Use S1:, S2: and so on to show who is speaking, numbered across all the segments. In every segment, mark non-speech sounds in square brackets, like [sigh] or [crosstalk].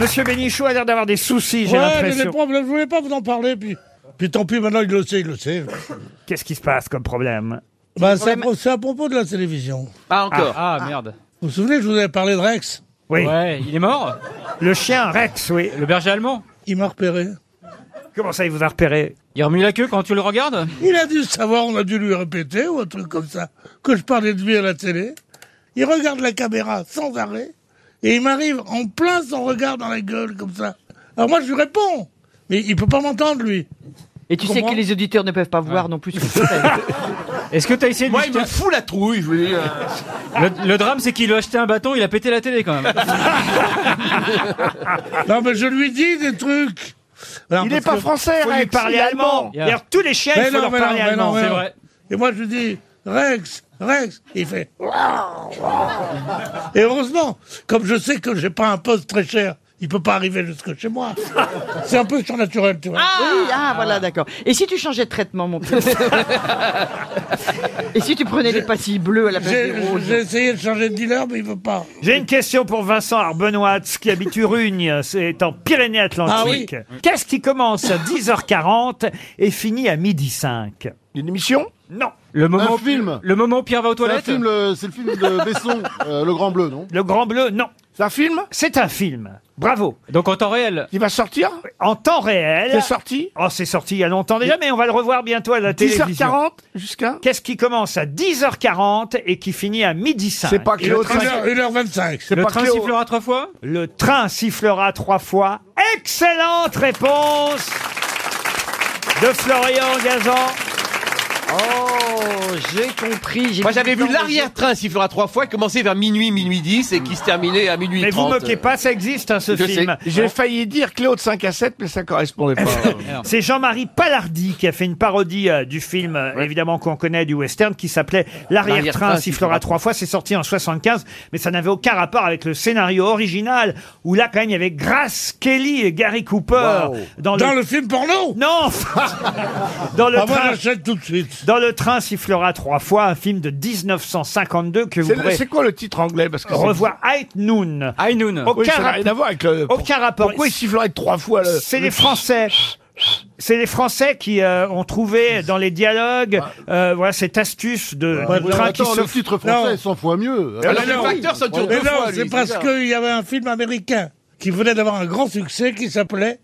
S1: Monsieur Bénichou a l'air d'avoir des soucis, j'ai
S2: ouais, mais
S1: l'impression.
S2: les problèmes, je voulais pas vous en parler, puis, puis tant pis, maintenant il le sait, il le sait.
S1: Qu'est-ce qui se passe comme problème
S2: Bah, c'est à, pro- c'est à propos de la télévision.
S3: Ah, encore.
S4: Ah, merde.
S2: Vous vous souvenez, je vous avais parlé de Rex
S1: Oui,
S4: Ouais, il est mort
S1: le chien Rex, oui.
S4: Le berger allemand
S2: Il m'a repéré.
S1: Comment ça, il vous a repéré
S4: Il remue la queue quand tu le regardes
S2: Il a dû savoir, on a dû lui répéter ou un truc comme ça, que je parlais de lui à la télé. Il regarde la caméra sans arrêt et il m'arrive en plein son regard dans la gueule comme ça. Alors moi je lui réponds, mais il peut pas m'entendre lui.
S5: Et tu sais
S2: Comment
S5: que les auditeurs ne peuvent pas voir non plus ce que tu fais.
S4: Est-ce que t'as essayé de
S3: Moi,
S4: lui
S3: il me
S4: jeter-
S3: fout la trouille, je vous dis. euh.
S4: le, le drame, c'est qu'il lui a acheté un bâton, il a pété la télé quand même.
S2: [laughs] Non mais je lui dis des trucs. Alors,
S1: Il n'est
S2: parce
S1: pas
S2: que-
S1: français,
S3: faut lui
S1: Rex, il est
S3: parler
S1: allemand.
S3: allemand.
S4: Yeah.
S1: D'ailleurs, tous les chiens,
S2: Mais
S1: il faut
S2: non,
S1: leur
S2: mais non,
S1: parler
S2: mais non,
S1: allemand. hein.
S2: mais
S4: C'est
S2: non.
S4: vrai.
S2: Et moi je lui dis Rex, Rex, il fait. Et heureusement, comme je sais que j'ai pas un poste très cher, il peut pas arriver jusque chez
S1: [laughs]
S2: moi. C'est un peu surnaturel, tu vois.
S5: Oui, ah voilà, d'accord. Et si tu changeais de traitement, mon petit
S2: [laughs]
S5: Et si tu prenais les pastilles bleues à la place
S2: J'ai
S5: des roses
S2: j'ai essayé de changer de dealer, mais il veut pas.
S1: J'ai une question pour Vincent Arbenoitz
S2: [laughs]
S1: qui habite Urugne, c'est en Pyrénées-Atlantiques.
S2: Ah
S1: Qu'est-ce qui commence à 10h40 et finit à 12h05
S6: Une émission
S1: Non,
S4: Le moment,
S6: Un
S4: où-
S6: film.
S4: Le moment où Pierre va aux
S6: C'est un
S4: toilettes
S6: film, le- c'est le
S4: [laughs]
S6: film de Besson, euh, Le Grand Bleu, non
S1: le Grand Bleu, non.
S6: C'est un film
S1: C'est un film. Bravo.
S4: Donc en temps réel.
S6: qui va sortir
S1: En temps réel.
S6: C'est sorti
S1: Oh, c'est sorti il y a longtemps déjà, mais on va le revoir bientôt à la télévision.
S6: 10h40 jusqu'à
S1: Qu'est-ce qui commence à 10h40 et qui finit à 12h05
S6: C'est pas
S1: Et le,
S6: Cléo
S1: train,
S2: 1h25.
S4: Le
S6: pas
S4: train
S6: Cléo.
S4: sifflera trois fois
S1: le train sifflera trois fois. Excellente réponse de Florian Gazan.
S5: Oh, j'ai compris. j'ai
S3: Moi, j'avais vu
S5: dans le jeu.
S3: l'arrière-train sifflera trois fois, commencer vers minuit, minuit 10 et qui se terminait à minuit
S1: Mais
S3: 30.
S1: vous moquez pas, ça existe hein, ce
S3: Je
S1: film.
S6: J'ai failli dire Cléo de 5 à 7, mais ça correspondait pas.
S1: [laughs] C'est Jean-Marie Palardi qui a fait une parodie euh, du film, euh, évidemment qu'on connaît du western, qui s'appelait L'arrière-train
S3: L'arrière-train
S1: sifflera
S3: sifflera
S1: trois fois. C'est sorti en 75, mais ça n'avait aucun rapport avec le scénario original, où là quand même il y avait Grace Kelly et Gary Cooper
S6: Wow.
S1: dans le
S2: Dans le film porno [laughs]
S1: non dans le
S2: Ah, moi,
S1: train.
S2: j'achète tout de suite.
S1: Dans le train sifflera trois fois, un film de 1952 que vous
S6: C'est
S1: pourrez
S6: c'est quoi le titre anglais Parce que c'est-
S1: revoir à Noon.
S4: High noon.
S1: Aucun,
S6: Oui, ça n'a
S1: rap-
S6: rien à voir avec le.
S1: aucun rapport.
S6: Pourquoi il sifflerait trois fois le.
S1: C'est les Français. C'est les Français qui euh, ont trouvé dans les dialogues euh, voilà cette astuce de
S6: Ouais,
S1: du
S6: mais
S1: train
S6: attends,
S1: qui
S6: le
S1: se- Ah,
S6: titre français
S2: Non.
S6: est 100 fois mieux.
S2: Alors,
S3: Alors,
S2: Ah, Mais non,
S3: le facteur, ça dure
S2: Mais
S3: deux
S2: non,
S3: fois,
S2: c'est
S3: lui.
S2: parce
S3: ça.
S2: qu'il y avait un film américain qui venait d'avoir un grand succès qui s'appelait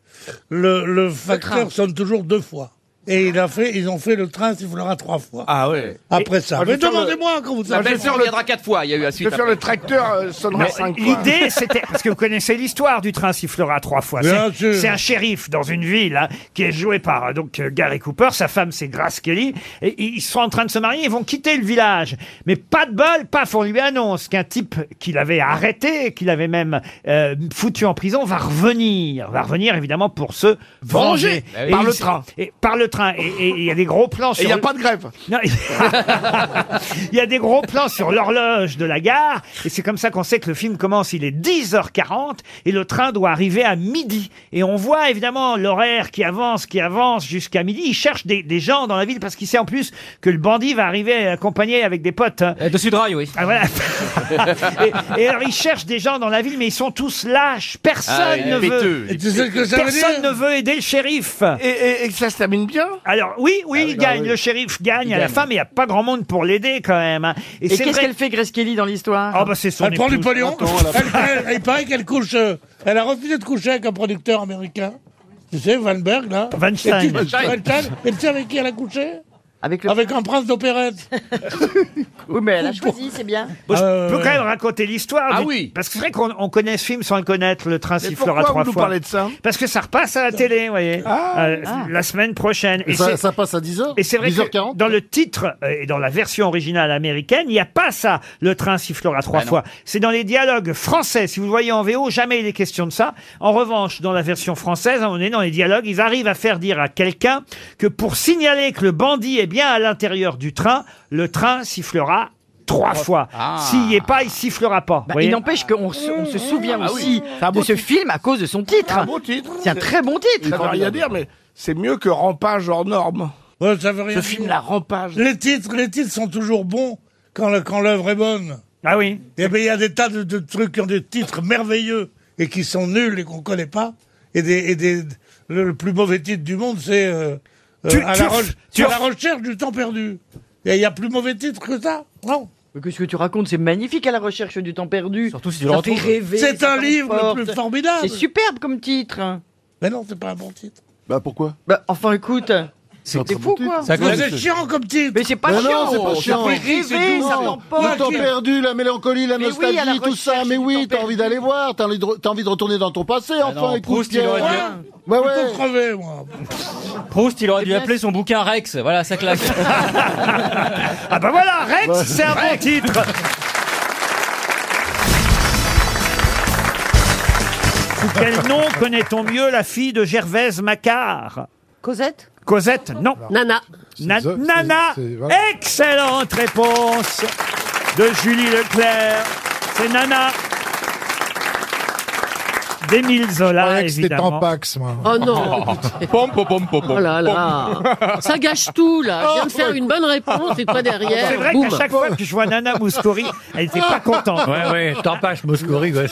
S2: le, le facteur sonne toujours deux fois. Et il a fait, ils ont fait le train sifflera trois fois.
S6: Ah ouais.
S2: Après ça.
S6: Ah, je
S2: Mais
S6: vais faire le-
S2: demandez-moi hein, quand vous
S3: La
S2: savez.
S3: belle-sœur reviendra quatre fois, il y a eu la
S6: Je
S3: suite.
S6: vais faire le tracteur euh, sonnera 5 fois.
S1: L'idée, c'était parce que vous connaissez l'histoire du train sifflera trois fois.
S2: Bien
S1: C'est
S2: sûr.
S1: c'est un shérif dans une ville hein, qui est joué par euh, donc euh, Gary Cooper, sa femme c'est Grace Kelly, et ils sont en train de se marier, ils vont quitter le village. Mais pas de bol, paf, on lui annonce qu'un type qu'il avait arrêté, qu'il avait même euh, foutu en prison, va revenir, va revenir évidemment pour se venger
S3: Bah oui.
S1: Et
S3: Par
S1: il
S3: le
S1: s-
S3: train.
S1: Et par le train. Et et il y a des gros plans.
S6: Et
S1: sur
S6: il n'y a
S1: le-
S6: pas de grève.
S1: non, il- [laughs] il y a des gros plans sur l'horloge de la gare, et c'est comme ça qu'on sait que le film commence. Il est 10h40 et le train doit arriver à midi. Et on voit évidemment l'horaire qui avance, qui avance jusqu'à midi. Il cherche des, des gens dans la ville parce qu'il sait en plus que le bandit va arriver accompagné avec des potes. hein.
S4: Euh, Dessus de rail, oui.
S1: Ah, voilà. [laughs] et, et alors il cherche des gens dans la ville, mais ils sont tous lâches. Personne
S3: Ah, il
S1: ne
S3: est
S1: veut.
S3: péteux.
S2: Et tu sais ce que ça veut dire
S1: Personne ne veut aider le shérif.
S6: Et, et- et que ça se termine bien
S1: Alors oui, oui, il gagne. Le shérif gagne à la fin, mais il n'y a pas grand monde pour l'aider quand même. hein.
S5: Et
S1: c'est
S5: qu'est-ce
S1: vrai-
S5: qu'elle fait, Grace Kelly, dans l'histoire
S1: Ah bah c'est son
S2: Elle prend du
S1: épouse.
S2: pognon. Elle, elle- il paraît qu'elle couche. euh, elle a refusé de coucher avec un producteur américain. Tu sais, Weinberg, là.
S1: Weinstein.
S2: Et tu,
S3: Weinstein.
S2: Weinstein. Et tu sais avec qui elle a couché
S5: Avec le.
S2: Avec un prince d'opérette.
S5: Oui, mais elle a choisi, c'est bien.
S1: Bon, je
S2: Euh,
S1: peux quand même raconter l'histoire.
S3: Ah
S1: du-
S3: oui.
S1: Parce que c'est vrai qu'on on connaît ce film sans le connaître, le train
S6: Mais
S1: sifflera
S6: pourquoi vous
S1: trois
S6: nous
S1: fois.
S6: parlez de ça
S1: Parce que ça repasse à la télé, vous voyez, euh, la semaine prochaine. Et c'est-
S6: ça, ça passe à 10h
S1: et c'est vrai que
S6: 10h40
S1: dans le titre euh, et dans la version originale américaine, il n'y a pas ça, le train sifflera trois
S5: Ben
S1: fois. C'est dans les dialogues français. Si vous le voyez en VO, jamais il est question de ça. En revanche, dans la version française, on est dans les dialogues, ils arrivent à faire dire à quelqu'un que pour signaler que le bandit est bien à l'intérieur du train, le train sifflera trois fois. S'il n'y est pas, il sifflera pas. Vous
S5: Ah. Bah,
S1: voyez Ah.
S5: il n'empêche qu'on se, on se souvient aussi de ce film à cause de son
S6: C'est un
S5: titre.
S6: beau titre.
S5: C'est un très bon titre.
S6: Ça veut rien dire, mais c'est mieux que Rampage hors norme.
S2: Ouais, ça veut rien
S6: Ce
S2: dire.
S6: film-là, Rampage.
S2: Les titres, les titres sont toujours bons quand le- quand l'œuvre est bonne.
S1: Ah oui.
S2: Eh ben, il y a des tas de, de trucs qui ont des titres merveilleux et qui sont nuls et qu'on connaît pas. Et des, et des- le, le plus mauvais titre du monde, c'est euh, euh,
S1: Tu-
S2: à,
S1: tu-
S2: la roche-
S1: tu-
S2: à la recherche du temps perdu. Et il y a plus mauvais titre que ça Non.
S7: Mais qu'est-ce que tu racontes C'est magnifique à la recherche du temps perdu.
S3: Surtout si tu
S7: Ça
S3: le
S7: fait
S3: retrouves.
S7: rêver,
S2: C'est
S7: ça
S2: un livre le plus
S7: transporte.
S2: formidable.
S7: C'est superbe comme titre. hein.
S2: Mais non, c'est pas un bon titre.
S8: Bah pourquoi
S7: Bah, enfin, écoute, c'était fou, quoi.
S2: Mais
S3: Ça commence-
S2: C'est chiant comme titre.
S7: Mais c'est pas
S8: Mais
S7: chiant.
S8: non, c'est pas chiant.
S7: Ça fait rêver, ça
S8: Non,
S7: t'emporte.
S8: Le temps perdu, la mélancolie, la
S7: Mais oui,
S8: nostalgie,
S7: à la
S8: tout ça.
S7: recherche
S8: Mais
S7: du
S8: oui,
S7: temps
S8: t'as
S7: perdu.
S8: envie d'aller voir, t'as envie, de re- t'as envie de retourner dans ton passé.
S9: Ah
S8: Enfin,
S3: non,
S8: écoute,
S3: Proust, il
S8: Pierre.
S3: aurait dû-
S2: Voilà.
S8: Ouais,
S2: Plutôt
S8: ouais.
S2: crever, moi.
S3: Proust, il
S10: Eh
S3: aurait dû appeler son bouquin Rex. Voilà, ça claque.
S1: [laughs] Ah bah voilà, Rex, c'est un bon titre. Sous quel nom connaît-on mieux la fille de Gervaise Macquart
S11: Cosette
S1: Cosette, non.
S11: Nana.
S1: Na-
S8: c'est-
S1: Nana,
S8: c'est- voilà.
S1: excellente réponse de Julie Leclerc. C'est Nana. D'Émile Zola, évidemment.
S8: Tampax, moi.
S11: Oh non
S8: [laughs]
S10: Pom, pom, pom, pom, pom.
S11: Oh là là Ça gâche tout, là Je viens de faire une bonne réponse et toi derrière,
S1: Ah, C'est vrai
S11: boum
S1: qu'à chaque fois que je vois Nana Mouskouri, elle n'était pas [laughs] contente.
S3: ouais, ouais, t'en passe, Moscouri. Ouais,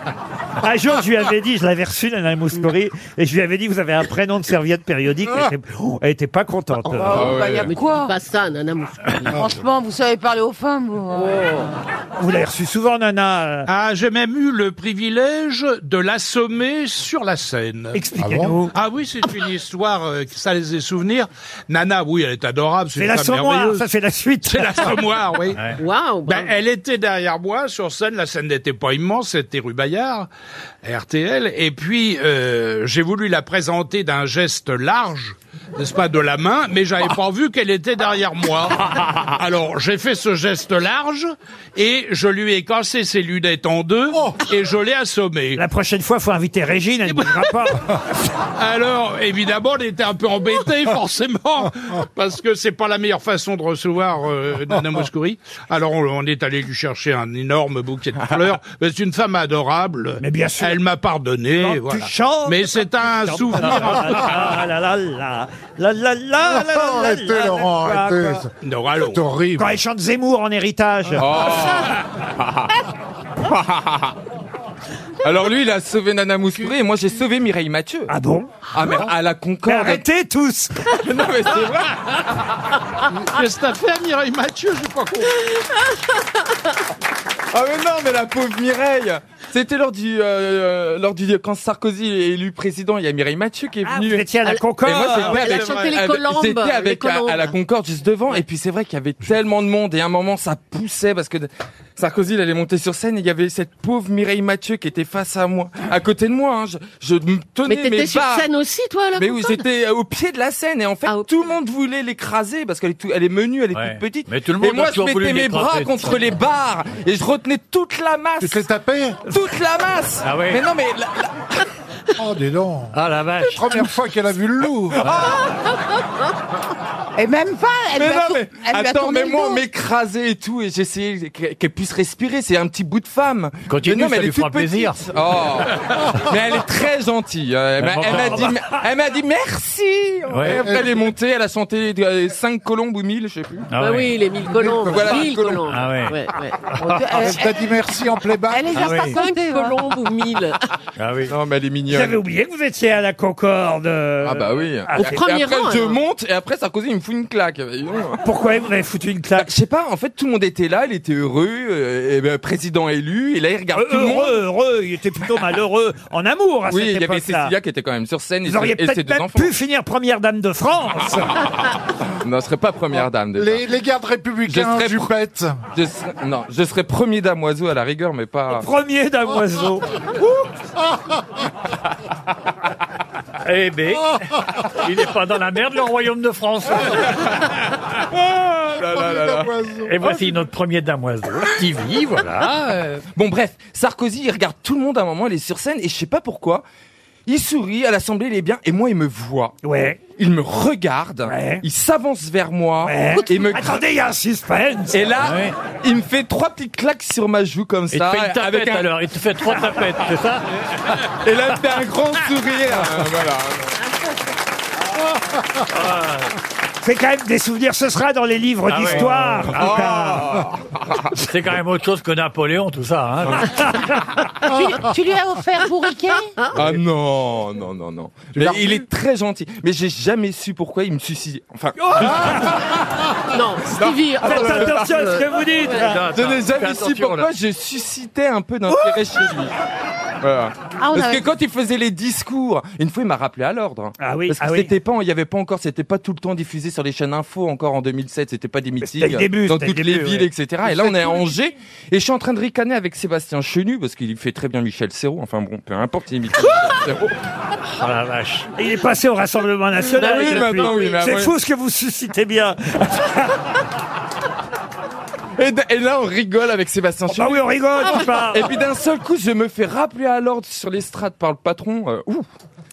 S8: [laughs]
S1: Un jour, je lui avais dit, je l'avais reçue, Nana Mouskouri, et je lui avais dit, vous avez un prénom de serviette périodique. Elle était, oh, elle était pas contente.
S12: Ah
S13: Ah
S3: Ah,
S12: bah,
S11: Mais quoi Pas ça, Nana
S12: [laughs]
S11: Mouskouri.
S6: Franchement, vous savez parler aux femmes, vous.
S13: Oh.
S1: Vous l'avez reçue souvent, Nana.
S14: Ah, j'ai même eu le privilège de l'assommer sur la scène.
S1: Expliquez-nous.
S14: Ah oui, c'est une histoire, euh, ça les est souvenirs. Nana, oui, elle est adorable, c'est
S1: C'est
S14: une
S1: la
S14: femme
S1: sommoire,
S14: merveilleuse.
S1: ça c'est la suite.
S14: C'est l'assommoir,
S1: [laughs]
S14: oui.
S11: Waouh
S14: Ben,
S11: bravo.
S14: elle était derrière moi sur scène, la scène n'était pas immense, c'était rue Bayard, à RTL, et puis euh, j'ai voulu la présenter d'un geste large, n'est-ce pas, de la main, mais j'avais pas vu qu'elle était
S1: [laughs]
S14: derrière moi. Alors j'ai fait ce geste large, et je lui ai cassé ses lunettes en deux, et je l'ai assommée.
S1: Oh. La prochaine fois, faut inviter Régine,
S14: [laughs]
S1: elle ne bougera pas.
S14: Alors, évidemment, on était un
S1: [laughs]
S14: peu embêté, forcément, parce que c'est pas la meilleure façon de recevoir euh, Nana Mouskouri. Alors, on, on est allé lui chercher un énorme bouquet de
S1: [laughs]
S14: fleurs. Mais C'est une femme adorable.
S1: Mais bien sûr.
S14: Elle m'a pardonné.
S1: Quand tu
S14: voilà.
S1: chantes,
S14: Mais c'est un souvenir.
S1: Ah, [laughs] la, la, la, la, la, la, la,
S14: [laughs]
S1: la, la, la,
S8: Arrêtez,
S1: la,
S8: Laurent,
S1: la, la,
S8: arrêtez.
S1: la.
S14: Non, allons.
S8: C'est horrible.
S1: Ah, Quand elle chante Zemmour en héritage.
S10: Oh.
S13: [laughs] Alors lui, il a sauvé Nana Mouskouri et moi j'ai sauvé Mireille Mathieu.
S1: Ah bon
S13: Ah mais à la
S1: Mais
S13: Concorde.
S1: Arrêtez tous
S13: [laughs] Non mais c'est vrai.
S14: Qu'est-ce que t'as fait, Mireille Mathieu J'ai pas compris.
S13: Ah mais non, mais la pauvre Mireille. C'était lors du euh, lors du quand Sarkozy est élu président, il y a Mireille Mathieu qui est
S1: Ah, Vous
S13: venue.
S1: étiez à la
S13: Et moi,
S1: Concorde
S13: c'était
S11: Ah, Elle a
S13: avec-
S11: chanté les
S13: avec-
S11: colombes,
S13: C'était
S11: les
S13: avec à,
S11: colombes.
S13: à la Concorde juste devant. Et puis c'est vrai qu'il y avait tellement de monde. Et à un moment, ça poussait parce que de- Sarkozy, il allait monter sur scène. Et il y avait cette pauvre Mireille Mathieu qui était face à moi, à côté de moi. hein. Je, je me tenais
S11: Mais
S13: mes
S11: t'étais sur
S13: barres.
S11: scène aussi, toi, là
S13: Mais oui,
S12: [laughs]
S13: c'était au pied de la scène et en fait
S11: Ah, au
S13: tout le monde voulait l'écraser parce qu'elle est, tout- elle est menue, elle est
S3: Ouais.
S13: toute petite.
S3: Mais tout le monde
S13: et moi
S3: a
S13: je
S3: toujours voulu
S13: mettais mes
S3: l'écraser,
S13: bras
S3: de
S13: contre les barres et je retenais toute la masse,
S8: Tu te fais taper
S13: toute la masse.
S3: Ah ouais.
S13: Mais non mais la- la-
S8: Oh, dis donc.
S3: Ah la vache.
S8: Première fois qu'elle a vu le loup.
S6: Et même pas, elle
S13: mais
S6: lui a
S13: non
S6: tour-
S13: mais
S6: elle lui a
S13: attends
S6: tourné
S13: mais
S6: le
S13: moi
S6: dos.
S13: m'écraser et tout et j'essayais qu'elle qu'elle puisse respirer, c'est un petit bout de femme.
S3: Continue,
S13: mais non, mais
S3: ça
S13: elle
S3: lui
S13: est toute
S3: fera plaisir.
S13: petite. Oh. mais elle est très gentille. Euh, Elle m'a- elle m'a dit elle m'a dit merci.
S3: Ouais.
S13: Et après elle est montée, elle a chanté 5 colombes ou 1000, je sais plus.
S3: Ah
S11: Bah oui, les mille colombes.
S13: Voilà,
S11: mille
S13: mille colombes.
S11: colombes.
S3: Ah ouais.
S1: Ah,
S6: Elle,
S8: T'as dit merci en
S1: bah.
S8: playback.
S6: elle les
S3: Ah
S6: a pas
S3: oui.
S11: Cinq
S6: comptées, voilà.
S11: colombes ou mille.
S3: Ah oui.
S13: Non mais elle est
S1: J'avais
S13: mignonne.
S1: oublié que vous étiez à la Concorde.
S13: Ah bah oui.
S1: Ah,
S13: Et-
S11: c'est-
S13: et
S11: premier
S13: après,
S11: rang,
S13: je
S11: alors.
S13: monte et après Sarkozy il me fout une claque. Bah, Dis donc.
S1: Pourquoi vous avez foutu une
S13: Bah,
S1: claque
S13: je sais pas, en fait tout le monde était là, il était
S10: hein.
S13: heureux, euh, et ben, président élu, et là il regarde
S1: Euh,
S13: tout le monde.
S1: Heureux, heureux, il était
S13: [laughs]
S1: plutôt malheureux en amour à
S13: Oui,
S1: cette
S13: il y avait
S1: époque-là.
S13: Cécilia qui était quand même sur scène et,
S1: Vous
S13: ses-
S1: auriez
S13: et ses
S1: peut-être
S13: deux
S1: même
S13: enfants.
S1: pu finir première dame de
S13: [laughs]
S1: France.
S13: Non, je serais pas première dame déjà.
S8: Les, les gardes républicains,
S13: Je serais-
S8: Jupette.
S13: Je serais- non, je serais premier damoiseau à la rigueur, mais pas.
S1: Premier damoiseau.
S13: [laughs]
S3: Eh ben, il est pas dans la merde, le royaume de
S13: [laughs]
S3: France.
S13: Là, là, là, là.
S3: Et voici notre premier damoiseau.
S13: TV, voilà. euh. Ah. Bon, bref, Sarkozy, il regarde tout le monde à un moment, il est sur scène, et je sais pas pourquoi. Il sourit, à l'Assemblée, il est bien, et moi, il me voit.
S1: Ouais.
S13: Il me regarde,
S1: Ouais.
S13: il s'avance vers moi,
S1: ouais.
S13: et me
S1: Attendez, il y a un suspense.
S13: Et là,
S3: Ouais.
S13: il me fait trois petites claques sur ma joue comme
S3: Il te
S13: ça.
S3: fait une tapette
S13: avec un-
S3: alors, il te fait
S13: [laughs]
S3: trois tapettes, c'est ça
S13: Et là, il me hein. fait un grand sourire.
S1: Ah. C'est quand même des souvenirs. Ce sera dans les livres
S4: Ah ouais.
S1: d'histoire.
S15: [laughs]
S4: C'est
S16: Ah,
S4: quand même autre chose que Napoléon, tout ça. hein.
S12: Tu, tu lui as offert bourriquet
S13: Ah non, non, non, non. Mais il est très gentil. Mais j'ai jamais su pourquoi il me suicidait. Enfin.
S17: Non, Stevie.
S13: Faites
S18: oh.
S13: attention à ce que vous dites. Je n'ai
S17: Fais
S13: jamais
S17: attention,
S13: su pourquoi
S17: là.
S13: je suscitais un peu d'intérêt chez
S17: [laughs]
S13: lui. Voilà.
S17: Ah, on
S13: Parce
S17: avait-
S13: que quand il faisait les discours, une fois il m'a rappelé à l'ordre.
S1: Ah oui,
S13: Parce que
S1: ah oui.
S13: c'était pas, il y avait pas encore, c'était pas tout le temps diffusé sur les chaînes info encore en 2007, c'était pas des meetings
S1: le début,
S13: dans
S1: c'était le
S13: toutes les
S1: début,
S13: villes,
S1: ouais.
S13: etc. Et là on est à
S1: Exactement.
S13: Angers et je suis en train de ricaner avec Sébastien Chenu parce qu'il fait très bien Michel Serrault. Enfin bon, peu importe,
S1: [laughs]
S13: il imite Michel Serrault.
S1: Ah la vache. Il est passé au Rassemblement National.
S13: Bah oui,
S1: depuis.
S13: maintenant, oui, mais
S1: C'est
S13: avant-
S1: fou ce que vous suscitez bien.
S13: Et, d- et là, on rigole avec Sébastien Chenu.
S1: bah oui, on rigole, on parle.
S13: Et puis d'un seul coup, je me fais rappeler à l'ordre sur l'estrade par le patron. Euh, ouh,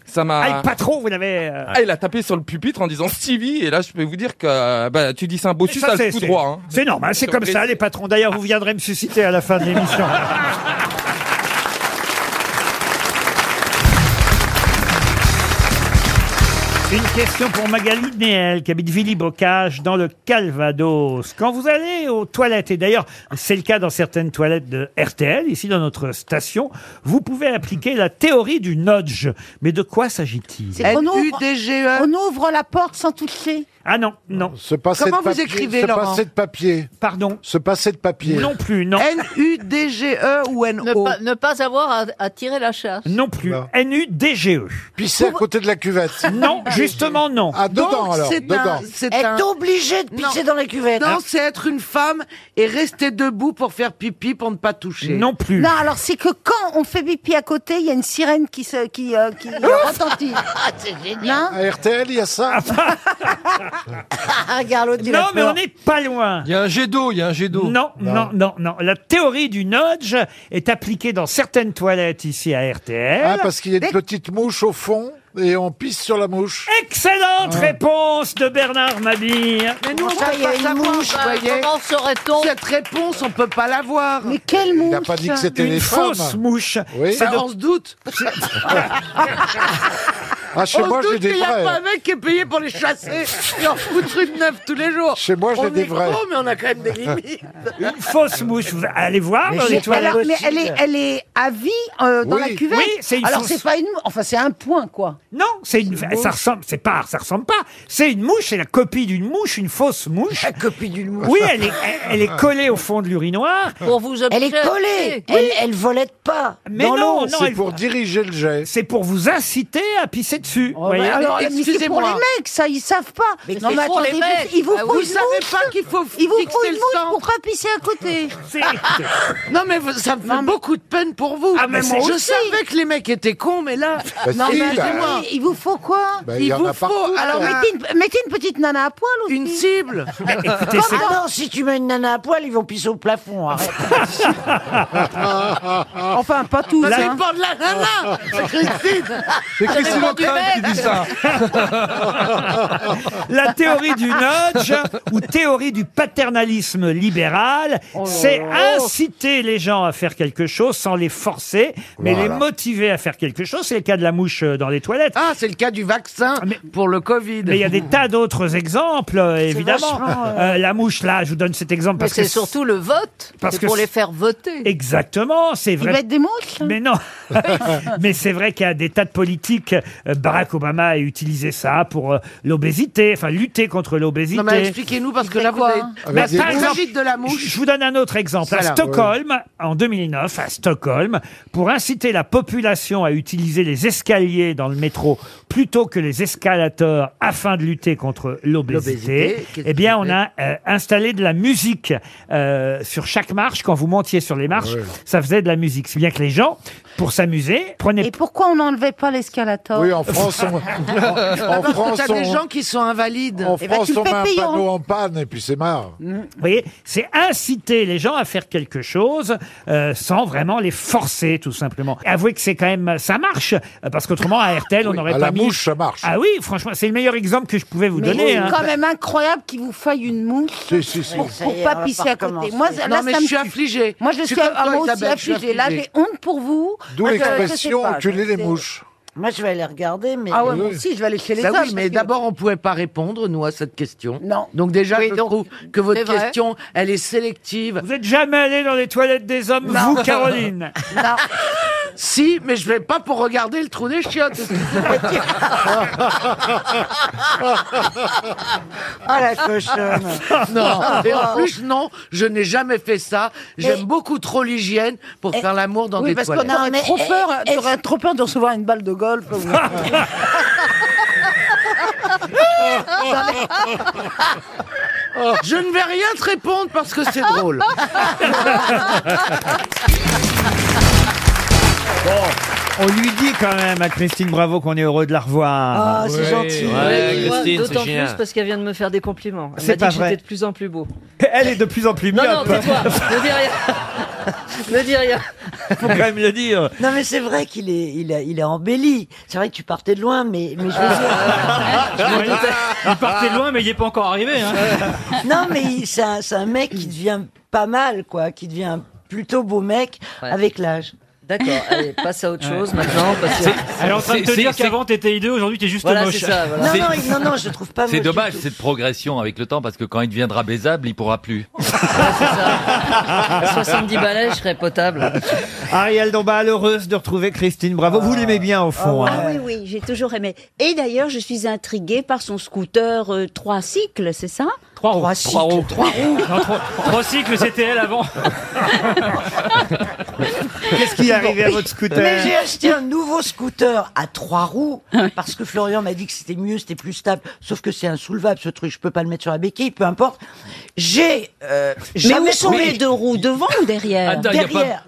S13: ça m'a.
S1: Ah, le patron, vous l'avez. euh,
S13: Ah, il a tapé sur le pupitre en disant Stevie. Et là, je peux vous dire que euh, bah, tu dis ça un bossu,
S1: ça,
S13: t'as le
S1: c'est-
S13: coup
S1: c'est-
S13: droit. hein.
S1: C'est normal, c'est comme ça, les patrons. D'ailleurs, vous viendrez me susciter à la fin de
S13: [laughs]
S1: l'émission. Une question pour Magali Néel, qui habite Villibocage, dans le Calvados. Quand vous allez aux toilettes, et d'ailleurs, c'est le cas dans certaines toilettes de RTL, ici dans notre station, vous pouvez appliquer la théorie du nudge. Mais de quoi s'agit-il
S12: C'est qu'on ouvre, on ouvre la porte sans toucher.
S1: Ah non, non.
S18: Se passer
S12: Comment
S18: de
S12: vous
S18: papier,
S12: écrivez,
S18: se
S12: Laurent
S18: passer de papier.
S1: Pardon
S18: Se passer de papier.
S1: Non plus, Euh, non.
S12: E
S7: N-U-D-G-E ou
S19: Ne,
S7: N-O
S19: pas, ne pas avoir à, à tirer la chasse.
S1: Non plus. N-U-D-G-E.
S18: Pisser à côté de la cuvette.
S1: E. Non, justement non.
S18: Ah, dedans
S7: Donc,
S18: alors.
S7: c'est
S18: Dedans.
S7: un- c'est
S19: Est
S7: un-
S19: obligé de pisser
S7: Non.
S19: dans la cuvette.
S7: Non, c'est être une femme et rester debout pour faire pipi pour ne pas toucher.
S1: Non plus.
S12: Non, alors c'est que quand on fait pipi à côté, il y a une sirène qui, se, qui, euh, qui retentit.
S19: c'est
S12: Non
S7: [laughs]
S18: À RTL, il y a
S1: Ah,
S18: ça.
S12: Regarde l'autre, il a
S1: Non, mais
S12: peur.
S1: on n'est pas loin.
S3: Il y a un jet d'eau, il y a un jet d'eau.
S1: Non, non, non, non. La théorie du nudge est appliquée dans certaines toilettes ici à RTL.
S18: Ah, parce qu'il y a une petite mouche au fond et on pisse sur la mouche.
S1: Excellente réponse de Bernard Mabille.
S7: Mais nous, on
S12: Ça,
S7: peut
S12: il y a
S7: pas
S12: une
S7: savoir,
S12: mouche,
S7: bah,
S12: voyez.
S7: comment-
S19: saurait-on
S7: Cette réponse, on peut pas l'avoir.
S12: Mais quelle mouche
S18: Il n'a pas dit que c'était
S1: Une
S18: les femmes.
S1: fausse mouche.
S18: Oui.
S1: C'est
S7: Ah,
S1: de-
S7: on se doute.
S18: Ah, chez
S7: on
S18: moi,
S7: se
S18: j'ai
S7: doute
S18: des
S7: qu'il n'y a
S18: vrais.
S7: pas un mec qui est payé pour les chasser et en foutre une neuf tous les jours.
S18: Chez moi, j'ai
S7: On
S18: des
S7: est
S18: vrais.
S7: cons, mais on a quand même des limites.
S1: [laughs] une fausse mouche. Vous allez voir dans Ah, bah, les
S12: Mais
S1: toilettes.
S12: alors, mais elle est, elle est à vie euh, dans
S18: Oui.
S12: la cuvette.
S1: Oui, c'est une
S12: alors
S1: source.
S12: c'est pas une, enfin c'est un point quoi.
S1: Non, c'est une, ça ressemble, c'est pas, ça ressemble pas. C'est une mouche, c'est la copie d'une mouche, une fausse mouche.
S7: La copie d'une mouche.
S1: Oui, elle est, elle- elle est collée au fond de l'urinoir.
S19: Pour vous
S7: Elle est
S19: observer.
S7: collée.
S19: Oui.
S7: Elle volette pas.
S1: Mais
S18: Dans
S1: non,
S18: l'eau,
S1: non,
S18: c'est
S1: elle-
S18: pour diriger le jet.
S1: c'est pour vous inciter
S15: euh,
S1: à pisser dessus.
S6: Oh,
S1: vous voyez.
S7: mais
S12: alors mais c'est pour les
S7: excusez-moi.
S12: mecs, ça ils savent pas.
S19: Mais
S12: non
S19: c'est
S12: mais
S19: pour les
S12: attendez,
S19: mecs.
S12: vous- il vous
S19: Ah
S12: faut
S19: oui.
S7: Vous
S12: une
S7: savez
S12: mouche.
S7: pas qu'il faut
S12: Il vous
S7: fixer
S12: faut une
S7: le
S12: mouche
S7: centre.
S12: pour pas pisser à côté.
S1: C'est- écoutez.
S7: Non mais vous- ça me fait beaucoup de peine pour vous.
S1: Ah, mais
S7: je
S1: moi
S12: aussi.
S7: savais que les mecs étaient cons, mais là,
S18: Bah,
S12: non
S18: si,
S12: mais
S18: bah,
S12: attendez, il vous faut quoi
S18: bah, il
S7: il
S18: y en
S7: vous
S18: a partout.
S7: faut
S12: Alors
S7: alors
S12: mettez une, [laughs] mettez une petite nana à poil aussi. [laughs]
S7: une cible.
S1: Écoutez, c'est-
S19: Ah non, si tu mets une nana à poil, ils vont pisser au plafond. arrête.
S12: Enfin pas tous.
S7: Ça
S12: hein.
S7: dépend de la nana. C'est Christine.
S13: C'est Christine Ockrent qui dit ça.
S1: La théorie du nudge ou théorie du paternalisme libéral,
S7: Oh
S1: c'est inciter les gens à faire quelque chose sans les forcer, mais les motiver à faire quelque chose. C'est le cas de la mouche euh, dans les toilettes. Ah,
S7: Ah, c'est le cas du vaccin
S1: Mais-
S7: pour le Covid.
S1: Mais il y a des tas d'autres exemples, euh, évidemment.
S19: vachement,
S1: Euh, la mouche, là, je vous donne cet exemple
S19: Mais
S1: parce que
S19: c'est surtout le vote.
S1: parce
S19: C'est
S1: que
S19: pour
S1: c'est-
S19: les faire voter.
S1: Exactement, c'est
S12: Il va
S1: vrai.
S12: être des mouches. hein.
S1: Mais
S12: [laughs]
S1: non, mais c'est vrai qu'il y a des tas de politiques. Euh, Barack Obama a utilisé ça pour euh, l'obésité, enfin lutter contre l'obésité.
S7: Non mais expliquez-nous parce que là vous
S12: quoi,
S7: avez...
S12: hein
S1: Mais
S18: Avec des
S1: par
S7: Il
S1: exemple,
S7: s'agit de
S18: [laughs]
S7: la
S1: Je
S7: mouche.
S1: je vous donne un autre exemple. À
S7: Voilà.
S1: Stockholm, en 2009, à Stockholm, pour inciter la population à utiliser les escaliers dans le métro plutôt que les escalators afin de lutter contre l'obésité,
S7: L'obésité, qu'est-ce
S1: eh bien,
S7: que
S1: on
S7: c'est
S1: a euh, installé de la musique euh, sur chaque marche. Quand vous montiez sur les marches,
S7: Ah
S1: ça faisait de la musique. C'est bien que les gens, pour s'amuser, prenaient...
S12: Et pourquoi on n'enlevait pas l'escalator
S18: Oui, en France, on, en
S7: Parce que
S18: France,
S7: t'as
S18: on,
S7: des gens qui sont invalides.
S18: en
S12: Eh ben,
S1: Bah,
S18: France,
S12: tu le
S18: on met
S12: fais
S18: un
S12: payant.
S18: panneau en panne et puis c'est marre.
S1: Mm. Vous voyez, c'est inciter les gens à faire quelque chose euh, sans vraiment les forcer, tout simplement. Avouez que c'est quand même... Ça marche, euh, parce qu'autrement, à RTL, on n'aurait
S18: À
S1: pas
S18: la
S1: mis...
S18: mouche, ça marche.
S1: Ah oui, franchement, c'est le meilleur exemple que je pouvais [laughs] vous
S12: Mais
S1: donner.
S12: c'est
S1: hein.
S12: quand même incroyable qu'il vous faille une mouche
S18: Si, si, si.
S12: pour,
S19: Ah, ça
S12: pour
S19: y est,
S12: pas
S19: on va
S12: pisser
S19: pas
S12: à côté.
S19: recommencer.
S12: Moi, ça- là,
S7: non mais
S12: ça
S7: je
S12: me
S7: suis
S12: tue.
S7: affligé.
S12: Moi, je suis,
S7: comme
S12: à-
S7: toi,
S12: moi aussi
S7: Isabelle, je suis
S12: affligée. Là, j'ai honte pour vous.
S18: D'où
S12: Parce que- je sais
S18: l'expression
S12: pas, je
S18: enculer les
S12: sais-
S18: mouches.
S19: Moi, je vais aller regarder, mais.
S7: Ah ouais, moi aussi,
S19: je vais aller chez
S7: Ça oui, mais d'abord, on pouvait pas répondre, nous, à cette question.
S19: Non.
S7: Donc déjà,
S19: Oui,
S7: je
S19: donc,
S7: trouve que votre
S19: c'est vrai.
S7: question, elle est sélective.
S1: Vous n'êtes jamais allé dans les toilettes des hommes, vous, Caroline
S7: Non. si, mais je vais pas pour regarder le trou
S12: [laughs]
S7: des chiottes.
S19: Ah la cochonne.
S7: Non,
S12: Oh.
S7: et en plus, non, je n'ai jamais fait ça. J'aime beaucoup trop l'hygiène pour faire l'amour dans
S12: Eh, oui,
S7: des
S12: parce
S7: toilettes.
S12: qu'on aurait trop peur, t'aurais trop peur de recevoir une balle de golf. ou-
S7: [laughs] Je ne vais rien te répondre parce que c'est drôle.
S1: On lui dit quand même à Christine Bravo qu'on est heureux de la revoir.
S15: Ah, c'est gentil.
S3: Ouais,
S15: Moi,
S3: Christine, c'est
S15: D'autant
S3: génial.
S15: plus parce qu'elle vient de me faire des compliments. Elle
S1: C'est
S15: m'a dit
S1: pas
S15: que j'étais
S1: vrai.
S15: de plus en plus beau.
S1: Elle est de plus en plus
S15: Non, non,
S1: myope.
S15: tais-toi. ne dis rien. ne dis rien.
S1: Faut quand même le dire.
S19: Non, mais c'est vrai qu'il est, il a, il est embelli. C'est vrai que tu partais de loin, mais, mais je veux dire-
S15: Il partait loin, mais il n'y est pas encore arrivé.
S16: hein.
S15: [laughs]
S19: [laughs] non, mais il- c'est un, c'est un mec qui devient pas mal, quoi, qui devient un plutôt beau mec avec l'âge.
S15: D'accord, allez, passe à autre chose maintenant. Parce que...
S16: Elle est en train de te dire qu'avant t'étais hideux, aujourd'hui t'es juste
S15: Voilà,
S16: moche.
S15: c'est ça, voilà.
S19: Non, non, il- non, non, je trouve pas
S8: C'est
S19: moche
S8: dommage
S19: du tout.
S8: cette progression avec le temps parce que quand il deviendra baisable, il pourra plus.
S15: À
S8: [laughs]
S15: 70 balais, je serais potable.
S1: Ariel Dombal, heureuse de retrouver Christine Bravo. Vous l'aimez bien au fond. hein.
S20: Ah oui, oui, j'ai toujours aimé. Et d'ailleurs, je suis intriguée par son scooter euh, trois cycles, c'est ça
S16: Trois roues.
S20: Trois roues. Trois roues.
S16: Non, trois, trois cycles, c'était elle avant.
S1: Qu'est-ce qui est arrivé à votre scooter
S19: Mais j'ai acheté un nouveau scooter à trois roues parce que Florian m'a dit que c'était mieux, c'était plus stable. Sauf que c'est insoulevable ce truc, je peux pas le mettre sur la béquille, peu importe. J'ai euh,
S20: Mais où
S19: jamais
S20: sont les
S19: compris-
S20: deux roues Devant ou derrière
S8: Attends, il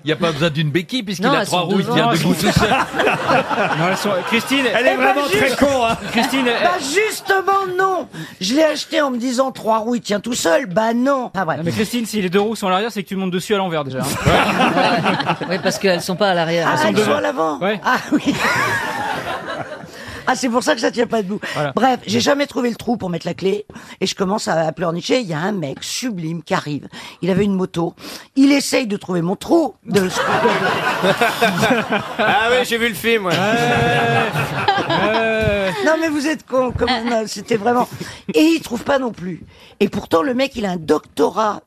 S8: n'y a, pas besoin d'une béquille puisqu'il
S20: Non,
S8: a
S20: elles
S8: trois
S20: sont
S8: roues, il
S20: devant,
S8: tient
S20: elles
S8: debout
S20: sont-
S8: tout seul. [laughs]
S16: Non, elles sont- Christine,
S8: Elle est
S19: Eh ben,
S8: vraiment très
S19: juste-
S8: con,
S19: [laughs]
S8: hein.
S16: Christine, elle-
S19: Bah justement non. Je l'ai acheté en me disant trois roues, il tient tout seul. Bah non. Ah, bref.
S16: Mais Christine, si les deux roues sont à l'arrière, c'est que tu montes dessus à l'envers déjà. hein.
S15: Oui, parce qu'elles sont pas à l'arrière.
S19: Ah,
S16: sont
S19: elles sont
S16: devant.
S19: à l'avant Ah oui Ah, c'est pour ça que ça tient pas debout. Bref, j'ai jamais trouvé le trou pour mettre la clé et je commence à, à pleurnicher. Il y a un mec sublime qui arrive. Il avait une moto. Il essaye de trouver mon trou. De...
S8: [laughs]
S3: Ah oui, j'ai vu le film. ouais.
S19: non, mais vous êtes con. comment- non, C'était vraiment. Et il trouve pas non plus. Et pourtant, le mec, il a un doctorat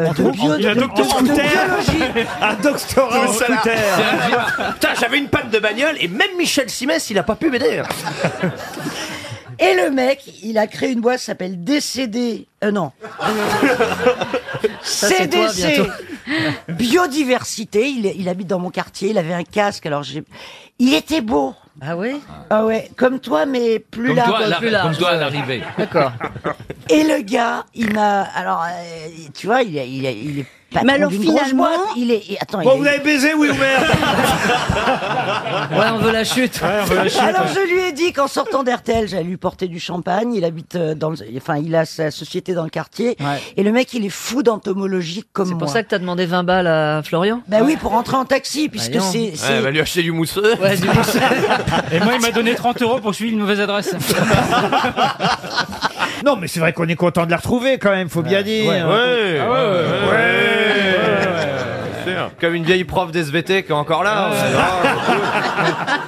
S19: euh, de, bio-
S1: Il a un
S19: de-
S1: doctorat en
S19: de biologie.
S1: scooter. Un doctorat en
S21: Tout ça, là.
S1: scooter.
S21: C'est un- Putain, j'avais une panne de bagnole et même Michel Simès, il a pas pu m'aider.
S19: Et le mec, il a créé une boîte qui s'appelle DCD. Euh, non.
S15: Ça, c'est toi,
S19: CDC.
S15: bientôt.
S19: Biodiversité. Il, est- il habite dans mon quartier. Il avait un casque. Alors j'ai. Il était beau.
S15: Ah oui
S19: Ah ouais. Comme toi, mais plus
S8: Comme
S19: large.
S8: toi, à la- comme toi à l'arrivée.
S15: D'accord.
S19: Et le gars, il m'a. Alors, euh, tu vois, il, est- il, est- il est pas
S20: Mais alors, finalement,
S19: il est. et-
S7: Ah,
S19: Attends,
S1: Bon,
S19: il
S1: vous
S19: est-
S1: l'avez baisé, oui
S7: [laughs]
S1: ou merde
S15: Ouais, on veut la chute.
S1: euh,
S19: Alors je lui ai dit qu'en sortant d'RTL, j'allais lui porter du champagne. Il habite euh, dans le, enfin, il a sa société dans le quartier.
S15: Ouais.
S19: Et le mec, il est fou d'entomologie comme
S15: C'est
S19: moi.
S15: pour ça que t'as demandé 20 balles à Florian Bah,
S19: Bah oui, pour rentrer en taxi, puisque
S15: Voyons.
S19: c'est.
S3: Ouais,
S19: c'est-
S3: va lui acheter du mousseux. [laughs]
S16: Et moi, il m'a donné 30 euros pour suivre une mauvaise adresse.
S1: Non, mais c'est vrai qu'on est content de la retrouver quand même, faut bien dire. Ah,
S3: Comme une vieille prof d'SVT qui est encore là. Oh,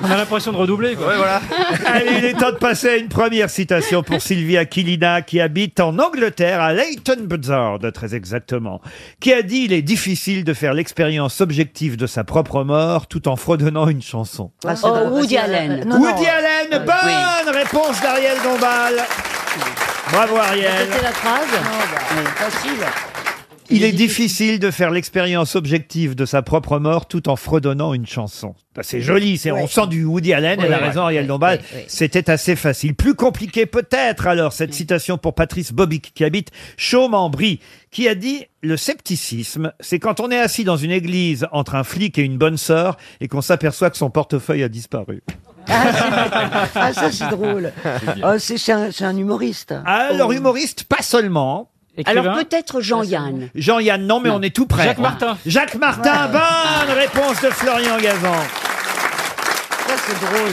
S16: On a l'impression de redoubler. Quoi.
S3: voilà.
S1: Allez, il est temps de passer à une première citation pour Sylvia Kilina, qui habite en Angleterre, à Leighton Buzzard, très exactement, qui a dit Il est difficile de faire l'expérience objective de sa propre mort tout en fredonnant une chanson.
S20: Ah, c'est Oh, drôle. Woody Allen. Non,
S1: Woody
S20: non.
S1: Allen, bonne réponse d'Ariel Dombal. Bravo Ariel.
S19: C'était la phrase. facile.
S1: Il est difficile de faire l'expérience objective de sa propre mort tout en fredonnant une chanson. Bah, C'est joli, c'est
S8: Ouais.
S1: on sent du Woody Allen,
S8: Ouais,
S1: elle a
S8: ouais,
S1: raison, Ariel
S8: ouais,
S1: Dombal.
S8: ouais, Mm. ouais.
S1: C'était assez facile. Plus compliqué peut-être alors cette citation pour Patrice Bobic qui habite Chaume-en-Brie qui a dit le scepticisme, c'est quand on est assis dans une église entre un flic et une bonne sœur et qu'on s'aperçoit que son portefeuille a disparu.
S19: Ah ça c'est drôle.
S1: [laughs] C'est bien.
S19: Oh, c'est c'est un, c'est un humoriste.
S1: Alors humoriste pas seulement.
S20: Alors peut-être Jean-Yann.
S1: Jean-Yann, non, mais on est tout près.
S20: Jacques Martin.
S1: Jacques Martin, bonne réponse de Florian Gazan.
S19: Ça
S15: [laughs]
S19: c'est drôle.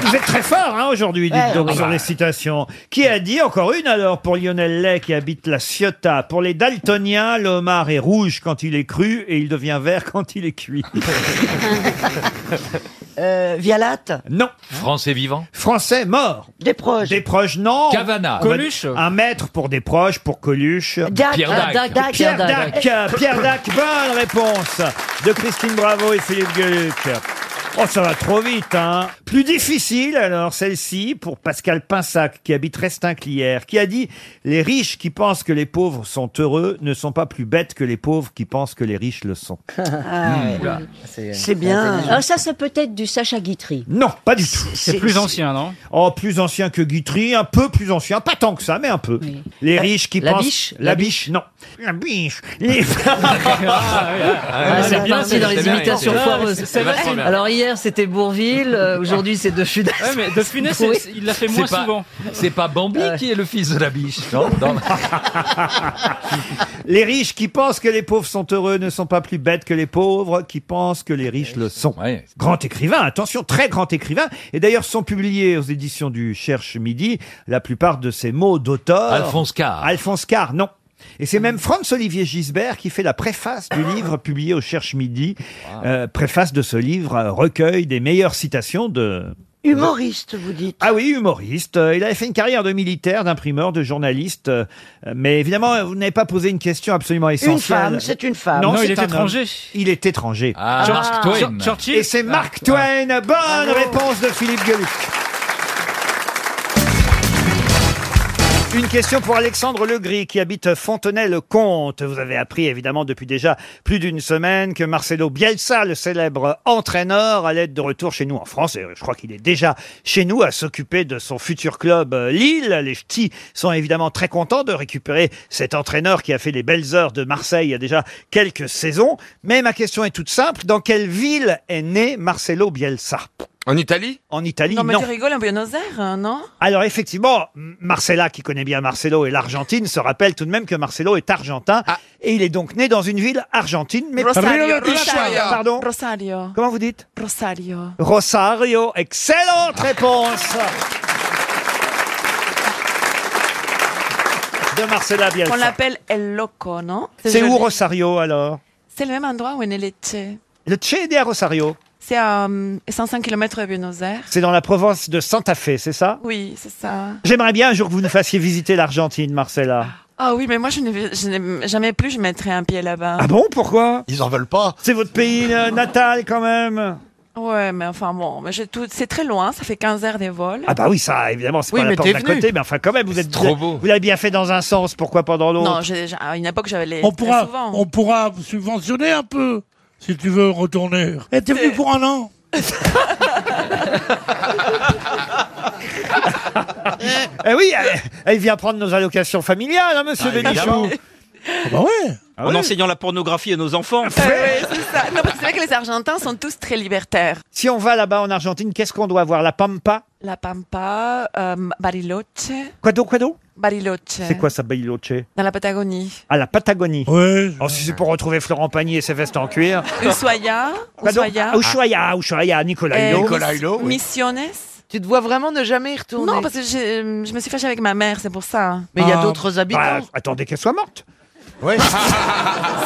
S1: Vous êtes très fort hein, aujourd'hui, dites
S19: Ouais,
S1: donc,
S19: ouais.
S1: sur les citations. Qui a dit, encore une alors, pour Lionel Lay qui habite la Ciotat, pour les daltoniens, le homard est rouge quand il est cru et il devient vert quand il est cuit.
S19: [laughs] Euh, Vialatte
S1: Non.
S8: Français vivant
S1: Français mort.
S19: Des proches.
S1: Des proches, non.
S8: Cavana.
S1: On va-
S8: Coluche
S1: Un maître pour des proches, pour Coluche.
S8: Dac. Pierre Dac. Dac. Dac.
S1: Pierre
S8: Pierre Dac.
S1: Dac. Pierre Dac. Bonne réponse de Christine Bravo et Philippe Gueluc. Oh, ça va trop vite, hein. Plus difficile, alors, celle-ci, pour Pascal Pinsac, qui habite Restinclière, qui a dit « Les riches qui pensent que les pauvres sont heureux ne sont pas plus bêtes que les pauvres qui pensent que les riches le sont.
S20: Ah,
S1: Oula.
S20: ouais.
S19: C'est bien.
S20: Ah, ça, ça peut être du Sacha Guitry.
S1: Non, pas du tout.
S20: C'est plus
S1: ancien, non Oh, plus ancien que Guitry, un peu plus ancien, pas tant que ça, mais un peu. Les riches qui
S20: La
S1: pensent.
S20: biche
S1: La biche, non. La biche. Les-
S15: Ah, c'est parti dans les imitations
S21: Ah,
S15: foireuses.
S1: C'est vachement bien.
S15: Alors hier c'était Bourville,
S21: [laughs]
S15: euh, aujourd'hui c'est De Funès.
S16: Ouais, mais De Funès,
S15: Oui.
S16: c'est- il l'a fait moins
S8: C'est pas-
S16: souvent.
S8: C'est pas Bambi qui est le fils de la biche, non, Non.
S1: Les riches qui pensent que les pauvres sont heureux ne sont pas plus bêtes que les pauvres qui pensent que les riches le sont. Grand écrivain, attention, très grand écrivain. Et d'ailleurs, sont publiés aux éditions du Cherche Midi la plupart de ces mots d'auteur.
S8: Alphonse
S1: Carr. Alphonse Carr, non. Et c'est même Franz-Olivier Gisbert qui fait la préface du livre publié au Cherche Midi. Euh, préface de ce livre, euh, recueil des meilleures citations de...
S19: Humoriste, vous dites.
S1: Ah oui, humoriste. Euh, Il avait fait une carrière de militaire, d'imprimeur, de journaliste. Euh, Mais évidemment, euh, vous n'avez pas posé une question absolument essentielle.
S19: femme, c'est une femme.
S1: Non,
S19: Non, il
S1: c'est
S19: est
S1: un
S19: étranger.
S1: homme. Il est étranger. Ah.
S8: Ah, George- Mark Twain. George- Churchill
S1: Et c'est Mark Twain. Bonne réponse de Philippe Gueluc. Une question pour Alexandre Legris qui habite Fontenay-le-Comte. Vous avez appris évidemment depuis déjà plus d'une semaine que Marcelo Bielsa, le célèbre entraîneur, allait être de retour chez nous en France. Et je crois qu'il est déjà chez nous à s'occuper de son futur club euh, Lille. Les Ch'tis sont évidemment très contents de récupérer cet entraîneur qui a fait les belles heures de Marseille il y a déjà quelques saisons. Mais ma question est toute simple. Dans quelle ville est né Marcelo Bielsa
S9: En Italie
S1: En Italie,
S22: Non,
S1: non.
S22: mais tu rigoles, un Buenos Aires, hein, non
S1: Alors effectivement, M- Marcella, qui connaît bien Marcelo et l'Argentine, se rappelle tout de même que Marcelo est argentin et il est donc né dans une ville argentine. Mais
S22: Rosario,
S1: Pardon
S22: Rosario.
S1: Pardon
S22: Rosario.
S1: Comment vous dites
S22: Rosario.
S1: Rosario, excellente réponse de Marcella
S22: On
S1: Bielsa.
S22: l'appelle El Loco, non
S1: C'est où
S22: joli.
S1: Rosario alors
S22: C'est le même endroit où est né Lecce.
S1: Le Che est à Rosario.
S22: C'est à euh, 105 km de Buenos Aires.
S1: C'est dans la province de Santa Fe, c'est ça
S22: Oui, c'est ça.
S1: J'aimerais bien un jour que vous nous fassiez visiter l'Argentine, Marcella.
S22: Ah oui, mais moi, je n'ai je n'ai jamais plus, je mettrai un pied là-bas.
S1: Ah bon, pourquoi Ils en veulent pas. C'est votre pays euh, natal quand même.
S22: Ouais, mais enfin bon, mais j'ai tout... c'est très loin, ça fait 15 heures de vol.
S1: Ah bah oui, ça, évidemment, c'est
S22: Oui,
S1: pas
S22: mais
S1: la porte
S22: t'es
S1: d'à
S22: venu.
S1: côté, mais enfin quand même, vous êtes
S2: trop beau.
S1: Vous l'avez bien fait dans un sens, pourquoi pas dans l'autre
S22: Non, j'ai- j'ai- à une époque, j'avais les.
S2: On
S22: très
S2: pourra,
S22: souvent.
S2: on pourra subventionner un peu, si tu veux retourner. Et t'es venu pour un an
S1: Eh oui, elle, elle vient prendre nos allocations familiales, hein, monsieur
S23: Ah, évidemment.
S1: Bénichou.
S18: Ah
S1: bah ouais.
S23: en enseignant la pornographie à nos
S1: Ah
S23: enfants.
S22: Ouais, c'est ça. Non, parce que c'est vrai que les Argentins sont tous très libertaires.
S1: Si on va là-bas en Argentine, qu'est-ce qu'on doit voir La pampa
S22: La Pampa, euh, Bariloche.
S1: Quoi donc, quoi donc
S22: Bariloche.
S1: C'est quoi ça, Bariloche
S22: Dans la Patagonie.
S1: À la Patagonie. Oui. Oh, si c'est pour retrouver Florent Pagny et ses vestes en cuir.
S22: Ushuaia.
S1: Quoi donc
S22: Ushuaia.
S1: Ah, Ushuaia, Ushuaia, Nicolas
S22: Euh,
S1: Hulot.
S22: Mis- Misiones. Tu te vois vraiment ne jamais y retourner Non, parce que j'ai- euh, je me suis fâchée avec ma mère, c'est pour ça.
S1: Ah. Bah, attendez qu'elle soit morte. Bah,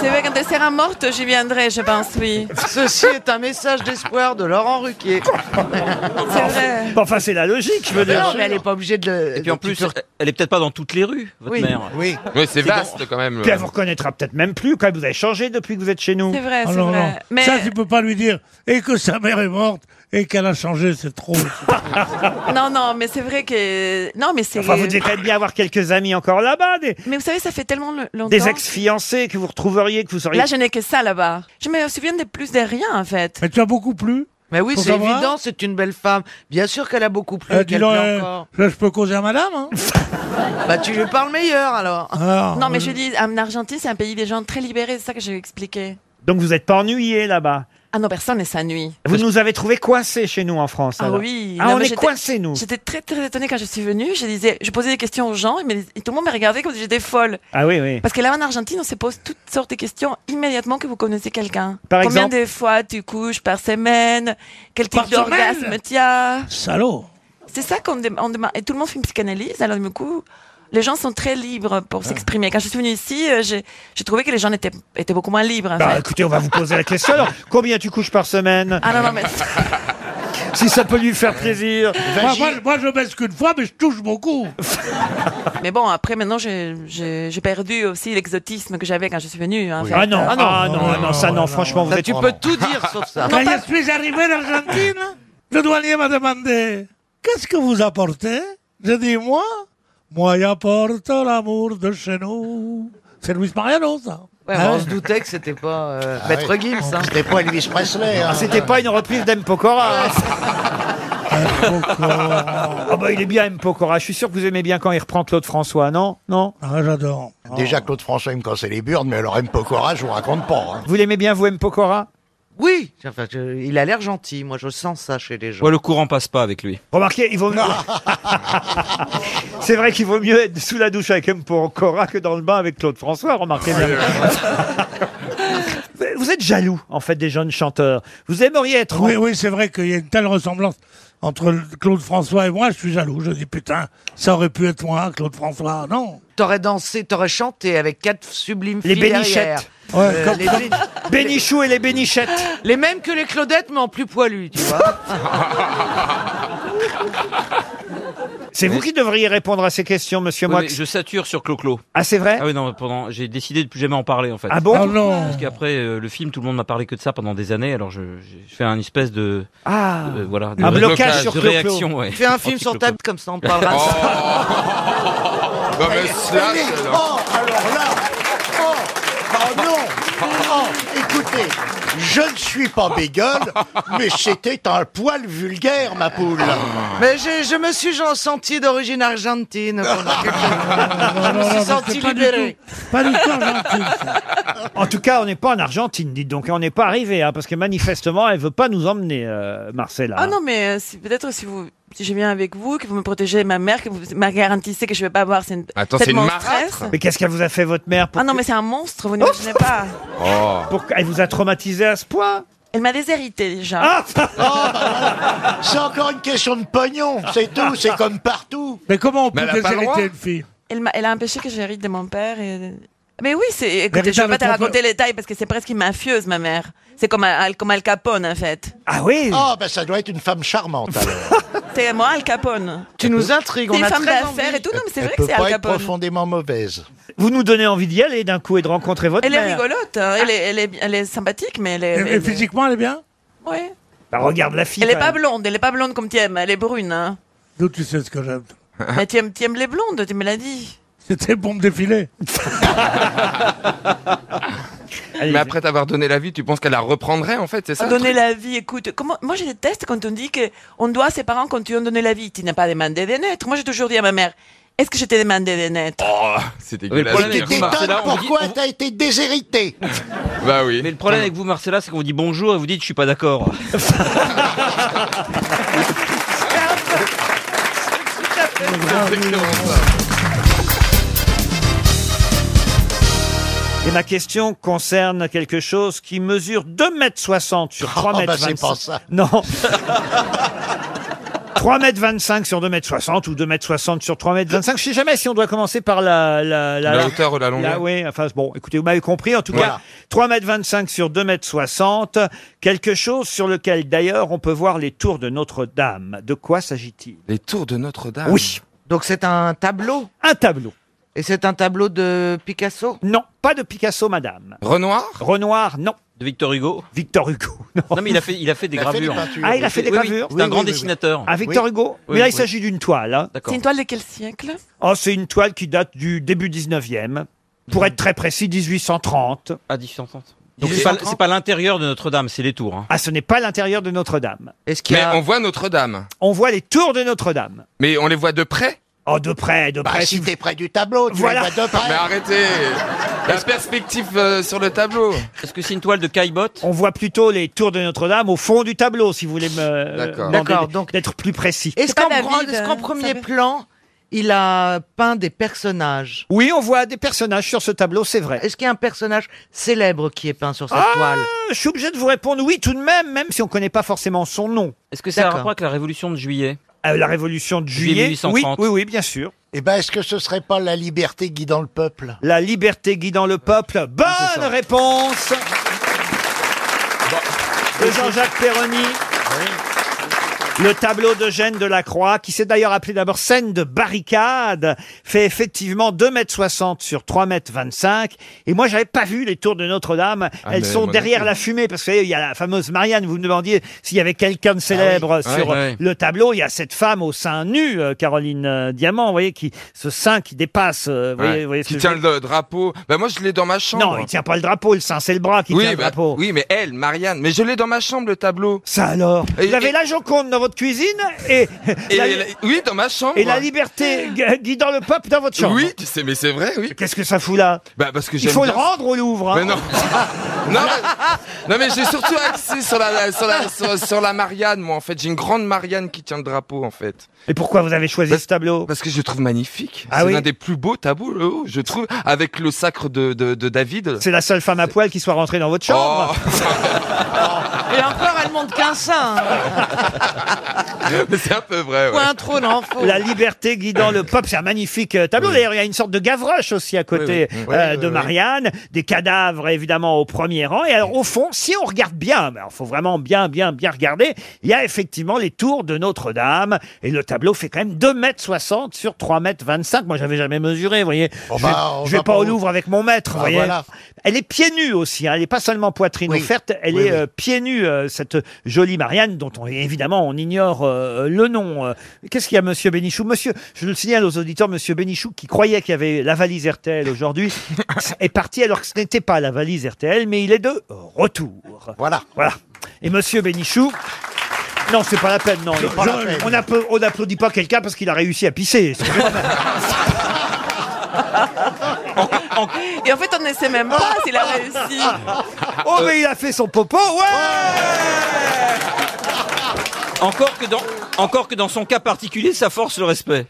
S22: C'est vrai, quand elle sera morte, j'y viendrai, je pense, oui. Ceci est un message d'espoir de Laurent Ruquier. C'est vrai.
S1: [laughs] Bon, Enfin, c'est la logique, je
S22: Ah,
S1: veux dire.
S7: Non, mais elle n'est pas obligée de le.
S23: Et puis en plus, elle est peut-être pas dans toutes les rues, votre
S7: Oui.
S23: mère.
S7: Oui.
S9: Oui,
S1: C'est
S9: c'est vaste quand même.
S1: Puis elle vous reconnaîtra peut-être même plus quand même, vous avez changé depuis que vous êtes chez nous.
S22: C'est vrai,
S2: Ah non, non. Ça, tu peux pas lui dire. Et que sa mère est morte et qu'elle a changé, c'est trop.
S22: Non, non, mais c'est vrai que. Non, mais c'est.
S1: Enfin, vous devez quand même bien avoir quelques amis encore là-bas, des,
S22: Mais vous savez, ça fait tellement le- longtemps.
S1: des ex-fiancés que vous retrouveriez, que vous sauriez.
S22: Là, je n'ai que ça là-bas. Je me souviens de plus de rien, en fait.
S2: Mais tu as beaucoup plu
S7: Mais oui,
S2: Faut
S7: c'est
S2: savoir.
S7: évident, c'est une belle femme. Bien sûr qu'elle a beaucoup plu.
S2: Eh, dis
S7: qu'elle
S2: donc,
S7: plaît
S2: euh,
S7: encore.
S2: là, je peux causer à madame. hein
S7: Bah, tu lui parles meilleur alors.
S2: Alors,
S22: non, mais
S2: euh,
S22: je dis, en Argentine, c'est un pays des gens très libérés, c'est ça que j'ai expliqué.
S1: Donc vous n'êtes pas ennuyé là-bas.
S22: Ah non, personne ne s'ennuie.
S1: Vous nous avez trouvé coincés chez nous en France.
S22: Ah
S1: alors.
S22: oui.
S1: Ah,
S22: Non,
S1: on
S22: mais
S1: est
S22: j'étais-
S1: coincés, nous.
S22: J'étais très très étonnée quand je suis venue. Je disais, je posais des questions aux gens, ils me dis- et tout le monde me regardait comme si j'étais folle.
S1: Ah oui, oui.
S22: Parce que là en Argentine, on se pose toutes sortes de questions immédiatement que vous connaissez quelqu'un.
S1: Par
S22: Combien
S1: exemple
S22: de fois tu couches par semaine Quel type
S2: Par semaine
S22: d'orgasme tu as
S2: Salaud.
S22: C'est ça qu'on dé- on demande. Et tout le monde fait une psychanalyse. Alors du coup, les gens sont très libres pour
S1: Ah.
S22: s'exprimer. Quand je suis venue ici, euh, j'ai j'ai trouvé que les gens étaient, étaient beaucoup moins libres. en
S1: Bah
S22: fait.
S1: écoutez, on va vous poser la question. Alors, combien tu couches par semaine
S22: Ah non, non, mais...
S1: Si ça peut lui faire plaisir.
S2: Moi, moi, moi, je baisse qu'une fois, mais je touche beaucoup.
S22: [laughs] mais bon, après, maintenant, j'ai- j'ai j'ai perdu aussi l'exotisme que j'avais quand je suis venue. en fait.
S1: Ah non, ah non, ah non, ah non, ça non, franchement, vous
S22: Ça,
S1: êtes...
S22: tu peux tout dire sauf [laughs] ça.
S2: Quand je suis arrivé en Argentine, [laughs] le douanier m'a demandé Qu'est-ce que vous apportez J'ai dit Moi, moi, j'apporte l'amour de chez nous. C'est Luis Mariano, ça.
S7: Ouais,
S2: Hein
S7: On se doutait que c'était pas euh, Maître
S2: Ah ouais.
S7: Gims. Hein. Ah,
S2: C'était pas Elvis Presley, hein.
S1: C'était pas une reprise d'M. Pokora. hein. Ah bah il est bien M. Pokora. Je suis sûr que vous aimez bien quand il reprend Claude François, non Non
S2: Ah j'adore.
S18: Déjà, Claude François aime quand c'est les burnes, mais alors M. Pokora, je vous raconte pas. hein.
S1: Vous l'aimez bien, vous, M. Pokora
S7: Oui, enfin, je- il a l'air gentil. Moi, je sens ça chez les gens. Ah.
S23: Ouais, le courant passe pas avec lui.
S1: Remarquez, il vaut mieux. [laughs] C'est vrai qu'il vaut mieux être sous la douche avec M. Pokora que dans le bain avec Claude François. Remarquez bien. vous êtes jaloux, en fait, des jeunes chanteurs. Vous aimeriez être.
S2: Oui, oui, c'est vrai qu'il y a une telle ressemblance entre le- Claude François et moi. Je suis jaloux. Je dis Putain, ça aurait pu être moi, Claude François. Non.
S7: T'aurais dansé, t'aurais chanté avec quatre sublimes
S2: Les
S7: filles derrière.
S2: bénichettes. Ouais,
S7: Euh,
S2: comme-
S7: les, bé-
S1: Bénichou et les bénichettes.
S7: les mêmes que les Claudettes, mais en plus poilu, tu vois.
S1: C'est vous qui devriez répondre à ces questions, monsieur
S23: Ouais,
S1: Moix.
S23: mais je sature sur Clo-Clo.
S1: Ah, c'est vrai
S23: Ah oui, non, pendant, j'ai décidé de plus jamais en parler, en fait.
S1: Ah bon Oh non.
S23: Parce qu'après euh, le film, tout le monde m'a parlé que de ça pendant des années, alors je, j'ai fait un espèce de.
S1: Ah.
S23: de- voilà, de-
S1: Un blocage sur
S23: de
S1: Clo-Clo.
S23: réaction, ouais. Oh.
S7: Fais un film sur table comme ça,
S23: [laughs]
S7: on parlera. de ça.
S8: Oh. Non, mais slash, alors.
S18: alors là Oh,
S2: Bah,
S18: oh non Oh, [laughs] Écoutez, je ne suis pas bégueule, mais c'était un poil vulgaire, ma poule.
S7: Mais je, je me suis genre senti d'origine argentine.
S1: [laughs]
S7: pendant quelques- je me
S2: non,
S7: suis
S2: mais
S7: senti
S2: c'est pas du
S7: libéré.
S2: Pas du tout argentin.
S1: En tout cas, on n'est pas en Argentine, dites donc. Et on n'est pas arrivé, hein, parce que manifestement, elle veut pas nous emmener, euh, Marcella.
S22: Ah non, mais euh, si- peut-être si vous... Si je viens avec vous, que vous me protégez ma mère, que vous me garantissez que je vais pas avoir cette,
S1: Attends,
S22: cette
S1: c'est une
S22: mon
S1: marâtre.
S22: stress.
S1: Mais qu'est-ce qu'elle vous a fait, votre mère pour
S22: Ah non,
S1: que-
S22: mais c'est un monstre, vous n'imaginez pas.
S1: Pourquoi elle vous a traumatisé à ce point
S22: Elle m'a déshéritée déjà.
S1: Ah
S18: C'est encore une question de pognon, c'est tout, c'est comme partout.
S2: Mais comment on peut
S18: [laughs] Mais elle a pas le droit.
S2: déshériter une fille
S22: Elle, m'a- elle a empêché que j'hérite de mon père. et- Mais oui, c'est. Écoutez,
S2: Véritable
S22: je vais pas te
S2: contre-
S22: raconter les détails parce que c'est presque une mafieuse, ma mère. C'est comme, Al- comme Al Capone, en fait.
S1: Ah oui
S18: Oh, ben ça doit être une femme charmante, alors.
S1: [laughs]
S22: C'est moi, Al Capone.
S7: Tu nous intrigues,
S22: Des femmes d'affaires et tout. Non, mais c'est
S18: Elle
S22: vrai que
S18: peut
S22: c'est
S18: pas
S22: Al
S18: être
S22: Capone.
S18: profondément mauvaise.
S1: Vous nous donnez envie d'y aller d'un coup et de rencontrer votre
S22: Elle est
S1: mère.
S22: rigolote, hein. elle est, elle est, elle est sympathique, mais elle est.
S1: Et- et physiquement,
S2: elle est bien
S22: Oui.
S1: Bah, regarde la fille.
S22: Elle est
S1: quand
S22: pas
S1: même.
S22: blonde, elle est pas blonde comme tu aimes, elle est brune. Hein.
S2: D'où tu sais ce que j'aime
S18: Ah.
S22: Mais tu aimes, tu aimes les blondes, tu me l'as dit.
S2: [laughs] C'était pour me
S22: [laughs]
S2: défiler.
S13: Mais après t'avoir donné la vie, tu penses qu'elle la reprendrait en fait, c'est ça le
S22: Donner
S13: truc
S22: la vie, écoute, comment, moi je déteste quand on dit que on doit à ses parents quand tu as donné la vie. Tu n'as pas demandé de naître. Moi j'ai toujours dit à ma mère, est-ce que je t'ai demandé de naître
S13: Oh, c'est dégueulasse.
S18: Tu
S1: Ah,
S18: t'étonnes pourquoi t'as été déshéritée
S13: Bah oui.
S23: Mais le problème avec vous, Marcella, c'est qu'on vous dit bonjour et vous dites je suis pas
S13: [laughs]
S23: d'accord.
S1: Et ma question concerne quelque chose qui mesure 2 mètres 60 sur
S18: [laughs]
S1: 3
S18: Oh,
S1: mètres
S18: bah, c'est pas ça. [laughs]
S1: Non. 3 mètres 25 sur 2 mètres 60 ou 2 mètres 60 sur 3 mètres 25. Je sais jamais si on doit commencer par la, la,
S13: La hauteur ou la longueur.
S1: oui, enfin bon, écoutez, vous m'avez compris. En tout
S13: Voilà.
S1: cas, 3 mètres 25 sur 2 mètres 60. Quelque chose sur lequel d'ailleurs on peut voir les tours de Notre-Dame. De quoi s'agit-il
S13: Les tours de Notre-Dame.
S1: Oui.
S7: Donc c'est un tableau
S1: Un tableau.
S7: Et c'est un tableau de Picasso
S1: Non, pas de Picasso, madame.
S13: Renoir
S1: Renoir, non.
S23: De Victor Hugo
S1: Victor Hugo. [laughs] Non,
S23: mais il a fait, il a fait des Il a fait des gravures. peintures.
S1: Ah, il a fait des
S23: Oui, oui,
S1: gravures.
S23: C'est un grand dessinateur.
S1: Ah, Victor
S23: Oui.
S1: Hugo.
S23: Oui,
S1: mais là, il
S23: oui.
S1: s'agit d'une toile. hein.
S22: C'est une toile de quel siècle
S1: Oh, c'est une toile qui date du début 19e. Pour être très précis, 1830.
S23: Ah, 1830. Donc c'est pas, c'est pas l'intérieur de Notre-Dame, c'est les tours. hein.
S1: Ah, ce n'est pas l'intérieur de Notre-Dame.
S13: Mais on voit Notre-Dame.
S1: On voit les tours de Notre-Dame.
S13: Mais on les voit de près
S1: Oh, de près, de
S13: Bah,
S1: près.
S13: si
S1: vous-
S18: T'es près du tableau, tu
S1: Voilà.
S18: la vois de près.
S13: Mais arrêtez La perspective euh, sur le tableau.
S23: Est-ce que c'est une toile de Caillebotte
S1: On voit plutôt les tours de Notre-Dame au fond du tableau, si vous voulez me euh,
S13: D'accord.
S1: demander
S7: D'accord,
S1: d- d'être plus précis.
S7: Est-ce
S22: pas
S7: qu'en
S22: David,
S7: grand- est-ce qu'en
S22: euh,
S7: premier
S22: ça peut-
S7: plan, il a peint des personnages
S1: Oui, on voit des personnages sur ce tableau, c'est vrai.
S7: Est-ce qu'il y a un personnage célèbre qui est peint sur cette
S1: Ah
S7: toile
S1: Je suis obligé de vous répondre oui tout de même, même si on ne connaît pas forcément son nom.
S23: Est-ce que ça a un
S1: D'accord.
S23: rapport avec la révolution de juillet
S1: euh, la révolution de
S23: Juillet
S1: juillet. Oui,
S23: 1830.
S1: oui, oui, bien sûr.
S18: Eh ben, est-ce que ce serait pas la liberté guidant le peuple
S1: La liberté guidant le peuple. Bonne réponse de Jean-Jacques Perroni. Le tableau d'Eugène Delacroix, qui s'est d'ailleurs appelé d'abord scène de barricade, fait effectivement 2,60 m sur 3,25 m. Et moi, j'avais pas vu les tours de Notre-Dame.
S9: Ah,
S1: Elles
S9: mais
S1: sont
S9: moi non
S1: derrière
S9: plus.
S1: la fumée, parce que vous voyez, il y a la fameuse Marianne. Vous me demandiez s'il y avait quelqu'un
S13: Ah
S1: de célèbre
S9: oui.
S1: sur
S9: Ouais, ouais.
S1: le tableau. Il y a cette femme au sein nu, euh, Caroline euh, Diamant, vous voyez, qui, ce sein qui dépasse. euh, vous
S13: Ouais.
S1: voyez, vous voyez ce
S13: qui
S1: que je
S13: tient
S1: veux
S13: le drapeau. Bah moi je l'ai dans ma chambre.
S1: Non, il tient pas le drapeau, le sein, c'est le bras qui
S13: oui,
S1: tient le
S13: bah,
S1: drapeau.
S13: Oui, mais elle, Marianne, mais je l'ai dans ma chambre le tableau.
S1: Ça alors Vous avez la Joconde dans votre cuisine et,
S13: Et
S1: la-
S13: la- oui, dans ma chambre.
S1: et la liberté gu- guidant le peuple dans votre chambre.
S13: Oui, tu sais, mais c'est vrai, oui.
S1: Qu'est-ce que ça fout là
S13: Bah parce que
S1: Il
S13: j'aime
S1: faut le
S13: bien-
S1: rendre au Louvre. hein. [laughs]
S13: Mais non. non, mais, non, mais j'ai surtout axé sur la, sur, la, sur, sur la Marianne, moi, en fait. J'ai une grande Marianne qui tient le drapeau, en fait.
S1: Et pourquoi vous avez choisi ce tableau
S13: Parce que je le trouve magnifique.
S1: Ah
S13: c'est
S1: oui
S13: l'un des plus beaux tableaux, je trouve, avec le sacre de, de, de David. Oh.
S1: C'est la seule femme à poil qui soit rentrée dans votre chambre.
S22: Et encore, elle monte qu'un sein.
S13: [laughs] Mais c'est un peu vrai, ouais.
S22: Point trop, non, faux.
S1: La liberté guidant le peuple, c'est un magnifique euh, tableau. D'ailleurs, il y a une sorte de Gavroche aussi à côté
S13: Oui, oui.
S1: euh,
S13: Oui, oui,
S1: de
S13: oui.
S1: Marianne, des cadavres évidemment au premier rang. Et alors, au fond, si on regarde bien, ben, il faut vraiment bien, bien, bien regarder, il y a effectivement les tours de Notre-Dame. Et le tableau fait quand même 2 mètres 60 sur 3 mètres 25. Moi, j'avais jamais mesuré, vous voyez.
S18: Oh
S1: je vais,
S18: bah, on
S1: je vais
S18: va
S1: pas
S18: pas
S1: au
S18: où
S1: Louvre avec mon
S13: Bah,
S1: maître, vous
S18: Ah,
S1: voyez.
S18: voilà.
S1: Elle est pieds nus aussi, hein. elle n'est pas seulement poitrine
S18: Oui.
S1: offerte, elle
S18: Oui,
S1: est
S18: oui.
S1: euh, pieds nus, euh, cette jolie Marianne, dont on, évidemment on ignore euh, le nom. euh. Qu'est-ce qu'il y a, monsieur Bénichou Monsieur, je le signale aux auditeurs, monsieur Bénichou, qui croyait qu'il y avait la valise
S18: [laughs]
S1: RTL aujourd'hui, est parti alors que ce n'était pas la valise RTL, mais il est de retour.
S18: Voilà.
S1: Voilà. Et monsieur Bénichou. Non, c'est pas la peine, non.
S18: C'est pas la peine.
S1: On appe- On n'applaudit pas quelqu'un parce qu'il a réussi à pisser. excusez-moi.
S4: Oh,
S22: Et en fait, on ne sait même pas s'il a réussi.
S23: Ah,
S1: Oh,
S23: euh,
S1: mais il a fait son popo, ouais
S23: Encore que dans, encore que dans son cas particulier, ça force le respect.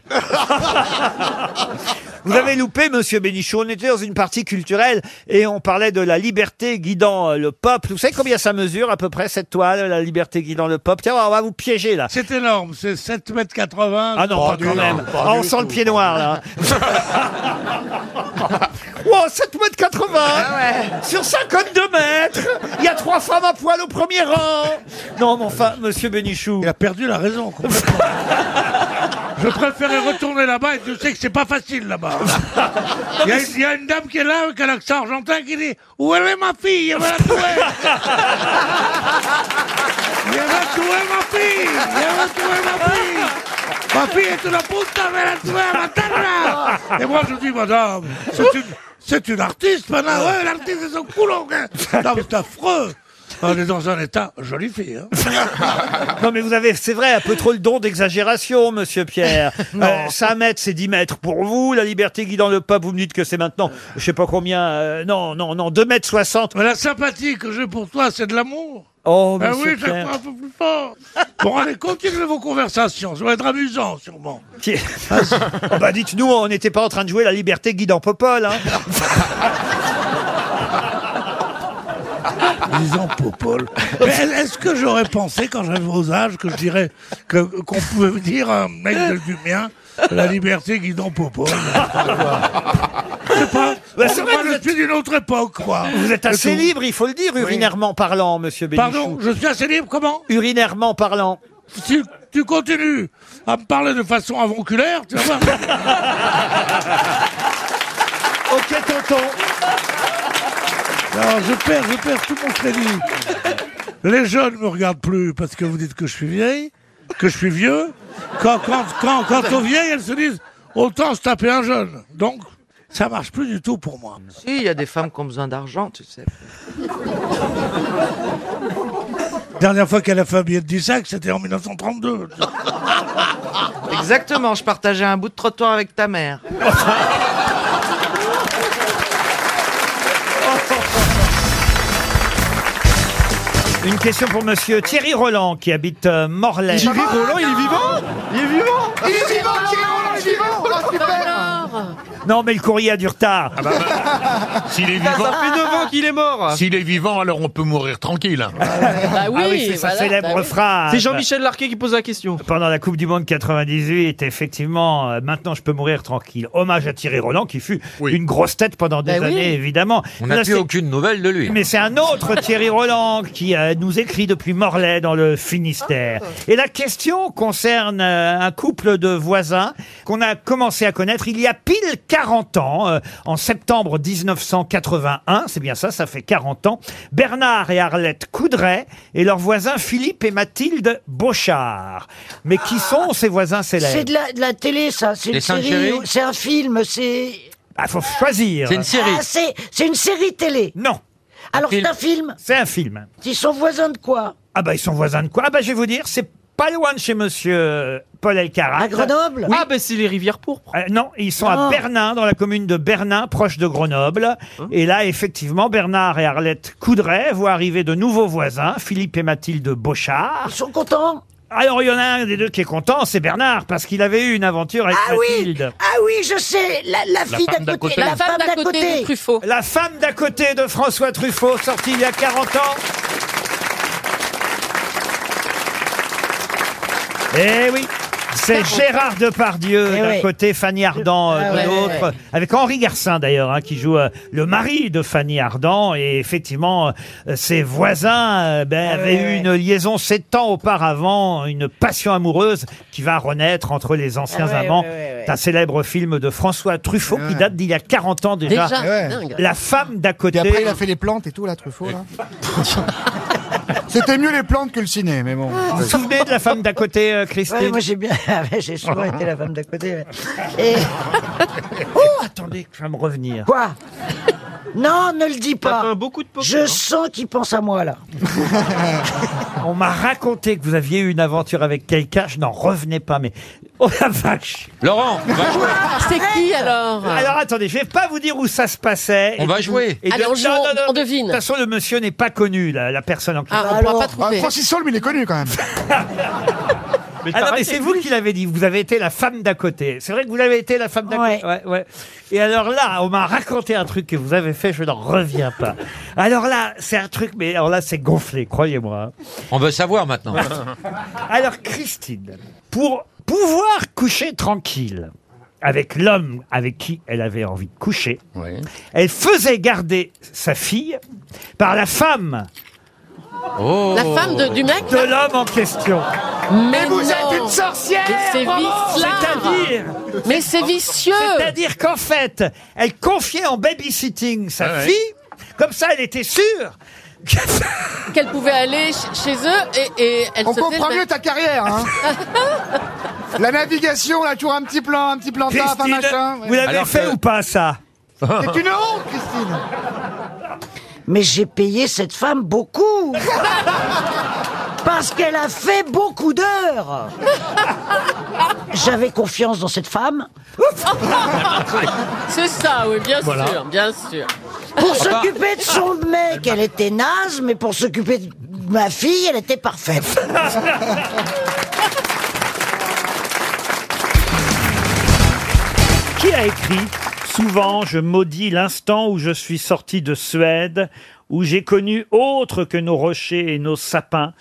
S1: Vous avez loupé, monsieur Bénichou. On était dans une partie culturelle et on parlait de la liberté guidant euh, le peuple. Vous savez combien ça mesure à peu près cette toile, la liberté guidant le peuple Tiens, on va vous piéger là.
S2: C'est énorme, c'est 7 mètres 80.
S1: Ah non, pas, quand même. Ah, on sent le pied noir là. wow, 7 Oh, mètres 80
S19: Ah
S1: sur 52 mètres. Il y a trois femmes à poil au premier rang. Non, mais enfin, Ah, monsieur Bénichou.
S2: Il a perdu la raison.
S1: [laughs]
S2: complètement. Je préférais retourner là-bas et tu sais que c'est pas facile là-bas. Il y, a- il y a une dame qui est là avec un accent argentin qui dit Où elle est ma fille Elle va la trouver Elle va trouver ma fille Elle va trouver ma fille Ma fille est une puta, elle va trouver à matin Et moi je dis Madame, c'est une, c'est une artiste
S1: [laughs]
S2: maintenant, ouais, l'artiste est son coulon hein. [laughs] Non, mais c'est affreux On est dans un état, jolie fille.
S1: [laughs]
S2: hein.
S1: Non, mais vous avez, c'est vrai, un peu trop le don d'exagération, monsieur [laughs] Pierre. Euh, 5 mètres, c'est 10 mètres pour vous. La liberté guidant le peuple, vous me dites que c'est maintenant, je sais pas combien, euh, non, non, non, 2 mètres 60.
S2: Mais la sympathie que j'ai pour toi, c'est de l'amour.
S1: Oh,
S2: Ben
S1: monsieur
S2: oui, chaque
S1: Pierre.
S2: fois un peu plus fort. Bon, allez, continuez vos conversations. Ça va être amusant, sûrement.
S1: Qui- [laughs] Oh, bah, dites-nous, on n'était pas en train de jouer la liberté guidant Popol, hein.
S2: Disons, Popol. Mais est-ce que j'aurais pensé, quand j'avais vos âges, que je dirais que- qu'on pouvait me dire un mec de- du mien, la liberté guidant
S1: [laughs]
S2: Popol C'est pas.
S1: Bah, c'est
S2: c'est
S1: vrai
S2: pas
S1: que vous
S2: depuis d'une autre époque, quoi.
S1: Vous êtes
S2: C'est
S1: assez
S2: tout.
S1: libre, il faut le dire,
S2: Oui.
S1: urinairement parlant, monsieur Bénichou.
S2: Pardon, je suis assez libre, comment
S1: Urinairement parlant.
S2: Si tu continues à me parler de façon avonculaire, tu vas voir.
S1: [laughs] Ok, tonton.
S2: Non, je perds, je perds tout mon crédit. Les jeunes me regardent plus parce que vous dites que je suis vieille, que je suis vieux. Quand, quand, quand, quand aux vieilles, elles se disent autant se taper un jeune. Donc, ça marche plus du tout pour moi.
S7: Si, il y a des femmes qui ont besoin d'argent, tu sais.
S2: Dernière fois qu'elle a fait un billet de 10 sacs, c'était en 1932.
S7: [laughs] Exactement, je partageais un bout de trottoir avec ta mère.
S1: Une question pour monsieur Thierry Roland, qui habite euh, Morlaix.
S8: Thierry Roland, il est vivant
S1: Il est vivant
S8: Il est vivant, Thierry Roland est vivant Oh, super
S17: mort.
S1: Non, mais le courrier a du retard.
S9: S'il est vivant.
S1: qu'il est mort.
S9: S'il est vivant, alors on peut mourir tranquille. hein.
S2: Eh ben,
S1: Ah oui, c'est sa célèbre phrase.
S9: C'est Jean-Michel
S1: Larquet qui pose la question. Pendant la Coupe du Monde 98, effectivement, euh, maintenant je peux mourir tranquille. Hommage à Thierry Roland qui fut une grosse tête
S20: Bah
S1: pendant des
S9: Ben oui.
S1: années, évidemment.
S9: On n'a
S1: Là,
S9: plus
S1: c'est-
S9: aucune nouvelle de lui.
S1: Mais c'est un autre Thierry Roland qui euh, nous écrit depuis Morlaix dans le Finistère. Et la question concerne euh, un couple de voisins qu'on a commencé à connaître il y a pile 40 ans, euh, en septembre 1981. C'est bien ça, ça fait 40 ans. Bernard et Arlette Coudray et leurs voisins Philippe et Mathilde Bochard. Mais qui sont ces voisins
S19: C'est de
S1: célèbres
S19: la, de la télé, ça. C'est
S1: Les
S19: une
S1: Saintes
S19: série.
S1: Chéries
S19: ou- C'est un film. C'est.
S1: Ah, faut choisir.
S19: Ah, c'est c'est une série télé.
S1: Non.
S19: Alors c'est un film.
S1: C'est un film.
S19: Ils sont voisins de quoi
S1: Ah bah ils sont voisins de quoi Ah bah je vais vous dire, c'est pas loin de chez monsieur euh, Paul Elcarat. À
S19: Grenoble Ah.
S1: Ah bah c'est les rivières pourpres. non, ils sont
S19: Non.
S1: à Bernin, dans la commune de Bernin, proche de Grenoble. Et là, effectivement, Bernard et Arlette Coudray voient arriver de nouveaux voisins, Philippe et Mathilde Bochard. Ils
S19: sont contents
S1: alors, il y en a un des deux qui est content, c'est Bernard, parce qu'il avait eu une aventure avec
S19: Ah oui,
S1: Mathilde.
S19: ah oui, je sais, la, la fille d'à côté, la femme d'à côté.
S1: Truffaut. La femme d'à côté de François Truffaut, sortie il y a 40 ans. Eh oui c'est Gérard Depardieu
S19: Eh
S1: d'un
S19: oui.
S1: côté, Fanny Ardant euh,
S19: Ah
S1: de
S19: ouais,
S1: l'autre,
S19: ouais, ouais.
S1: avec Henri Garcin d'ailleurs, hein, qui joue euh, le mari de Fanny Ardant. Et effectivement, euh, ses voisins euh,
S19: Ah
S1: ben, avaient eu une liaison sept ans auparavant, une passion amoureuse qui va renaître entre les anciens
S19: Ah ouais,
S1: amants.
S19: ouais, ouais,
S1: C'est un célèbre film de François Truffaut qui date d'il y a 40 ans déjà.
S24: Déjà, Ouais. dingue.
S1: La femme d'à côté.
S24: Et après, il a fait les plantes et tout, là, Truffaut,
S1: [laughs]
S24: là. C'était mieux les plantes que le ciné, mais bon.
S1: Vous vous souvenez de la femme d'à côté, euh, Christine
S19: Ouais, moi j'ai bien, [laughs] Ah ouais, j'ai souvent été la femme d'à côté. ouais.
S1: [laughs]
S19: Et... Oh,
S1: attendez, que je vais me revenir.
S19: Quoi Non, ne le dis pas. je
S24: hein.
S19: sens qu'il pense à moi là.
S1: On m'a raconté que vous aviez eu une aventure avec quelqu'un, je n'en revenais pas, mais. Oh la vache
S9: Laurent, on va jouer.
S17: C'est qui alors
S1: Alors attendez, je vais pas vous dire où ça se passait.
S9: On
S1: Et
S9: va
S1: puis-
S9: jouer.
S1: et
S17: Allez,
S1: de-
S17: on joue,
S1: non, non, non.
S17: on devine.
S1: De toute façon, le monsieur n'est pas connu, la, la personne en question.
S24: Ah, alors,
S1: bah,
S24: ah, Francis Solme, il est connu quand même.
S1: Ah non, mais c'est vous qui l'avez dit, vous avez été la femme d'à côté. C'est vrai que vous l'avez été la femme d'à côté. Ouais, ouais. Et alors là, on m'a raconté un truc que vous avez fait, je n'en reviens pas. Alors là, c'est un truc, mais alors là, c'est gonflé, croyez-moi.
S9: On veut
S1: [laughs]
S9: savoir maintenant.
S1: Alors Christine, pour pouvoir coucher tranquille avec l'homme avec qui elle avait envie de coucher, elle faisait garder sa fille par la femme.
S17: La femme de- du mec
S1: De l'homme en question.
S17: Mais vous non. êtes une
S1: sorcière
S17: Mais c'est bravo vicelard.
S1: C'est-à-dire
S17: Mais c'est vicieux
S1: C'est-à-dire qu'en fait, elle confiait en babysitting sa
S17: Ah ouais.
S1: fille, comme ça elle était sûre
S17: [laughs] Qu'elle pouvait aller ch- chez eux et, et elle
S24: On
S17: se faisait
S24: comprend
S17: le-
S24: mieux ta carrière,
S17: [laughs]
S24: hein. La navigation, là, toujours un petit plan, un petit plan taf, un
S1: Christine,
S24: machin.
S1: vous l'avez fait ou pas ça
S24: C'est une honte, Christine
S19: Mais j'ai payé cette femme
S17: [laughs]
S19: beaucoup. Parce qu'elle a fait beaucoup d'heures. J'avais confiance dans cette femme.
S17: C'est [laughs] ça, Ah. oui, bien
S19: Voilà.
S17: sûr, bien sûr.
S19: Pour s'occuper de son mec, elle était naze, mais pour s'occuper de ma fille, elle était [laughs] parfaite.
S1: Qui a écrit Souvent, je maudis l'instant où je suis sorti de Suède, où j'ai connu autre que nos rochers et nos sapins.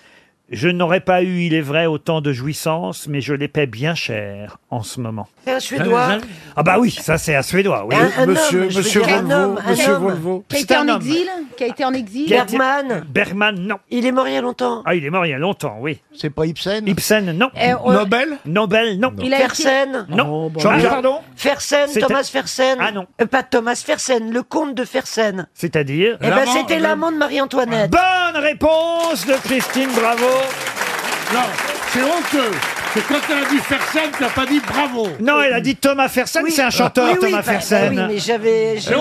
S1: Je n'aurais pas eu, il est vrai, autant de jouissance, mais je les paie bien cher en ce moment.
S19: C'est un Suédois
S1: Ah bah oui, ça c'est un Suédois. Oui.
S19: Un- un Monsieur- homme, je veux monsieur dire un Volvo, homme, un monsieur homme.
S1: Volvo.
S25: Qui a été en exil Qui a été en exil
S1: Bergman. Bergman, non. Il est mort il y a longtemps. Ah, il est mort il y a longtemps, oui. C'est pas Ibsen Ibsen, non.
S25: Eh, on-
S1: Nobel Oh, Ah, Nobel, non.
S25: Il a été- Fersen
S1: Non.
S19: bah,
S1: Jean-
S19: oui.
S1: Pardon
S19: Fersen,
S1: C'était-
S19: Thomas Fersen.
S1: Ah non.
S19: Euh, pas Thomas Fersen, le comte de Fersen.
S1: C'est-à-dire
S19: Eh ben, c'était l'amant de Marie-Antoinette.
S1: Bonne réponse de Christine, bravo.
S2: [laughs] Non, c'est honteux. C'est quand elle a dit faire scène, t'as pas dit bravo.
S1: Non, elle a dit Thomas Fersen,
S19: Oui.
S1: c'est un chanteur,
S19: Oui, oui, bah,
S1: Thomas Fersen.
S19: bah oui, mais j'avais. j'ai-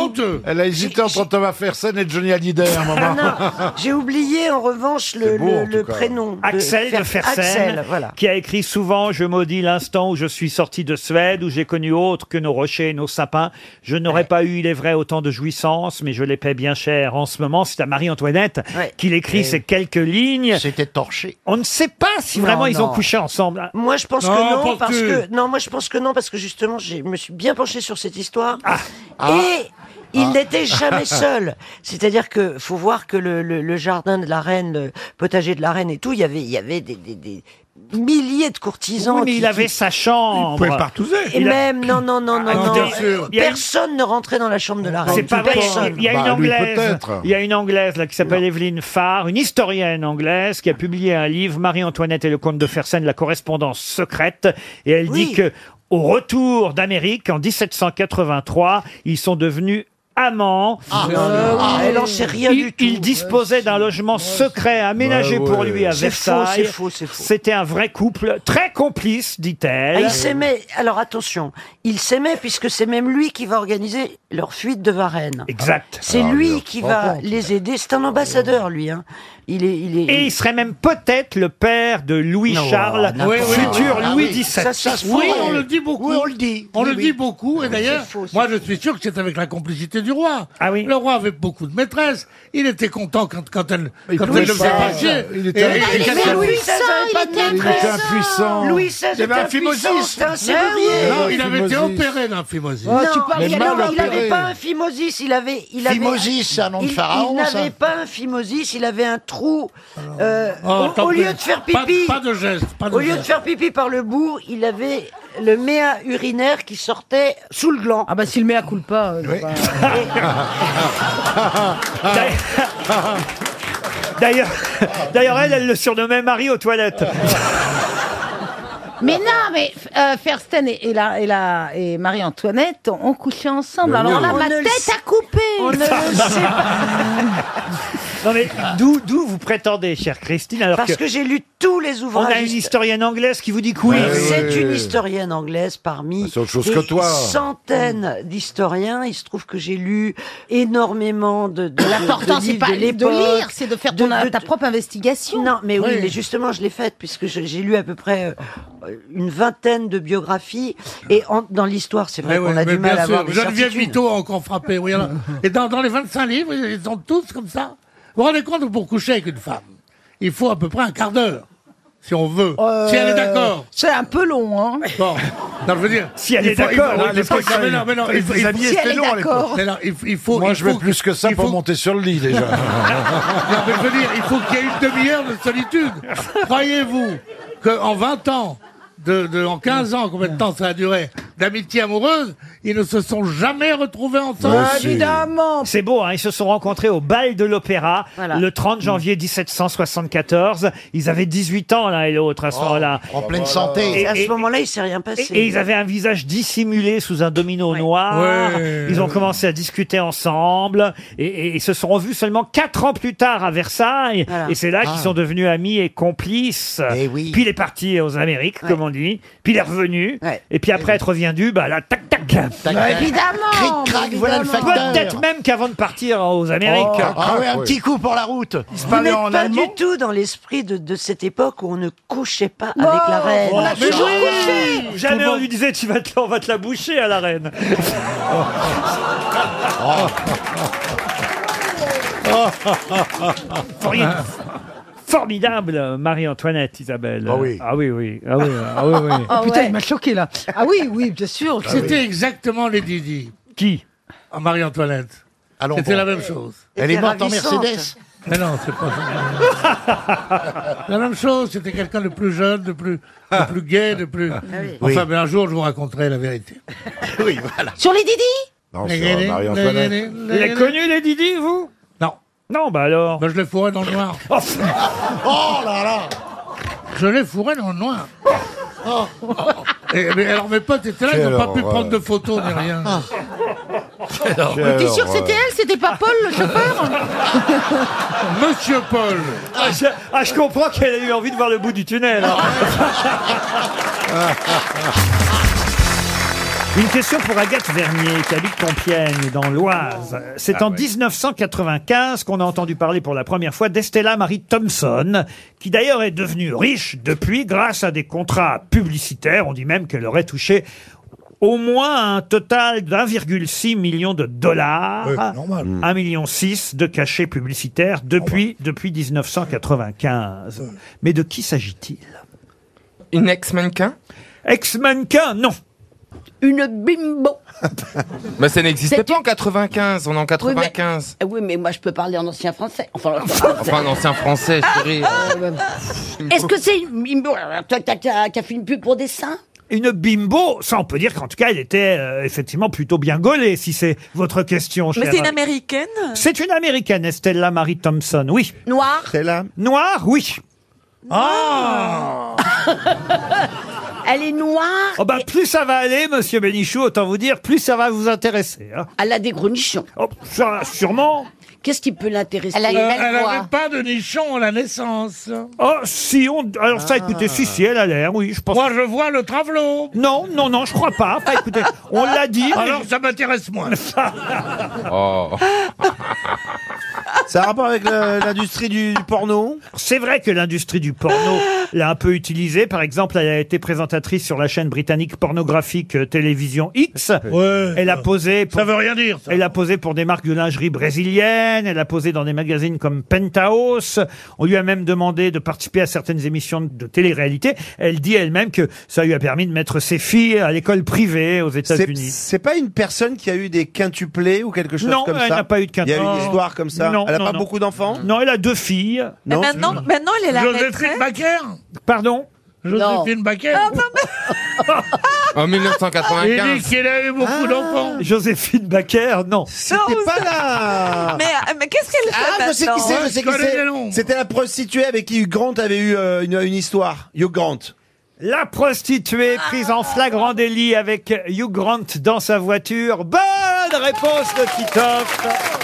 S14: Elle a hésité entre Thomas Fersen et Johnny Hallyday à un
S19: Ah
S1: [laughs]
S14: moment.
S19: non, j'ai oublié en revanche le,
S14: C'est beau,
S19: le-
S14: en tout
S19: le
S14: cas.
S19: prénom.
S1: Axel de
S19: Fer-
S1: Fersen,
S19: Axel, voilà.
S1: qui a écrit souvent Je maudis l'instant où je suis sorti de Suède, où j'ai connu autre que nos rochers et nos sapins. Je n'aurais pas eu, il est vrai, autant de jouissance, mais je les paie bien cher en ce moment. C'est à Marie-Antoinette qu'il écrit
S14: Ouais.
S1: ces quelques lignes.
S14: C'était torché.
S1: On ne sait pas si
S14: Non,
S1: vraiment ils
S14: non.
S1: ont couché ensemble.
S19: Moi, je pense
S8: Non,
S19: que non,
S8: penses-tu
S19: parce que non, moi, je pense que non, parce que justement, je me suis bien penché sur cette histoire
S1: Ah.
S19: et il
S8: Ah.
S19: n'était
S14: [laughs]
S19: jamais seul. C'est-à-dire que faut voir que le, le- le jardin de la reine, le potager de la reine et tout, il y avait, il y avait des, des- des milliers de courtisans.
S1: Oui, mais il avait sa chambre.
S19: Il pouvait
S1: partouzer.
S19: Et même, non, non, non, non,
S1: Ah,
S19: non.
S1: bien sûr. Il y a une-
S19: Personne ne rentrait dans la chambre de la reine.
S1: C'est pas vrai.
S19: Personne.
S1: Il y a une anglaise. Il y a une anglaise là qui s'appelle Evelyne Farr, une historienne anglaise qui a publié un livre Marie-Antoinette et le comte de Fersen, la correspondance secrète et elle dit que au retour d'Amérique en 1783, ils sont devenus amants. Euh,
S19: Ah, non, non. Ah, elle en sait rien
S1: Il-
S19: du tout.
S1: Il disposait d'un logement secret aménagé
S19: Bah,
S1: pour
S19: ouais.
S1: lui à
S19: C'est faux,
S1: Versailles.
S19: c'est faux, c'est faux.
S1: C'était un vrai couple, très complice,
S19: Ah,
S1: dit-elle.
S19: il s'aimait. Alors attention, il s'aimait puisque c'est même lui qui va organiser leur fuite de Varennes.
S1: Exact.
S19: C'est
S1: Ah,
S19: lui
S1: mais on
S19: qui
S1: se rend
S19: va
S1: compte.
S19: les aider. C'est un ambassadeur, lui. hein. Il est, il est.
S1: Et il serait même peut-être le père de
S19: Non,
S1: Louis-Charles,
S19: n'importe Oui, quoi.
S1: futur
S19: oui, ah
S1: Louis
S19: oui.
S1: XVII.
S19: Ça, ça se
S2: Oui, on le dit beaucoup.
S19: Oui, on le dit.
S2: On
S19: Oui,
S2: le
S19: oui.
S2: dit beaucoup. Et
S19: Oui,
S2: d'ailleurs,
S19: c'est faux, c'est
S2: moi, je suis sûr que c'est avec la complicité du roi.
S1: Ah
S2: Le roi avait beaucoup de maîtresses. Il était content quand, quand elle,
S14: Il
S2: quand
S14: pouvait
S2: elle le faisait
S14: pas.
S2: passer.
S14: Il était
S2: Et-
S14: impuissant.
S2: et-
S14: Mais Louis
S2: et-
S14: XVI, il était
S2: maîtresse.
S14: impuissant.
S2: Louis XVI
S14: Il y avait
S2: était
S14: un phimosis.
S2: impuissant, c'était un serrurier.
S14: Mais
S2: Ah Non,
S14: oui.
S2: il avait été
S14: Phimosis.
S2: opéré d'un phimosis.
S19: Non, tu parles-
S14: mais
S19: il- non,
S14: mal
S19: il n'avait
S14: opéré.
S19: pas un phimosis, il avait. Il avait
S18: Phimosis, c'est un nom de
S19: il-
S18: pharaon,
S19: Il
S18: ça.
S19: n'avait pas un phimosis, il avait un trou. euh,
S2: Oh,
S19: au,
S2: tant
S19: au
S2: pis.
S19: lieu de faire
S2: Pas-
S19: pipi.
S2: Pas de geste. pas de
S19: Au lieu de
S2: geste.
S19: faire pipi par le bout, il avait le méa urinaire qui sortait sous le gland. Ah bah si le méa coule pas.
S1: D'ailleurs, [laughs] d'ailleurs, elle, elle le surnommait Marie aux toilettes.
S25: Mais non, mais euh, Fersten et, et la, et, la- et Marie-Antoinette ont, ont couché ensemble.
S1: Mais
S25: Alors
S1: oui.
S25: là,
S1: On
S25: ma
S1: ne le
S25: tête a coupé.
S1: On
S25: [laughs]
S1: [laughs] ne le sait Non mais d'où, d'où vous prétendez, chère Christine,
S19: [laughs]
S1: alors
S19: Parce que j'ai lu tous les ouvrages.
S1: On a une historienne anglaise qui vous dit que Ah oui. Ah,
S19: C'est une historienne anglaise parmi
S1: C'est autre chose
S19: des
S1: que toi.
S19: centaines d'historiens. Il se trouve que j'ai lu énormément de, de
S25: L'important, c'est pas de lire, c'est de faire ton- ta
S19: propre investigation. Non, mais oui,
S25: Oui.
S19: mais justement, je l'ai faite puisque je- j'ai lu à peu près euh, une vingtaine de biographies. Et en- dans l'histoire, c'est vrai
S2: Mais
S19: qu'on
S2: oui,
S19: a
S2: mais
S19: du mal
S2: bien
S19: à
S2: sûr,
S19: avoir des
S2: Geneviève
S19: certitudes.
S1: euh,
S2: Mito a encore frappé. oui, [laughs] alors. Et dans, dans les 25 livres, ils sont tous comme ça. Vous vous rendez compte que pour coucher avec une femme, il faut à peu près un quart d'heure, si on veut.
S19: Euh,
S2: Si elle est d'accord.
S25: C'est un peu long, hein.
S2: Bon, non, je veux dire.
S14: Si elle
S2: il
S14: est
S2: faut- il faut-
S14: d'accord, hein,
S2: il faut-
S14: l'époque,
S2: mais non, mais non,
S14: les
S2: il faut- il faut-
S14: amis,
S25: Si c'était elle est long à l'époque. d'accord.
S2: Mais non, il faut- il faut-
S14: Moi,
S2: il
S14: je vais
S2: faut-
S14: plus que ça
S2: il
S14: pour
S2: faut-
S14: monter sur le lit
S2: [laughs]
S14: déjà.
S2: non, mais je veux dire, il faut qu'il y ait une demi-heure de solitude. Croyez-vous qu'en 20 ans, de, de- en 15 ans, combien de temps ça a duré, d'amitié amoureuse, ils ne se sont jamais retrouvés ensemble.
S25: Bah,
S1: C'est beau, hein, ils se sont rencontrés au bal de l'opéra
S2: Voilà.
S1: le 30 janvier 1774. Ils avaient 18 ans l'un et l'autre à ce moment-là.
S18: Oh, en pleine Voilà. santé.
S1: Et-
S19: à
S1: et-
S19: ce moment-là, il s'est rien passé.
S1: Et ils avaient un visage dissimulé sous un domino noir.
S19: Ouais.
S1: Ils ont commencé à discuter ensemble et, et ils se sont revus seulement quatre ans plus tard à Versailles.
S19: Voilà.
S1: Et c'est là
S19: Ah.
S1: qu'ils sont devenus amis et complices. Puis il est parti aux Amériques, comme on dit. Puis il est revenu. Et puis après être reviendu, bah là, tac tac.
S18: Bah, évidemment, Cric, crac, évidemment. voilà le facteur.
S1: Peut-être même qu'avant de partir aux Amériques. Hein
S18: Oh, ah ouais, un petit coup pour la route.
S19: Vous n'êtes pas du tout dans l'esprit de, de cette époque où on ne couchait pas avec la reine.
S1: Oh, mais oui Jamais
S19: Tout
S1: on
S19: le
S1: lui disait tu vas te, on va te la boucher à la reine. Formidable. Formidable, euh, Marie-Antoinette, Isabelle. Ah oui. Ah oui, oui. Ah oui, ah oui, oui.
S25: Ah
S1: Putain,
S25: ouais. il m'a choqué là. Ah oui, oui, bien sûr.
S2: C'était exactement les Didi. Ah,
S1: Qui
S2: Marie-Antoinette. C'était
S1: bon.
S2: la même chose.
S18: Elle est morte en Mercedes.
S2: Mais non, c'est pas ça. La même chose, c'était quelqu'un de plus jeune, de plus, de plus gay, de plus.
S25: oui.
S2: Enfin, mais un jour, je vous raconterai la vérité. oui, voilà.
S25: Sur les Didi
S2: Non,
S14: c'est vrai, Marie-Antoinette.
S1: Vous avez connu les Didi, vous
S2: Non. Ben,
S1: Non, bah alors.
S2: je les fourrais dans le noir.
S1: oh
S2: là là Je les fourrais dans le noir.
S1: Oh.
S2: Oh. Et, mais alors mes potes étaient là, ils n'ont
S8: Quelle
S2: pas pu
S8: horreur.
S2: prendre de photos ni rien. Euh,
S25: T'es sûr que c'était elle C'était pas Paul
S4: [laughs]
S25: le
S3: [laughs]
S25: chauffeur
S2: Monsieur Paul
S1: ah je, ah, je comprends qu'elle a eu envie de voir le bout du tunnel. hein.
S2: Euh,
S25: Ah
S1: Une question pour Agathe Vernier, qui habite Compiègne, dans l'Oise. C'est
S8: Ah
S1: en
S8: ouais.
S1: 1995 qu'on a entendu parler pour la première fois d'Estella Marie Thompson, qui d'ailleurs est devenue riche depuis grâce à des contrats publicitaires. On dit même qu'elle aurait touché au moins un total d'1,6 million de dollars.
S8: Ouais, normal.
S1: 1,6 million de cachets publicitaires depuis, depuis 1995. Mais de qui s'agit-il
S13: Une ex-mannequin
S1: Ex-mannequin, non.
S13: Une bimbo. Mais ça n'existait pas en 95, on est en
S15: Oui, mais-
S6: Eh
S13: 95.
S15: Oui, mais moi je peux parler en ancien français. Enfin,
S13: [laughs]
S15: en français.
S13: Enfin, un ancien français, chérie.
S15: Ah,
S18: Ah,
S19: Ah,
S18: bah,
S19: bah.
S15: Est-ce que c'est une bimbo
S19: euh,
S15: Alors, Toi, t'as t'as- t'as fait une pub pour des seins
S1: [laughs] Une bimbo, ça on peut dire qu'en tout cas elle était euh, effectivement plutôt bien gaulée, si c'est votre question.
S22: Mais
S1: chère-
S22: c'est une américaine
S1: C'est une américaine, Estella Marie Thompson, oui.
S15: Noire
S1: Estella Noire, oui. Ah
S15: Elle est noire
S1: Oh bah, plus ça va aller, monsieur Bénichou, autant vous dire, plus ça va vous intéresser. hein.
S15: Elle a des gros nichons.
S1: Oh, ça, sûrement.
S15: Qu'est-ce qui peut l'intéresser
S2: Euh, elle n'avait pas de nichon à la naissance.
S1: Oh, si on. Alors,
S15: Ah.
S1: ça, écoutez, si, si, elle a l'air, oui, je pense.
S2: Moi, je vois le travelot.
S1: Non, non, non, je crois pas. Enfin, écoutez, on
S15: [laughs]
S1: l'a dit. mais-
S2: Alors, ça m'intéresse moins.
S1: Oh.
S4: [laughs]
S1: Ça a rapport avec l'industrie du, porno C'est vrai que l'industrie du porno l'a un peu utilisée. Par exemple, elle a été présentatrice sur la chaîne britannique pornographique euh, Télévision X. elle a posé. Pour,
S2: Ça veut rien dire, ça.
S1: Elle a posé pour des marques de lingerie brésiliennes. Elle a posé dans des magazines comme Penthouse. On lui a même demandé de participer à certaines émissions de télé-réalité. Elle dit elle-même que ça lui a permis de mettre ses filles à l'école privée aux États-Unis.
S4: C'est pas une personne qui a eu des quintuplés ou quelque chose
S1: Non,
S4: comme ça
S1: elle n'a pas eu de
S4: Il y a eu
S1: quintuplés.
S4: une histoire comme ça
S1: Non,
S4: Elle n'a
S1: non,
S4: pas
S1: non.
S4: beaucoup d'enfants
S1: Non, elle a deux filles.
S4: Non,
S22: Mais maintenant, Eh ben maintenant, elle est la
S2: Joséphine
S22: retraite. Ah,
S2: Baker
S1: Pardon
S2: Joséphine Baker
S13: En
S2: Il dit
S13: 1995.
S2: qu'elle a eu beaucoup d'enfants.
S1: Joséphine Baker, non.
S4: Ah. C'était pas là
S22: Mais, euh, mais qu'est-ce qu'elle fait
S4: Ah, je sais qui
S22: maintenant
S4: c'est, je sais qui c'est C'était la prostituée avec qui Hugh Grant avait eu euh, une, une histoire. Hugh Grant.
S1: La
S22: Ah.
S1: prostituée prise en flagrant délit avec Hugh Grant dans sa voiture. Bonne réponse de Titoff.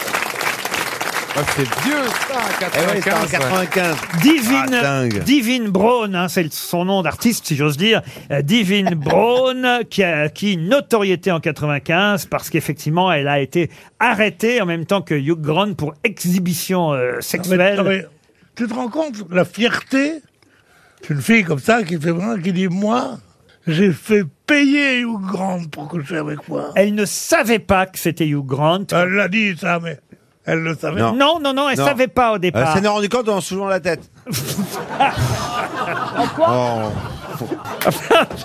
S13: Ah, c'est vieux, ça, en
S18: Eh
S1: Eh
S13: 95.
S1: [laughs]
S13: ouais.
S1: Divine,
S4: Ah, dingue.
S1: Divine Brown, hein, c'est le- son nom d'artiste, si j'ose dire. Euh, Divine Brown, qui a acquis une notoriété en 95 parce qu'effectivement, elle a été arrêtée en même temps que Hugh Grant pour exhibition euh, sexuelle.
S2: Non, mais tu te rends compte la fierté d'une fille comme ça qui fait vraiment- qui dit moi j'ai fait payer Hugh Grant pour coucher avec moi.
S1: Elle ne savait pas que c'était Hugh Grant.
S2: Elle l'a dit ça mais elle le savait.
S1: Non, non, non, elle
S4: Non.
S1: savait pas au
S4: Euh,
S1: départ.
S4: s'en est rendu compte en soulevant la tête.
S15: En quoi
S1: Oh.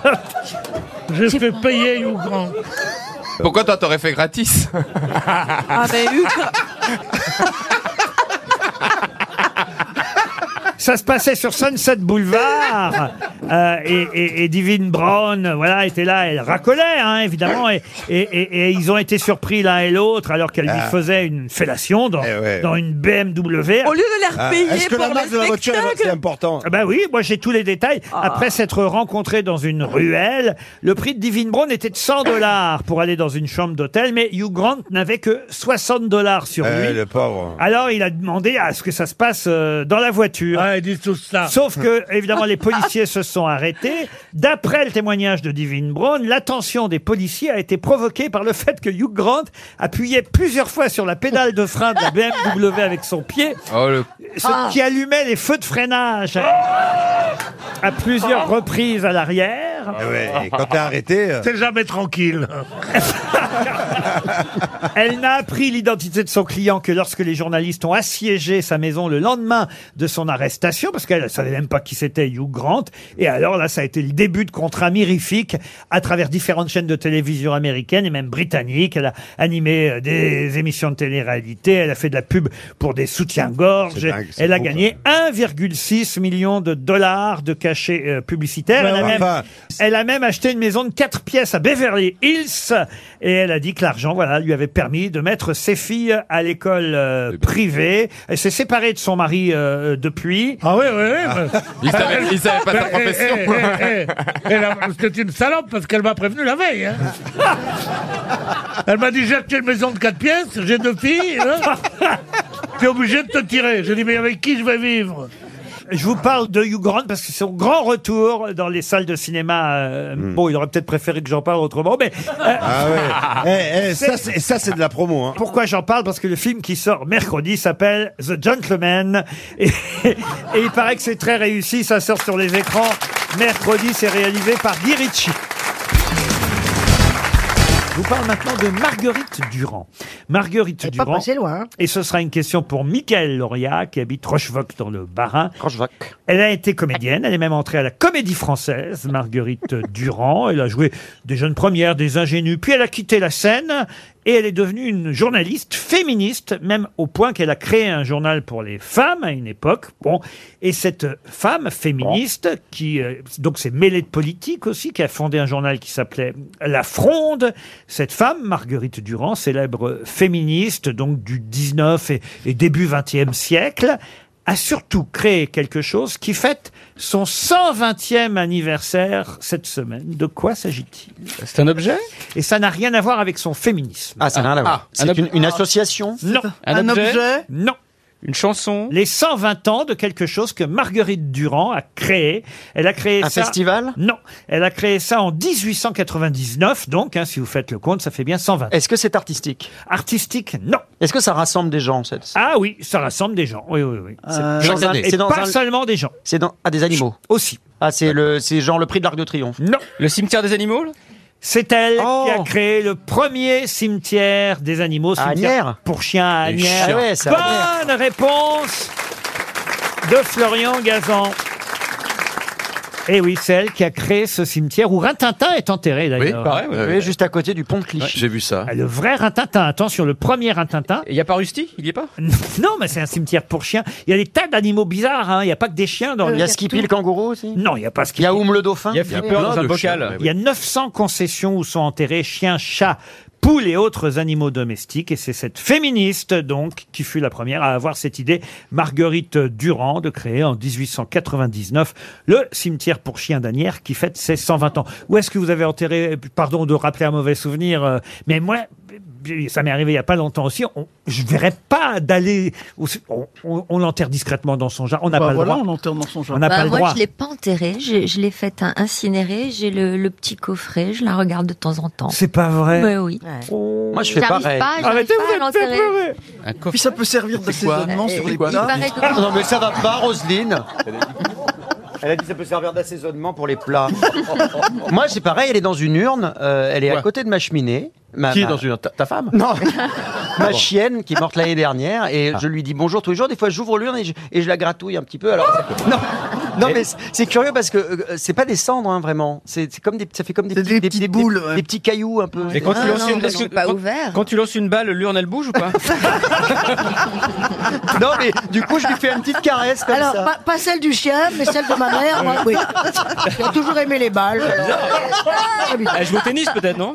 S15: [laughs]
S2: J'ai fait payer Hugh Grant.
S13: Pourquoi toi, t'aurais
S15: [laughs]
S13: fait gratis Bah,
S22: Ah, mais Hugh Grant-
S1: Ça se passait sur Sunset Boulevard. Euh, et, et- et Divine Brown, voilà, était là, elle racolait, hein, évidemment. Et, et- et- et ils ont été surpris l'un et l'autre alors qu'elle lui
S4: Ah.
S1: faisait une fellation dans,
S4: Eh ouais.
S1: dans une BMW.
S22: Au lieu de la
S4: Ah,
S22: repayer
S4: Est-ce que
S22: pour
S4: la marque
S22: le
S4: de la voiture,
S22: spectacle.
S4: est- c'est important
S1: Ah Bah oui, moi j'ai tous les détails.
S22: Ah.
S1: Après s'être rencontrés dans une ruelle, le prix de Divine Brown était de 100 dollars pour aller dans une chambre d'hôtel, mais Hugh Grant n'avait que 60 dollars sur
S4: Euh,
S1: lui.
S4: Le pauvre.
S1: Alors il a demandé à ce que ça se passe euh, dans la voiture.
S2: Ah, ils disent tout ça.
S1: Sauf
S2: [laughs]
S1: que, évidemment, les policiers se sont arrêtés. D'après le témoignage de Divine Brown, l'attention des policiers a été provoquée par le fait que Hugh Grant appuyait plusieurs fois sur la pédale de frein de la BMW avec son pied,
S13: Oh, le...
S1: ce
S25: Ah.
S1: qui allumait les feux de freinage à plusieurs reprises à l'arrière.
S4: Ah ouais, et quand t'es arrêté. euh,
S2: T'es
S4: [laughs]
S2: jamais tranquille.
S1: Elle n'a appris l'identité de son client que lorsque les journalistes ont assiégé sa maison le lendemain de son arrestation, parce qu'elle ne savait même pas qui c'était Hugh Grant. Et alors là, ça a été le début de contrats mirifiques à travers différentes chaînes de télévision américaines et même britanniques. Elle a animé euh, des émissions de télé-réalité, elle a fait de la pub pour des soutiens-gorge.
S4: C'est dingue, c'est
S1: Elle a
S4: fou,
S1: gagné 1,6 million de dollars de cachets euh, publicitaires.
S4: Ouais,
S1: elle, a
S4: ouais.
S1: même,
S4: Enfin,
S1: elle a même acheté une maison de quatre pièces à Beverly Hills et elle a dit que l'argent, voilà, lui avait permis de mettre ses filles à l'école
S13: Eh
S1: euh,
S13: ben.
S1: privée. Elle s'est séparée de son mari euh, depuis.
S2: Ah oui, oui, oui. bah-
S13: Il savait, il savait pas sa
S2: bah, eh,
S13: profession.
S2: eh, eh, eh, elle a- C'est une salope parce qu'elle m'a prévenu la veille. hein. Elle m'a dit j'ai acheté une maison de 4 pièces, j'ai deux filles. hein. T'es obligé de te tirer. J'ai dit mais avec qui je vais vivre
S1: Je vous parle de Hugh Grant parce que c'est son grand retour dans les salles de cinéma. euh,
S4: Hmm.
S1: Bon, il aurait peut-être préféré que j'en parle autrement, mais euh, [laughs]
S4: Ah ouais. Eh, eh, ça, c'est- ça, c'est de la promo. Hein.
S1: Pourquoi j'en parle Parce que le film qui sort mercredi s'appelle The Gentleman. [laughs] Et, et il paraît que c'est très réussi, ça sort sur les écrans. Mercredi, c'est réalisé par Guy Ritchie. vous parle maintenant de Marguerite Durand. Marguerite Durand.
S26: passée loin. hein.
S1: Et ce sera une question pour Michael Lauria, qui habite Rochevoc dans le Barin. Elle a été comédienne, elle est même entrée à la comédie française, Marguerite [laughs] Durand. Elle a joué des jeunes premières, des ingénues, puis elle a quitté la scène et elle est devenue une journaliste féministe, même au point qu'elle a créé un journal pour les femmes à une époque. Bon, et cette femme féministe, qui euh, donc s'est mêlée de politique aussi, qui a fondé un journal qui s'appelait La Fronde, cette femme, Marguerite Durand, célèbre féministe donc du 19 et, et début 20e siècle, a surtout créé quelque chose qui fête son 120e anniversaire cette semaine. De quoi s'agit-il C'est un objet Et ça n'a rien à voir avec son féminisme.
S7: Ah, ça n'a rien à voir. C'est une- une association
S1: Non.
S7: Un Un objet objet
S1: Non. Une chanson Les 120 ans de quelque chose que Marguerite Durand a créé. Elle a créé
S7: Un
S1: ça...
S7: festival
S1: Non. Elle a créé ça en 1899, donc, hein, si vous faites le compte, ça fait bien 120.
S7: Est-ce que c'est artistique
S1: Artistique, non.
S7: Est-ce que ça rassemble des gens cette...
S1: Ah oui, ça rassemble des gens. Oui, oui, oui.
S7: Euh,
S1: C'est-
S7: chaque année.
S1: Et
S7: C'est dans
S1: pas
S7: un-
S1: seulement des gens.
S7: C'est dans... Ah, des animaux
S1: Aussi.
S7: Ah, c'est le... c'est genre le prix de l'Arc de Triomphe Oh.
S1: Non.
S7: Le cimetière des animaux
S1: C'est elle qui a créé le premier cimetière des animaux.
S7: À
S1: cimetière
S7: Agnières
S1: Pour chiens à
S7: Les
S1: Agnières.
S7: chiens. Ah ouais, c'est à
S1: Bonne réponse de Florian Gazan. Et Eh oui, c'est elle qui a créé ce cimetière où Rintintin est enterré d'ailleurs.
S7: Ah juste à côté du pont de Clichy.
S1: J'ai
S7: vu ça.
S1: Ah, Le vrai Rintintin, attention, le premier Rintintin. Il n'y a pas Rusty Il n'y est pas [laughs] Non, mais c'est un cimetière pour chiens. Il y a des tas d'animaux bizarres, hein. il n'y a pas que des chiens dans
S7: Euh, Il y a Skippy le kangourou aussi
S1: Non, il n'y a pas Skippy. Il y
S7: a Oum le dauphin
S1: Il y a
S7: plein de chiens, mais oui.
S1: Il y a 900 concessions où sont enterrés chiens, chats, poules et autres animaux domestiques. Et c'est cette féministe, donc, qui fut la première à avoir cette idée, Marguerite Durand, de créer en 1899 le cimetière pour chiens d'Anières qui fête ses 120 ans. Où est-ce que vous avez enterré, pardon de rappeler un mauvais souvenir, euh, mais moi, ça m'est arrivé il n'y a pas longtemps aussi, on- je ne verrais pas d'aller, au- on, on- on l'enterre discrètement dans son jardin, on n'a
S21: Bah
S1: pas
S21: voilà,
S1: le droit.
S21: on l'enterre dans son jardin.
S1: On n'a
S21: Bah,
S1: pas le
S21: moi,
S1: droit.
S21: je l'ai pas enterré. Je, je l'ai faite un- incinérer. J'ai le, le petit coffret. Je la regarde de temps en temps.
S1: C'est pas vrai
S21: Mais oui.
S7: Moi, je fais
S21: J'arrive
S7: pareil.
S21: pas, j'arrive
S7: Arrêtez,
S21: pas
S7: vous
S21: à
S7: êtes
S21: l'enterrer.
S1: Ah
S7: Puis ça peut servir
S21: d'assaisonnement sur les plats. paraît que-
S7: Non mais ça va pas, Roselyne. Elle a dit ça peut servir d'assaisonnement pour les plats. [laughs] Moi, c'est pareil, elle est dans une urne, euh, elle est à côté de ma cheminée. Ma,
S8: Qui est
S7: ma-
S8: dans une urne Ta- Ta femme
S7: Non, ma
S8: bon.
S7: chienne qui est morte l'année dernière et je lui dis bonjour tous les jours. Des fois, j'ouvre l'urne et je, et je la gratouille un petit peu. Alors, non, non, mais c'est- c'est curieux parce que euh, c'est pas des cendres, hein, vraiment. C'est c'est comme des, ça fait comme des, petits- des- des- des- des petits cailloux un peu.
S3: Et quand tu
S7: Ah,
S3: lances
S7: non,
S3: une,
S7: mais
S3: est-ce
S7: non.
S3: que- quand- quand tu lances une balle, l'urne elle bouge ou pas [laughs]
S7: Non, mais du coup, je lui fais une petite caresse comme
S26: Alors,
S7: ça.
S26: pas, pas celle du chien, mais celle de ma mère, moi, oui. J'ai toujours aimé les balles.
S3: Elle Ah, joue au tennis peut-être, non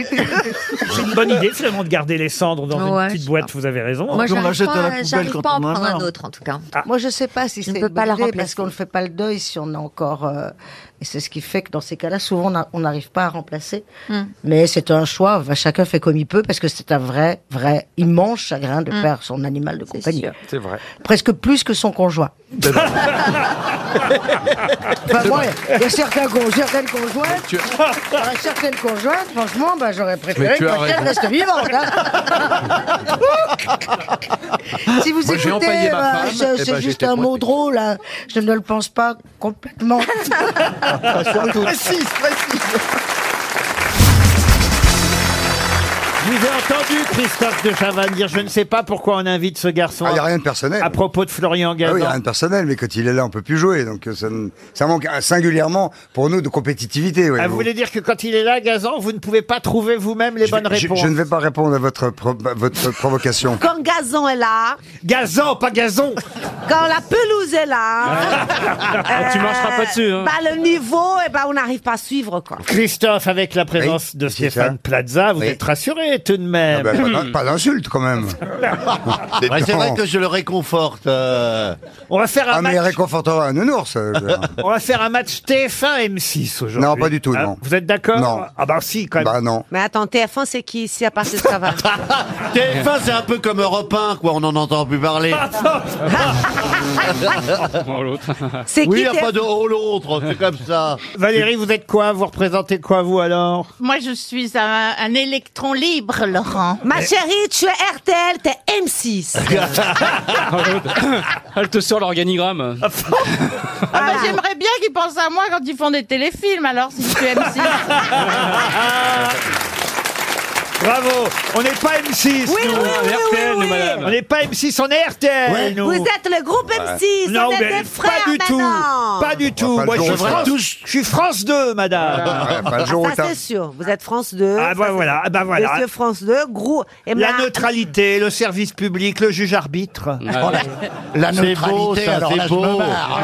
S1: C'est une bonne idée finalement de garder les cendres dans
S21: Ouais.
S1: une petite boîte, vous avez raison.
S21: Moi, j'arrive pas, j'arrive pas à en Ah. prendre un autre, en tout cas.
S26: Moi, je sais pas si
S21: Je
S26: c'est
S21: ne
S26: une
S21: peux pas
S26: bonne
S21: la
S26: idée,
S21: remplacer.
S26: parce qu'on ne fait pas le deuil si on a encore. euh, et c'est ce qui fait que dans ces cas-là, souvent, on n'a- on n'arrive pas à remplacer.
S21: Hmm.
S26: Mais c'est un choix. Enfin, chacun fait comme il peut parce que c'est un vrai, vrai immense chagrin de
S21: Hmm.
S26: perdre son animal de compagnie.
S7: C'est vrai.
S26: Presque plus que son conjoint. Enfin, [laughs] moi, il y a certains con- certaines conjointes, Alors, certaines conjointes, franchement, bah, j'aurais
S18: Mais
S26: préféré
S18: tu
S26: que
S18: as
S26: ma chienne
S18: raison.
S26: reste vivante.
S18: [laughs]
S26: hein. si vous
S18: Moi, j'ai
S26: écoutez,
S18: empaillé ma
S26: bah,
S18: femme,
S26: je-
S18: et
S26: c'est
S18: bah,
S26: juste
S18: j'étais
S26: un mot drôle. hein. Je ne le pense pas complètement.
S18: Précise,
S1: Je vous ai entendu, Christophe de Chavannes, dire je ne sais pas pourquoi on invite ce garçon.
S12: Il n'y Ah, a rien de personnel.
S1: À propos de Florian
S12: Ah
S1: Gazan.
S12: oui, il n'y a rien de personnel, mais quand il est là, on peut plus jouer. Donc euh, ça, n- ça manque euh, singulièrement pour nous de compétitivité.
S1: Ah,
S12: voyez-vous.
S1: vous voulez dire que quand il est là, Gazan, vous ne pouvez pas trouver vous-même les bonnes
S12: je,
S1: réponses
S12: je ne vais pas répondre à votre, pro- à
S1: [laughs]
S12: votre provocation.
S5: Quand Gazon est là,
S1: Gazan, pas Gazon
S5: quand la pelouse est là,
S1: Tu marcheras pas dessus.
S3: hein.
S5: bah, le niveau, eh ben, on n'arrive pas à suivre. Quoi.
S1: Christophe, avec la présence de Stéphane Plaza, vous êtes rassuré tout de même.
S12: Ah ben, pas d'in- pas d'insulte quand même.
S17: Ouais, c'est vrai que je le réconforte. euh.
S1: On va faire un
S12: ah, mais il réconfortera un nounours. euh, je veux dire.
S1: On va faire un match TF1 M6 aujourd'hui.
S12: Non, pas du tout,
S1: Hein,
S12: non.
S1: Vous êtes d'accord
S12: Non.
S1: Ah bah si, quand même.
S12: Bah non.
S5: Mais attends, TF1, c'est qui ici à part
S1: [laughs]
S5: ce travail
S17: TF1, c'est un peu comme Europe 1, quoi, on n'en entend
S3: [laughs]
S17: plus parler.
S5: C'est
S17: oui,
S5: qui,
S17: il a
S5: TF1?
S17: pas de oh l'autre, c'est comme ça.
S1: [laughs] Valérie, vous êtes quoi Vous représentez quoi, vous, alors
S6: Moi, je suis un, un électron libre, Laurent.
S5: Ma chérie, tu es RTL, t'es
S3: [laughs]
S5: M6.
S3: Ah, bah,
S6: Ah,
S3: Elle te sort l'organigramme.
S6: Ah bah, J'aimerais bien
S4: [laughs]
S27: Ah
S6: qu'ils pensent à moi quand ils font des téléfilms, alors, si je suis M6.
S1: Bravo. On n'est pas M6.
S27: Oui,
S1: nous.
S27: oui, oui, RTL, oui, oui. madame.
S1: On n'est pas M6, on est RTL. nous.
S27: Vous êtes le groupe M6,
S1: Non,
S27: on est
S1: mais
S27: des frères
S1: pas du tout.
S27: maintenant.
S1: Pas du tout.
S12: pas
S1: Moi,
S12: le
S1: je suis,
S12: jour où
S1: France,
S12: t'as-
S1: je suis France 2, madame.
S12: Ah, ouais, pas le jour où
S27: Ah, ça c'est sûr, vous êtes France 2.
S1: Ah, bah,
S27: ça,
S1: voilà,
S27: c'est-
S1: ah, bah, voilà.
S27: Monsieur France 2, gros. et
S1: La
S27: ma-
S1: neutralité, le service public, le juge arbitre.
S27: Oh, la-
S18: la C'est neutralité, beau, ça, alors c'est là, je me beau. marre.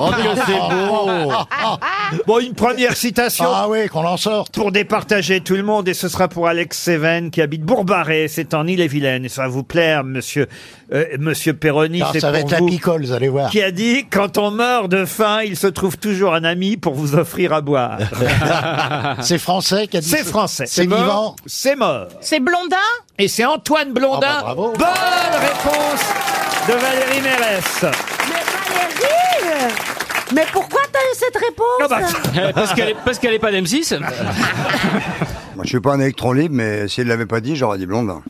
S18: Oh, que c'est beau.
S1: Bon, une première citation.
S18: Ah oui, qu'on en sorte.
S1: Pour départager tout le monde, et ce sera pour Alex Seven qui habite Bourbaré, c'est en Ille-et-Vilaine. Et Ça va vous plaire, monsieur, euh, monsieur Perroni.
S18: Non,
S1: c'est
S18: ça va
S1: pour
S18: être la
S1: vous.
S18: picole, vous allez voir.
S1: Qui a dit Quand on meurt de faim, il se trouve toujours un ami pour vous offrir à boire.
S18: [laughs] C'est français qui a dit ça
S1: C'est français.
S18: C'est
S1: mort,
S18: vivant
S1: C'est mort.
S26: C'est Blondin
S1: Et c'est Antoine Blondin.
S18: Ah bah, bravo.
S1: Bonne réponse de Valérie Mérès.
S27: Valérie Mais pourquoi t'as eu cette
S1: bah,
S27: réponse
S3: [laughs] parce qu'elle est, parce qu'elle est pas d'M6.
S12: Moi, je suis pas un électron libre, mais s'il l'avait pas dit, j'aurais dit blondin.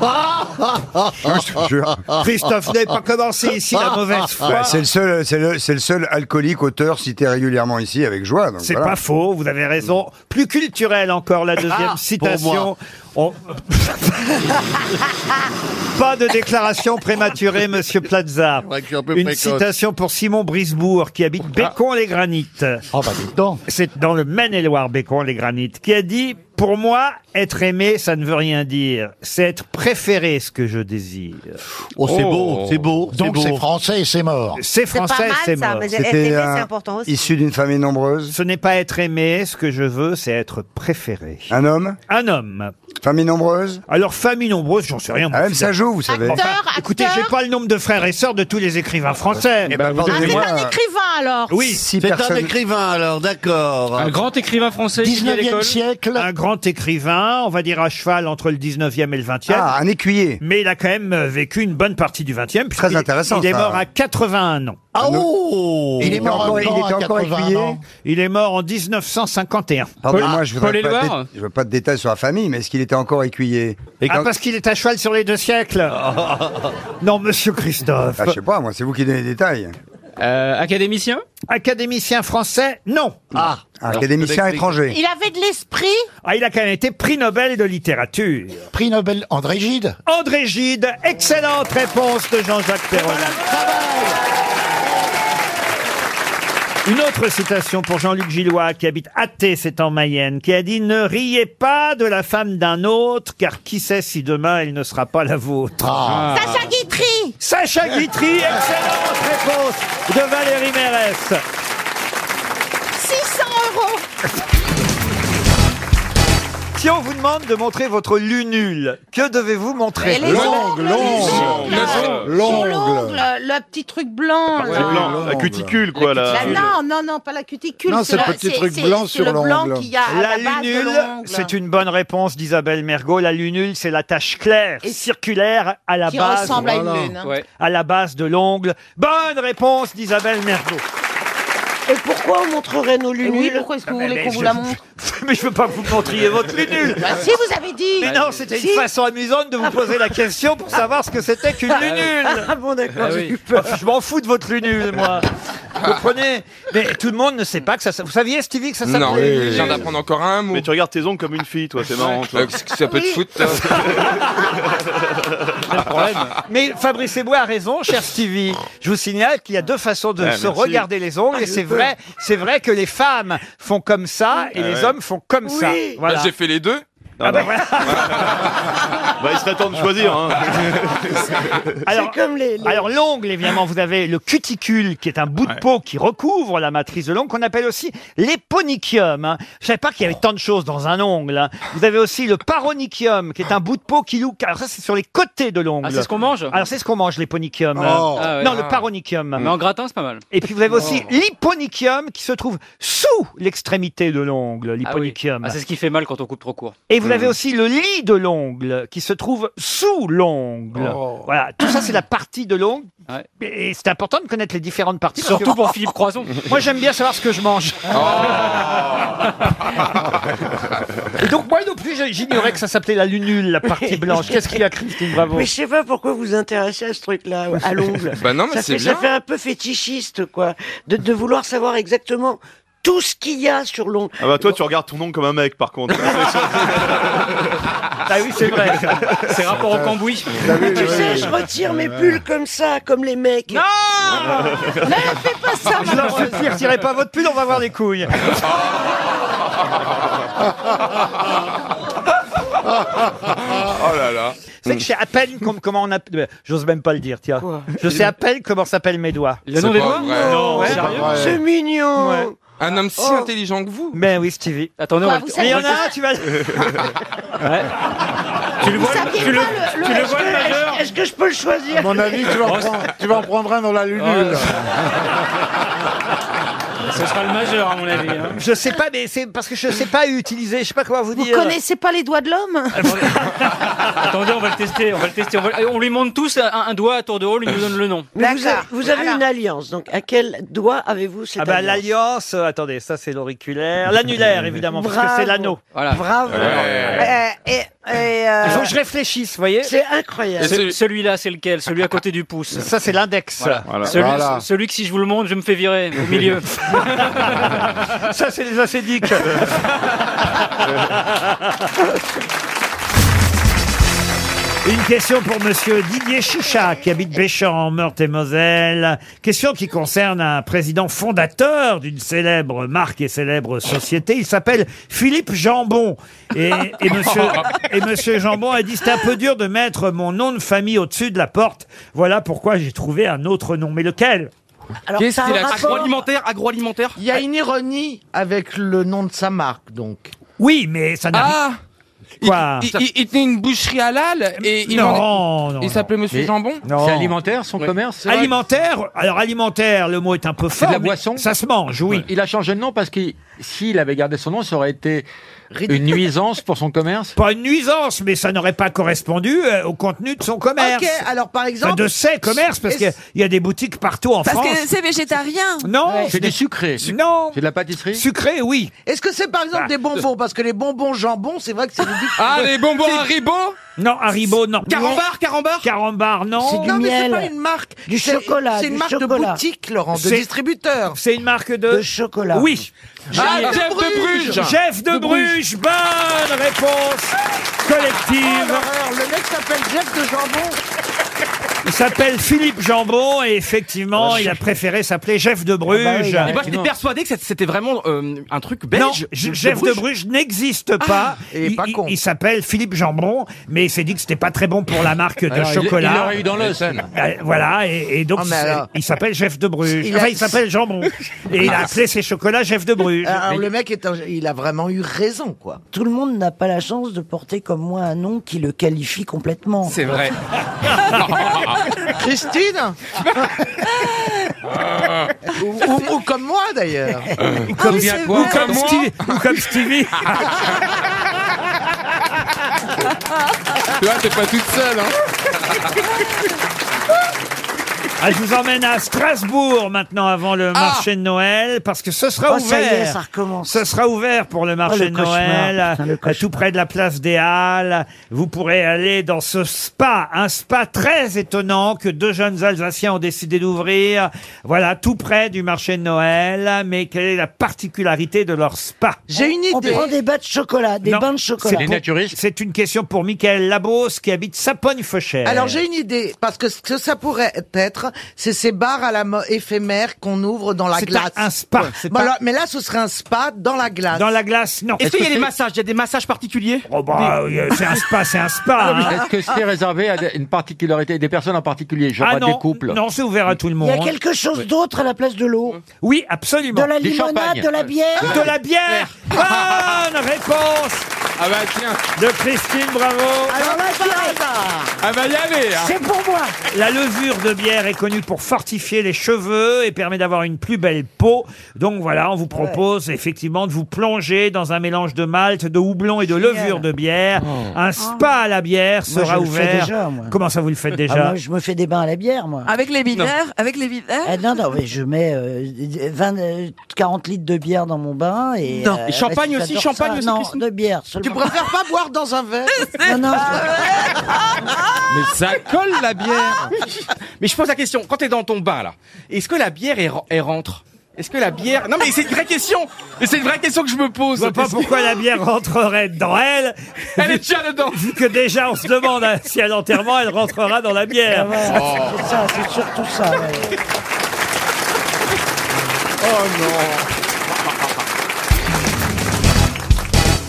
S1: Ah, Christophe, n'avez pas commencé ici la mauvaise
S12: Ah,
S1: foi.
S12: Ouais, c'est le seul, c'est le, c'est le seul alcoolique auteur cité régulièrement ici avec joie. donc
S1: C'est
S12: voilà.
S1: pas faux, vous avez raison. Plus culturelle encore la deuxième
S12: Ah,
S1: citation.
S12: pour
S1: On- [laughs] pas de déclaration prématurée, monsieur Plaza.
S2: Ouais, je suis un peu
S1: Une
S2: précoce.
S1: citation pour Simon Brisebourg qui habite Bécon-les-Granites. C'est dans le Maine-et-Loire, Bécon-les-Granites, qui a dit Pour moi, être aimé, ça ne veut rien dire. C'est être préféré ce que je désire.
S18: Oh, c'est beau, c'est beau. Donc c'est français et c'est mort.
S1: C'est
S27: C'est pas
S1: français,
S27: mal,
S1: c'est
S27: ça,
S1: mort.
S27: mais être aimé, c'est important aussi.
S12: Issu d'une famille nombreuse.
S1: Ce n'est pas être aimé, ce que je veux, c'est être préféré.
S12: Un homme
S1: Un homme.
S12: Famille nombreuse
S1: Alors, famille nombreuse, j'en sais rien. moi,
S12: Ah, même ça
S1: finalement.
S12: joue, vous savez.
S1: Enfin, écoutez, j'ai pas le nombre de frères et sœurs de tous les écrivains français. Bah,
S12: vous
S26: Ah, c'est un écrivain alors
S12: Oh,
S1: Oui,
S4: C'est un écrivain alors, d'accord.
S3: Un grand écrivain français qui à l'école.
S1: siècle. Un grand écrivain, on va dire à cheval entre le 19e et le 20e.
S12: Ah, un écuyer.
S1: Mais il a quand même euh, vécu une bonne partie du 20e. Très
S12: intéressant,
S1: Il est
S12: ça.
S1: mort à 81 ans.
S12: Ah, oh
S1: Il est mort
S12: encore,
S1: en
S12: il
S1: mort
S12: était
S1: à
S12: encore
S1: 80
S12: écuyer.
S1: ans. Il est mort en 1951.
S12: Pardonnez-moi, je voudrais pas de dé- je veux pas de détails sur la famille, mais est-ce qu'il était encore écuyer Et
S1: Ah,
S12: quand-
S1: parce qu'il est à cheval sur les
S12: [laughs]
S1: deux siècles. non, monsieur Christophe.
S12: Ah, je sais pas, moi, c'est vous qui donnez les détails.
S3: Euh, académicien
S1: Académicien français, non. Ah,
S12: Un académicien étranger.
S26: Il avait de l'esprit
S1: Ah, il a quand même été prix Nobel de littérature.
S18: Prix Nobel André Gide.
S1: André Gide, excellente réponse de Jean-Jacques Perron. Une autre citation pour Jean-Luc Gillois, qui habite Athée, c'est en Mayenne, qui a dit « Ne riez pas de la femme d'un autre, car qui sait si demain elle ne sera pas la vôtre.
S26: Ah.
S18: Ah.
S26: Sacha Guitry
S1: Sacha Guitry, excellente réponse de Valérie Mérès.
S26: 600 euros
S1: Si on vous demande de montrer votre lunule, que devez-vous montrer
S26: Et les L'ongle, ongles, l'ongle, les ongles.
S12: L'ongle.
S26: le, Ah, le petit truc blanc là.
S12: Ah, la cuticule, quoi,
S26: Là, non, non, non, pas la cuticule.
S12: Non, c'est
S26: la-
S12: le petit truc blanc
S26: c'est
S12: sur
S26: le blanc
S12: l'ongle.
S26: qu'il y a à
S1: La
S26: la, base de
S1: lunule,
S26: l'ongle.
S1: c'est une bonne réponse d'Isabelle Mergot. La lunule, c'est la tache claire, circulaire, à la
S26: qui
S1: base.
S26: ressemble à une Voilà. lune, hein. Ouais.
S1: À la base de l'ongle. Bonne réponse d'Isabelle Mergot.
S27: Et pourquoi on montrerait nos lunules
S26: oui, pourquoi est-ce que vous voulez
S1: Ah, mais
S26: qu'on vous
S1: je-
S26: la montre
S1: [laughs] Mais je veux pas que vous montriez votre lunule.
S26: Bah si, vous avez dit
S1: Mais non, c'était
S26: Si. Ah.
S1: une façon amusante de vous poser la question pour savoir ce que c'était
S26: [laughs]
S1: qu'une
S26: Bah,
S1: lunule.
S27: Ah bon, d'accord,
S1: Ah
S27: j'ai
S1: oui.
S27: eu peur.
S1: Je m'en fous de votre lunule, moi. Vous comprenez Mais tout le monde ne sait pas que ça. s- Vous saviez, Stevie, que ça s'appelait
S13: Non,
S1: une
S13: je
S1: lunule
S13: viens d'apprendre encore un mot.
S7: Mais tu regardes tes ongles comme une fille, toi, c'est marrant. Toi.
S13: Euh, qu'est-ce
S1: [laughs]
S13: que ça peut te
S1: Oui.
S13: foutre toi
S1: Mais Fabrice Eboué a raison, cher Stevie. Je vous signale qu'il y a deux façons de
S7: Ah,
S1: se
S7: merci.
S1: regarder les ongles.
S7: Ah,
S1: et
S7: j'ai
S1: c'est
S7: peur.
S1: vrai, c'est vrai que les femmes font comme ça et
S7: Ah,
S1: les
S7: ouais.
S1: hommes font comme ça.
S7: Oui.
S1: Voilà.
S13: Bah, J'ai fait les deux.
S1: Ah, bah, voilà. [laughs]
S7: Bah, il serait temps de choisir. Hein.
S1: alors, euh, alors l'ongle, évidemment, vous avez le cuticule, qui est un bout de peau qui recouvre la matrice de l'ongle, qu'on appelle aussi l'éponychium. hein. Je savais pas qu'il y avait tant de choses dans un ongle. hein. Vous avez aussi le paronychium, qui est un bout de peau qui loue. Alors ça, c'est sur les côtés de l'ongle.
S3: Ah, c'est ce qu'on mange
S1: Alors c'est ce qu'on mange, l'éponychium. hein.
S3: Oh. Ah ouais.
S1: non, le
S3: Ah.
S1: paronychium.
S3: Mais en gratin, c'est pas mal.
S1: Et puis vous avez aussi l'hyponychium qui se trouve sous l'extrémité de l'ongle,
S3: Ah oui.
S1: l'hyponychium.
S3: Ah, c'est ce qui fait mal quand on coupe trop court.
S1: Et vous avez
S14: Mm.
S1: aussi le lit de l'ongle qui se trouve sous l'ongle. Voilà, tout ça c'est la partie de l'ongle. Et c'est important de connaître les différentes parties. parce
S3: Surtout
S1: que-
S3: pour Philippe Croison.
S1: [laughs] Moi j'aime bien savoir ce que je mange. [laughs] Et donc moi non plus j'ai- [laughs] j'ignorais que ça s'appelait la lunule, la partie blanche. Qu'est-ce qu'il y a Christine Bravo
S27: Mais je sais pas pourquoi vous vous intéressez à ce truc-là, à l'ongle.
S13: Bah non, mais
S27: ça,
S13: c'est
S27: fait, ça
S13: bien.
S27: fait un peu fétichiste, quoi, de, de vouloir savoir exactement
S28: tout ce qu'il y a sur l'ongle.
S18: Ah bah toi, tu regardes ton nom comme un mec, par
S14: [laughs]
S18: contre.
S1: ah oui, c'est vrai.
S19: [laughs]
S14: C'est rapport au cambouis.
S28: Mais tu sais, je retire mes pulls comme ça, comme les mecs.
S19: [laughs]
S28: Non Fais pas ça,
S1: Je
S28: maman.
S1: ne retirez pas votre pull, on va voir des couilles.
S18: oh là là.
S1: C'est que je sais à peine com- comment on appelle. J'ose même pas le dire, tiens. je sais à peine comment s'appellent mes doigts.
S13: Le nom C'est des pas doigts vrai. Non, c'est pas vrai. C'est
S28: mignon.
S13: Un homme si
S1: Oh.
S13: intelligent que vous.
S1: Mais Ben oui, Stevie.
S13: Attendez,
S1: Quoi, on va- vous savez- Mais il y en a un, tu [laughs] vas-
S14: Tu le vois,
S28: saviez
S14: tu le,
S28: pas le- le-
S14: tu le
S28: est-ce
S14: vois le
S28: que-
S14: majeur
S28: est-ce- Est-ce que je peux le choisir
S2: À mon avis, tu vas, en prendre, tu vas en prendre un dans la lunule.
S14: Ce sera le majeur, à mon avis.
S1: [laughs]
S14: hein.
S1: Je sais pas, mais c'est parce que je sais pas utiliser. Je sais pas comment vous
S6: Vous
S1: dire.
S6: connaissez pas les doigts de l'homme
S14: Attendez, on va le tester, on va le tester. On, va- on lui montre tous un, un doigt à tour de rôle, il nous donne le nom.
S28: Mais vous, a- vous avez une alliance, donc à quel doigt avez-vous cette
S1: Ah bah
S28: alliance
S1: l'alliance, euh, attendez, ça c'est l'auriculaire, [laughs] l'annulaire évidemment, parce que
S28: Bravo.
S1: c'est l'anneau.
S28: Bravo.
S1: Euh, Il faut que je réfléchisse, vous voyez
S28: C'est incroyable.
S14: Et ce- Celui-là, c'est lequel Celui à côté du pouce.
S1: Ça, c'est l'index.
S14: Voilà.
S1: Voilà.
S14: Celui,
S1: Voilà.
S14: ce- celui que si je vous le montre, je me fais virer au milieu.
S1: [laughs] Ça, c'est les acédiques.
S18: [laughs]
S1: Une question pour monsieur Didier Chicha, qui habite Béchamp, en Meurthe-et-Moselle. Question qui concerne un président fondateur d'une célèbre marque et célèbre société. Il s'appelle Philippe Jambon. Et, et [laughs] monsieur, et monsieur Jambon a dit, c'est un peu dur de mettre mon nom de famille au-dessus de la porte. Voilà pourquoi j'ai trouvé un autre nom. Mais lequel?
S13: Qu'est-ce qu'il a Agroalimentaire, agroalimentaire.
S7: Il y a une ironie avec le nom de sa marque, donc.
S1: Oui, mais ça
S7: n'a
S13: Ah
S1: Quoi
S13: il, il- il tenait une boucherie halal et il
S1: Non,
S13: vendait-
S1: non,
S13: il s'appelait Monsieur
S1: Mais-
S13: Jambon.
S1: Non. C'est alimentaire,
S13: son
S1: Alimentaire Alors alimentaire, le mot est un peu
S3: C'est
S1: fort.
S3: de la
S1: mais
S3: boisson
S1: Ça se mange, oui.
S3: Il a changé de nom parce que s'il avait gardé son nom, ça aurait été une nuisance pour son commerce.
S1: Pas une nuisance, mais ça n'aurait pas correspondu euh, au contenu de son commerce.
S22: Ok, alors, par
S1: Enfin,
S22: exemple-
S1: de ses commerces, parce qu'il
S22: Est-ce-
S1: y a des boutiques partout en
S22: Parce
S1: France.
S22: que c'est végétarien.
S1: Non
S3: C'est du sucré.
S1: Non.
S3: C'est de la pâtisserie.
S1: Sucré, oui.
S7: Est-ce que c'est par exemple
S1: Bah,
S7: des bonbons Parce que les bonbons jambon, c'est vrai que c'est
S1: [laughs]
S7: ridicule.
S13: Ah, les bonbons
S7: C'est-
S13: Haribo
S1: Non, Haribo, non.
S7: Carambar,
S13: carambar
S1: Carambar, non.
S7: Non, mais c'est pas une marque.
S1: Du
S7: C'est-
S1: chocolat,
S7: C'est une
S1: du
S7: marque de
S1: chocolat.
S7: boutique, Laurent, de
S1: C'est-
S7: distributeur.
S1: C'est une marque de...
S7: De chocolat.
S1: Oui.
S7: Ah, Jeff de Bruges.
S1: Jeff de
S7: De
S1: Bruges, bonne réponse collective.
S7: le mec s'appelle Jeff de Jambon.
S1: Il s'appelle Philippe Jambon et
S3: Ah,
S1: effectivement,
S3: bah,
S1: il a préféré s'appeler Jeff de Bruges.
S13: Eh
S14: Et
S13: ben,
S14: moi, j'étais persuadé que c'était vraiment euh, un truc belge.
S1: Non, J- Jeff de Bruges n'existe pas. il il- il s'appelle Philippe Jambon, mais il s'est dit que c'était pas très bon pour la marque de
S3: Alors, il-
S1: chocolat.
S3: il l'aurait eu dans l'os.
S1: Euh, Voilà, et, et donc
S13: Ah,
S3: Oh, mais
S1: c'est-
S3: alors.
S1: il s'appelle Jeff de Bruges.
S7: Il a-
S1: enfin, il s'appelle Jambon. et il a appelé ses chocolats Jeff de Bruges.
S7: Alors, Ah, le mec, est un- il a vraiment eu raison, quoi.
S19: Tout le monde n'a pas la chance de porter comme moi un nom qui le qualifie complètement.
S13: C'est vrai.
S7: Christine ou, ou- ou comme moi,
S1: [laughs]
S7: d'ailleurs.
S13: Euh,
S1: Ou Ah. comme,
S7: Ah, c'est
S1: ou
S7: vrai.
S1: comme Stevie. ou comme
S13: [laughs]
S1: Stevie.
S13: Tu vois, t'es pas toute seule. hein.
S1: Ah, je vous emmène à Strasbourg maintenant avant le marché de Noël parce que ce sera
S19: Ah. Oh, ça y
S1: ouvert.
S19: est, ça recommence.
S1: Ce sera ouvert pour le marché
S19: Oh, le
S1: de
S19: cauchemar,
S1: Noël,
S19: putain, le
S1: euh, tout près de la place des Halles. Vous pourrez aller dans ce spa, un spa très étonnant que deux jeunes Alsaciens ont décidé d'ouvrir. Voilà, tout près du marché de Noël. Mais quelle est la particularité de leur spa
S19: J'ai une On idée. prend des bas de chocolat, des
S1: Non,
S19: bains de chocolat.
S1: c'est pour- C'est une question pour Michael Labos qui habite Sapogne-Fauchère.
S7: Alors j'ai une idée, parce que ce que ça pourrait être, c'est ces bars à la mo- éphémère qu'on ouvre dans la
S1: C'est
S7: glace.
S1: un- un spa,
S7: Ouais.
S1: c'est
S7: Bon,
S1: pas-
S7: alors, mais là, ce serait un spa dans la glace.
S1: Dans la glace, non.
S7: Est-ce qu'il y a des
S13: massages Il y a des massages particuliers
S1: Oh bah, euh, c'est un spa, c'est un spa. hein.
S3: Est-ce que c'est réservé à des- une particularité, des personnes en particulier, genre
S1: Ah
S3: à
S1: non,
S3: des couples
S1: non, c'est ouvert à tout le
S19: Il
S1: monde.
S19: y a quelque chose d'autre à la place de l'eau.
S1: Oui, absolument.
S19: De la Du limonade, champagne. de la bière.
S1: De la bière. Bonne réponse.
S13: Ah bah tiens.
S1: De Christine, bravo.
S19: Alors là, je dirais,
S13: Ah bah y aller. hein.
S19: c'est pour moi.
S1: La levure de bière est connue pour fortifier les cheveux et permet d'avoir une plus belle peau. Donc voilà, on vous propose effectivement de vous plonger dans un mélange de malt, de houblon et de levure de bière.
S13: Oh.
S1: Un spa à la bière
S19: Moi,
S1: sera
S19: je le fais
S1: ouvert.
S19: déjà, moi.
S1: Comment ça vous le faites déjà
S19: Ah, moi, je me fais des bains à la bière, moi.
S22: Avec les binaires, avec les binaires.
S19: Ah, non, non, mais je mets euh, 20, euh, 40 litres de bière dans mon bain. Et,
S22: Non.
S19: euh,
S22: Et champagne
S19: bah, si
S22: aussi,
S19: t'adores
S22: champagne
S19: ça,
S22: aussi,
S19: Non,
S22: Christine
S19: de bière
S7: Tu
S19: seulement.
S7: préfères pas boire dans un
S25: [laughs]
S7: verre
S19: Non, non,
S13: Mais ça colle la bière.
S21: Ah,
S3: Mais je pose la question, quand t'es dans ton bain là, est-ce que la bière est, rentre
S13: Est-ce que la bière... Non mais c'est une vraie question Et c'est une vraie question que je me pose.
S1: Je vois pas pourquoi la bière rentrerait dans elle.
S13: Elle est déjà dedans.
S1: [laughs] Vu que déjà on se demande hein, si à l'enterrement elle rentrera dans la bière.
S27: C'est ça, c'est surtout
S19: Ah
S27: ça. ouais.
S18: Oh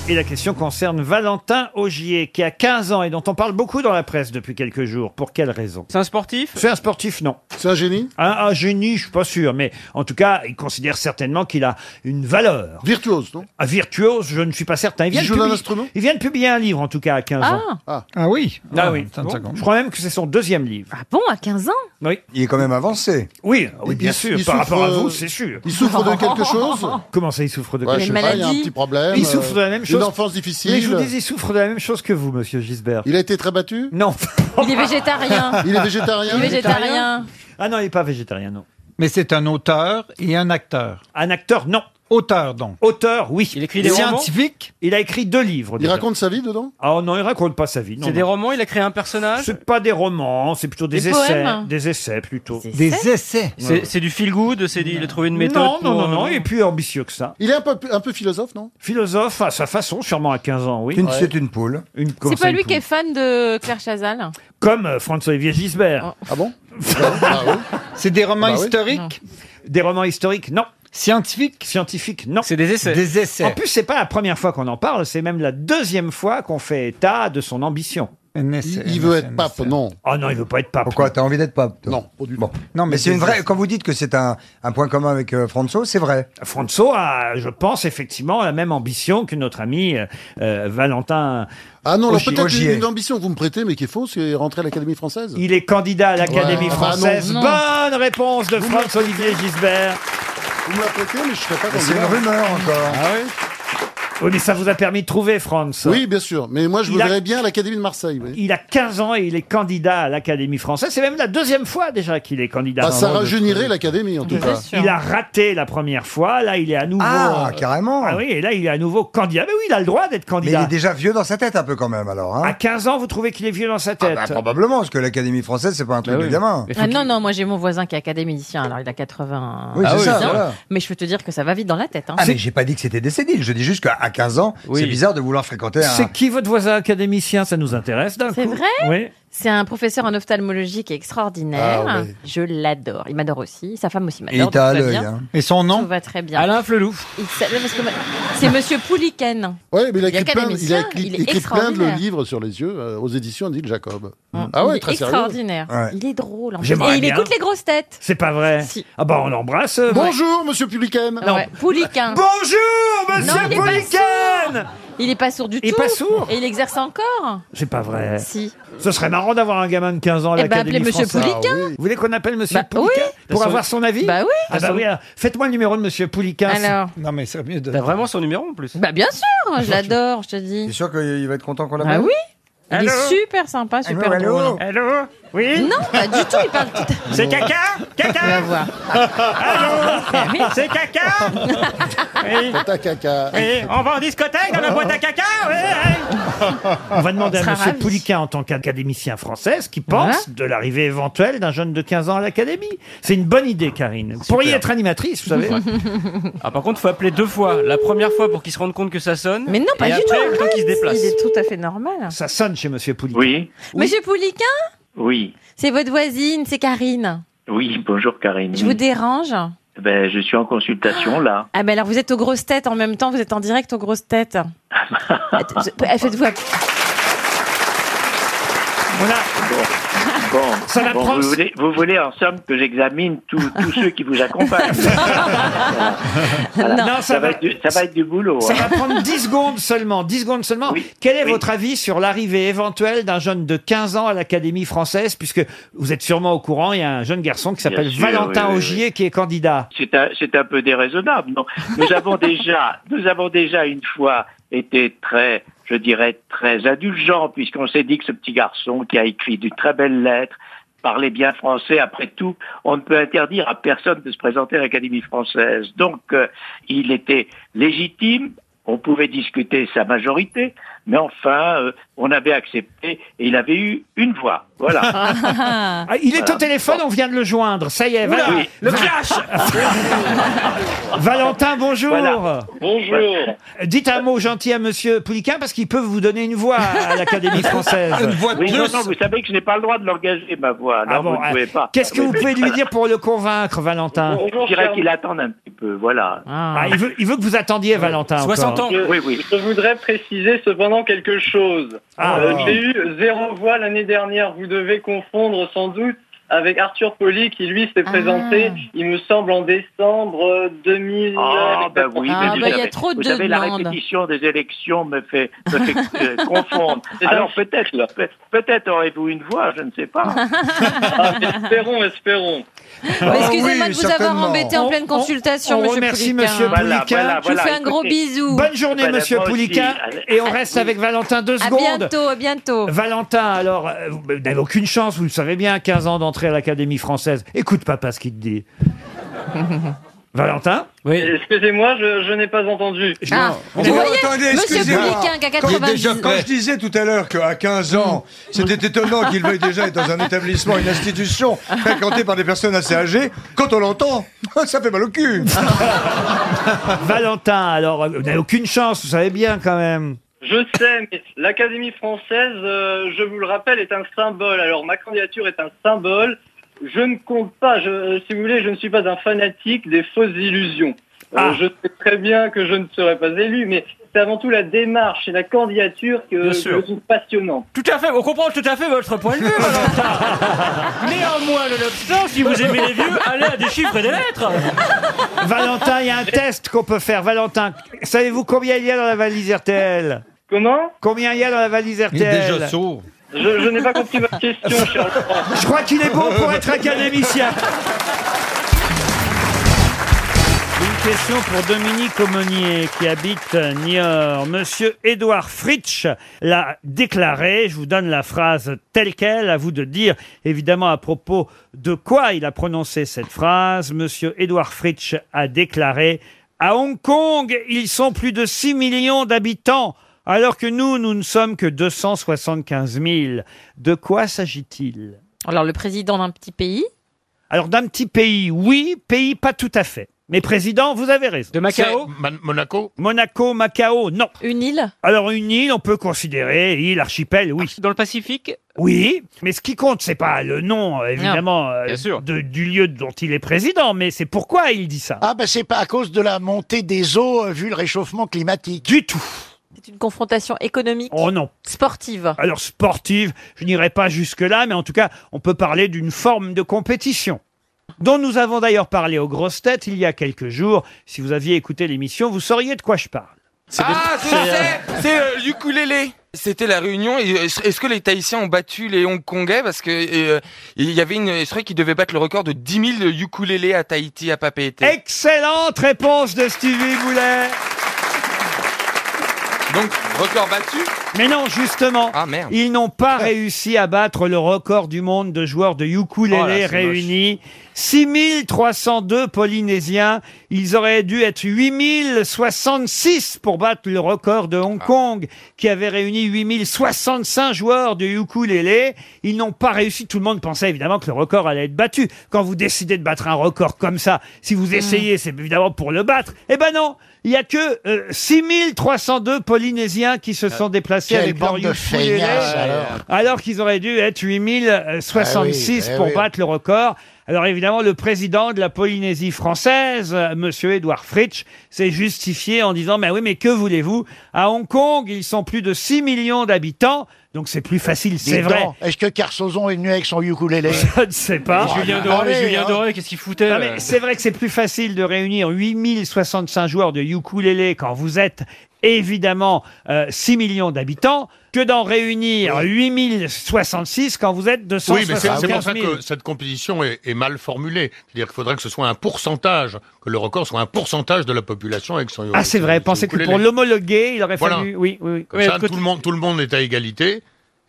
S1: Et la question concerne Valentin Augier, qui a 15 ans et dont on parle beaucoup dans la presse depuis quelques jours. Pour quelle raison C'est un sportif C'est un sportif, non. C'est un génie un, génie, je suis pas sûr, mais en tout cas, il considère certainement qu'il a une valeur. Virtuose, non ah, Virtuose, je ne suis pas certain.
S8: Il joue d'un
S1: publier-
S8: instrument
S1: Il vient de publier un livre, en tout cas, à 15 ans.
S8: Ah.
S1: Ah oui Ah oui.
S8: ça me fait
S1: Je crois même que c'est son deuxième livre. Ah
S6: Bon, à 15 ans
S1: Oui.
S12: Il est quand même avancé.
S1: Oui, ah oui,
S12: Il-
S1: bien
S12: il-
S1: sûr,
S12: il
S1: par
S12: souffre,
S1: rapport à
S12: euh,
S1: vous, c'est sûr. Ah,
S8: il souffre de quelque chose
S1: Comment ça, [laughs] il souffre de
S8: Ouais,
S1: quelque
S8: je
S1: chose
S8: sais pas, il y a un petit problème. euh,
S1: Il souffre de la même
S8: Une
S1: chose.
S8: enfance difficile.
S1: Mais je vous dis, il souffre de la même chose que vous, monsieur Gisbert.
S8: Il a été très battu
S1: Non.
S26: Il
S12: [laughs]
S26: est végétarien.
S8: [laughs] Il est végétarien
S26: Il est végétarien.
S1: Ah non, il n'est pas végétarien, non.
S17: Mais c'est un auteur et un acteur.
S1: Un acteur, non.
S17: Auteur, donc.
S1: Auteur, oui. Il
S17: écrit des Scientifique.
S1: Il a écrit deux livres.
S8: Il raconte sa vie dedans
S1: Ah non, il raconte pas sa vie. non,
S3: C'est des
S1: non.
S3: romans, il a créé un personnage.
S1: C'est pas des romans, c'est plutôt des,
S3: Des
S1: essais.
S3: poèmes
S1: Des essais plutôt.
S17: Des essais. essais.
S1: Ouais.
S3: C'est c'est du feel good, c'est du- il a trouvé une méthode.
S1: Non, non,
S3: pour,
S1: non,
S3: euh,
S1: non, il est plus ambitieux que ça.
S8: Il est un peu, un peu philosophe, non
S1: Philosophe à sa façon, sûrement à 15 ans, oui.
S12: Une- Ouais. c'est une
S1: poule. Une comment
S21: C'est
S1: ça,
S21: pas
S1: une
S21: lui
S1: poule
S21: qui est fan de Claire
S12: Bah
S21: Chazal
S1: Comme euh, François-Olivier Gisbert.
S8: Ah
S1: [laughs]
S8: bon
S1: C'est des romans
S21: Bah oui.
S1: historiques Des romans historiques, non. Scientifiques Scientifiques, non. C'est des essais.
S17: Des essais.
S1: En plus, c'est pas la première fois qu'on en parle, c'est même la deuxième fois qu'on fait état de son ambition.
S17: essai, Il- il un veut essai, être un pape, essai.
S1: non. Ah non, il veut pas être pape.
S12: Pourquoi T'as envie d'être pape Non,
S17: Non,
S12: Non,
S17: mais
S12: mais, c'est
S17: des
S12: une vraie.
S17: essais.
S12: Quand vous dites que c'est un, un point commun avec euh, François, c'est vrai.
S1: François a, je pense, effectivement, la même ambition que notre ami euh, euh, Valentin.
S8: Ah non, alors
S1: Augier.
S8: peut-être
S1: Augier.
S8: une ambition que vous me prêtez, mais qui est fausse, c'est rentrer à l'Académie française.
S1: Il est candidat à l'Académie
S8: Ouais.
S1: française.
S8: Ah bah
S1: Bonne réponse de François-Olivier Gisbert.
S8: Vous me la prêtez, mais je serais pas
S1: Mais c'est
S8: candidat.
S1: une rumeur encore.
S8: Ah oui
S1: Oui, mais ça vous a permis de trouver, France.
S8: Oui, bien sûr. Mais moi, je
S1: Il
S8: vous
S1: a-
S8: verrais bien à l'Académie de Marseille. oui.
S1: Il a 15 ans et il est candidat à l'Académie française. C'est même la deuxième fois déjà qu'il est candidat.
S8: Ah, ça rajeunirait l'Académie, en tout cas.
S1: Il a raté la première fois. Là, il est à nouveau.
S12: Ah,
S1: carrément. Ah oui, et là, il est à nouveau candidat. Mais oui, il a le droit d'être
S12: Mais il
S1: candidat.
S12: est déjà vieux dans sa tête un peu quand même, alors. Hein
S1: À 15 ans, vous trouvez qu'il est vieux dans sa tête Bah
S12: Ah, probablement, parce que l'Académie française, c'est pas un truc de gamin.
S21: Ah non, non, moi j'ai mon voisin qui est académicien, alors il a 80
S12: Oui, c'est ça,
S21: ans.
S12: voilà.
S21: Mais je peux te dire que ça va vite dans la tête. hein.
S12: Ah, mais j'ai pas dit que c'était décédé. Je dis juste qu'à 15 ans, c'est bizarre de vouloir fréquenter un.
S1: C'est qui votre voisin académicien Ça nous intéresse d'un coup.
S21: C'est vrai
S1: Oui.
S21: C'est un professeur en ophtalmologie qui est extraordinaire.
S1: Ah ouais.
S21: Je l'adore. Il m'adore aussi. Sa femme aussi
S17: Et
S21: m'adore.
S17: il t'a à
S21: Tout va
S17: l'œil.
S21: bien.
S17: hein. Et son nom
S21: Tout va très bien.
S17: Alain Flelouf.
S21: Il s'a- non, parce que moi- C'est Monsieur Pouliken.
S8: Oui, mais il a
S21: Il est
S8: écrit plein, de- il a
S21: académicien,
S8: écrit-
S21: il est
S8: écrit plein de
S21: extraordinaire. Mm.
S8: livres sur les yeux euh, aux éditions Odile Jacob.
S21: Il
S8: Ah ouais,
S21: est
S8: très sérieux.
S21: extraordinaire. Il est drôle. en fait.
S1: J'aimerais
S21: Et il
S1: bien.
S21: écoute les grosses têtes.
S1: C'est pas vrai. Ah bah on l'embrasse. euh,
S8: Bonjour, monsieur Publicaine.
S1: Non.
S21: Ouais. Pouliken.
S1: Bonjour, monsieur
S21: Non, il est pas
S1: Pouliken
S21: Il est pas sourd du
S1: Il est
S21: tout.
S1: pas sourd.
S21: Et il exerce encore.
S1: C'est pas vrai.
S21: Si.
S1: Ce serait marrant d'avoir un gamin de 15 ans à
S21: Eh ben,
S1: l'Académie
S21: appelez monsieur
S1: française.
S21: Pouliquen. Ah oui.
S1: Vous voulez qu'on appelle monsieur
S21: Bah,
S1: Pouliquen
S21: oui.
S1: pour
S3: T'as son-
S1: avoir son avis
S21: Bah oui.
S1: Ah
S3: T'as
S1: bah
S3: son-
S1: oui, alors, Faites-moi le numéro de Oh, monsieur Pouliquen.
S21: Alors.
S1: Non mais c'est mieux de...
S3: T'as vraiment son numéro en plus
S21: Bah bien sûr, je l'adore, je te dis.
S12: sûr qu'il va être content qu'on
S21: Ah oui Il est super sympa, super
S12: Allô, allô
S21: drôle. Allô
S1: Eh,
S21: Oui Non, pas du tout, il parle tout à
S1: C'est caca Caca
S21: On va voir.
S1: Allô C'est caca Oui.
S8: Tata caca.
S1: Oui, on va en discothèque dans la boîte à caca oui, oui. On va demander
S21: On
S1: à
S21: sera
S1: monsieur
S21: ravis.
S1: Pouliquen en tant qu'académicien français ce qu'il pense de l'arrivée éventuelle d'un jeune de 15 ans à l'académie. C'est une bonne idée, Karine. Vous pourriez être animatrice, vous savez.
S21: [laughs]
S3: Ah, par contre, faut appeler deux fois. La première fois pour qu'il se rende compte que ça sonne.
S21: Mais non, pas
S3: et
S21: du
S3: après, le
S21: tout.
S3: temps qu'il se déplace.
S21: Il est tout à fait normal.
S1: Ça sonne chez monsieur Pouliquen. Oui.
S21: Monsieur Pouliquin,
S9: Oui,
S21: c'est votre voisine, c'est Karine.
S9: oui, bonjour Karine.
S21: Je vous dérange
S9: Ben, je suis en consultation là.
S21: Ah ben alors vous êtes aux grosses têtes en même temps, vous êtes en direct aux grosses têtes. Att- je-
S1: [laughs]
S21: Faites-vous app-
S9: Bon,
S1: Ça va
S9: Bon,
S1: prendre-
S9: vous, voulez, vous voulez en somme que j'examine tous tous ceux qui vous
S21: [laughs]
S9: accompagnent. Voilà.
S1: Non, ça
S9: ça, va...
S1: va-
S9: être du, ça va être du boulot.
S1: Ça
S9: hein.
S1: va prendre 10 secondes seulement. 10 secondes seulement. Quel est votre avis sur l'arrivée éventuelle d'un jeune de 15 ans à l'Académie française Puisque vous êtes sûrement au courant, il y a un jeune garçon qui s'appelle
S9: sûr,
S1: Valentin
S9: oui, oui,
S1: Augier qui est candidat.
S9: C'est un, c'est un peu déraisonnable. Non, nous avons déjà, nous avons déjà une fois été très, je dirais, très indulgents, puisqu'on s'est dit que ce petit garçon qui a écrit de très belles lettres parlait bien français. Après tout, on ne peut interdire à personne de se présenter à l'Académie française. Donc, euh, il était légitime. On pouvait discuter sa majorité,
S3: mais enfin, euh, on avait accepté et il avait eu une voix.
S1: [laughs]
S3: Voilà.
S1: Ah, il est au téléphone, on vient de le joindre. Ça y est,
S3: Oula,
S1: Val-
S3: le
S1: Va- Valentin, bonjour. Euh,
S3: Voilà. Bonjour.
S1: Dites un mot gentil à Monsieur Pouliquin parce qu'il peut vous donner une voix à [laughs] l'Académie française.
S3: oui, non, non, vous savez que je n'ai pas le droit de l'engager, ma voix. Non,
S1: Ah bon,
S3: vous ne pouvez
S1: ah,
S3: pas.
S1: Qu'est-ce que
S3: Oui,
S1: vous
S3: oui,
S1: pouvez lui
S3: voilà.
S1: dire pour le convaincre, Valentin
S3: Je dirais qu'il attende un petit peu, voilà.
S1: Ah, il, veut, il veut que vous attendiez, Valentin. encore.
S3: Oui, oui.
S9: Je voudrais préciser cependant quelque chose.
S1: Ah.
S9: Euh, J'ai eu zéro voix l'année dernière. Vous devez confondre sans doute avec Arthur Poli qui lui s'est présenté, il me semble, en décembre euh, 2000.
S3: Ah, bah oui, mais
S9: Ah,
S3: vous
S9: bah, il y a
S3: savez-
S9: trop
S3: vous
S9: de
S3: savez, la
S9: demandes.
S3: répétition des élections me fait, me [laughs] fait, euh, confondre.
S9: C'est
S3: Alors peut-être peut- peut-être aurez-vous une voix, je ne sais
S9: [laughs]
S3: pas.
S9: Ah, espérons, espérons.
S3: Oh
S21: Excusez-moi
S3: oui,
S21: de vous avoir
S3: certainement.
S21: embêté en
S3: On-
S21: pleine
S3: on-
S21: consultation,
S1: Ah on
S21: monsieur
S1: remercie
S21: Pouliquen.
S1: Monsieur
S3: Voilà,
S1: Pouliquen.
S3: voilà,
S21: Je vous fais un gros bisou.
S1: Bonne
S21: [laughs]
S1: journée, Monsieur Pouliquen. Et on reste avec Valentin deux
S21: À
S1: secondes.
S21: bientôt, à bientôt.
S1: Valentin, alors, euh, vous vous n'avez aucune chance, vous le savez bien, 15 ans d'entrée à l'Académie française. Écoute papa ce qu'il te dit. Valentin
S9: Excusez-moi, je, je n'ai pas entendu.
S1: Ah.
S12: On
S1: Vous
S12: peut-
S1: voyez,
S12: excusez-moi.
S1: Monsieur Pouliquen, qui a
S12: Quand-
S1: 90.
S12: déjà- Quand je disais tout à l'heure qu'à 15 ans,
S1: Mm.
S12: c'était étonnant qu'il veuille déjà être dans un établissement, une institution [laughs] fréquentée par des personnes assez âgées, quand on l'entend, [laughs] ça fait mal au cul.
S1: [laughs] Valentin, alors, euh, vous n'avez aucune chance, vous savez bien quand même.
S9: Je sais, mais l'Académie française, euh, je vous le rappelle, est un symbole. Alors ma candidature est un symbole. Je ne compte pas, je, euh, si vous voulez, je ne suis pas un fanatique des fausses illusions. Euh,
S18: Ah.
S9: je sais très bien que je ne serai pas élu, mais c'est avant tout la démarche et la candidature que
S18: Bien
S9: je
S18: sûr.
S9: trouve passionnante.
S18: Tout à fait, on comprend tout à fait votre point de vue,
S1: [laughs]
S18: Valentin. Néanmoins, nonobstant, si vous aimez les vieux, allez à des chiffres et des lettres.
S1: Valentin, il y a un test qu'on peut faire. Valentin, savez-vous combien il y a dans la valise RTL
S9: Comment
S1: Combien il y a dans la valise RTL
S9: Je, je n'ai
S18: [laughs]
S9: pas compris votre question, Charles.
S1: Je crois qu'il est bon pour être académicien. Une question pour Dominique Aumonier qui habite Niort. Monsieur Édouard Fritsch l'a déclaré. Je vous donne la phrase telle qu'elle. À vous de dire évidemment à propos de quoi il a prononcé cette phrase. Monsieur Édouard Fritsch a déclaré À Hong Kong, ils sont plus de 6 millions d'habitants. Alors que nous, nous ne sommes que 275 000. De quoi s'agit-il
S21: Alors, le président d'un petit pays
S1: alors d'un petit pays, oui, pays pas tout à fait. Mais président, vous avez raison. De
S21: Macao
S1: Monaco Monaco, Macao, non.
S21: Une île
S1: Alors une île, on peut considérer île, archipel, oui.
S18: Dans le Pacifique
S1: Oui, mais ce qui compte, c'est pas le nom, euh, évidemment, euh, de- du lieu dont il est président, mais c'est pourquoi il dit ça.
S2: Ah ben c'est pas à cause de la montée des eaux euh, vu le réchauffement climatique.
S1: Du tout.
S21: C'est une confrontation économique
S1: Oh non.
S21: Sportive.
S1: Alors sportive, je n'irai pas jusque-là, mais en tout cas, on peut parler d'une forme de compétition dont nous avons d'ailleurs parlé aux grosses têtes il y a quelques jours. Si vous aviez écouté l'émission, vous sauriez de quoi je parle.
S13: Ah, je
S1: c'est, euh,
S13: sais, c'est euh, l'ukulélé. C'était la réunion. et Est-ce est-ce que les Tahitiens ont battu les Hongkongais parce que et, euh, il y avait une, je crois qu'ils devaient battre le record de 10 000 ukulélés à Tahiti à Papeete.
S1: Ah, Eh, Excellente réponse de Stevie Boulet.
S13: Donc record battu.
S1: Mais non, justement,
S24: Ah,
S13: Ah,
S1: ils n'ont pas réussi à battre le record du monde de joueurs de ukulélé
S13: Oh là, c'est
S1: réunis. 6302 Polynésiens, ils auraient dû être 8066 pour battre le record de
S13: Ah.
S1: Hong Kong, qui avait réuni 8065 joueurs de ukulélé. Ils n'ont pas réussi, tout le monde pensait évidemment que le record allait être battu. Quand vous décidez de battre un record comme ça, si
S13: Hmm.
S1: vous essayez, c'est évidemment pour le battre. Eh ben non, il y a que euh, 6302 Polynésiens qui se sont déplacés
S2: quelle
S1: avec
S2: bande
S1: leur
S2: de
S1: ukulélé,
S2: feignasses, alors.
S1: alors qu'ils auraient dû être 8066
S2: Ah oui, eh
S1: pour
S2: oui.
S1: battre le record. Alors évidemment, le président de la Polynésie française, euh, Monsieur Édouard Fritsch, s'est justifié en disant, mais oui, mais que voulez-vous À Hong Kong, ils sont plus de 6 millions d'habitants, donc c'est plus facile,
S2: Dis
S1: c'est vrai.
S2: donc, Est-ce que Carsozon est venu avec son ukulélé
S1: Je ne sais pas.
S18: Et
S8: Ah,
S18: Julien Doré,
S8: hein.
S18: Julien Doré, qu'est-ce qu'il foutait là
S1: Non, mais c'est vrai que c'est plus facile de réunir 8065 joueurs de ukulélé quand vous êtes évidemment euh, 6 millions d'habitants que d'en réunir 8066 quand vous êtes
S8: Oui, mais c'est c'est pour
S1: 275
S8: ça
S1: 000.
S8: que cette compétition est, est mal formulée. C'est-à-dire qu'il faudrait que ce soit un pourcentage, que le record soit un pourcentage de la population avec son.
S1: Ah, c'est vrai, pensez que
S8: ukulélé.
S1: pour l'homologuer, il aurait fallu...
S8: Voilà.
S1: Oui, oui, oui.
S8: Comme ça, tout, le monde, tout le monde est à égalité.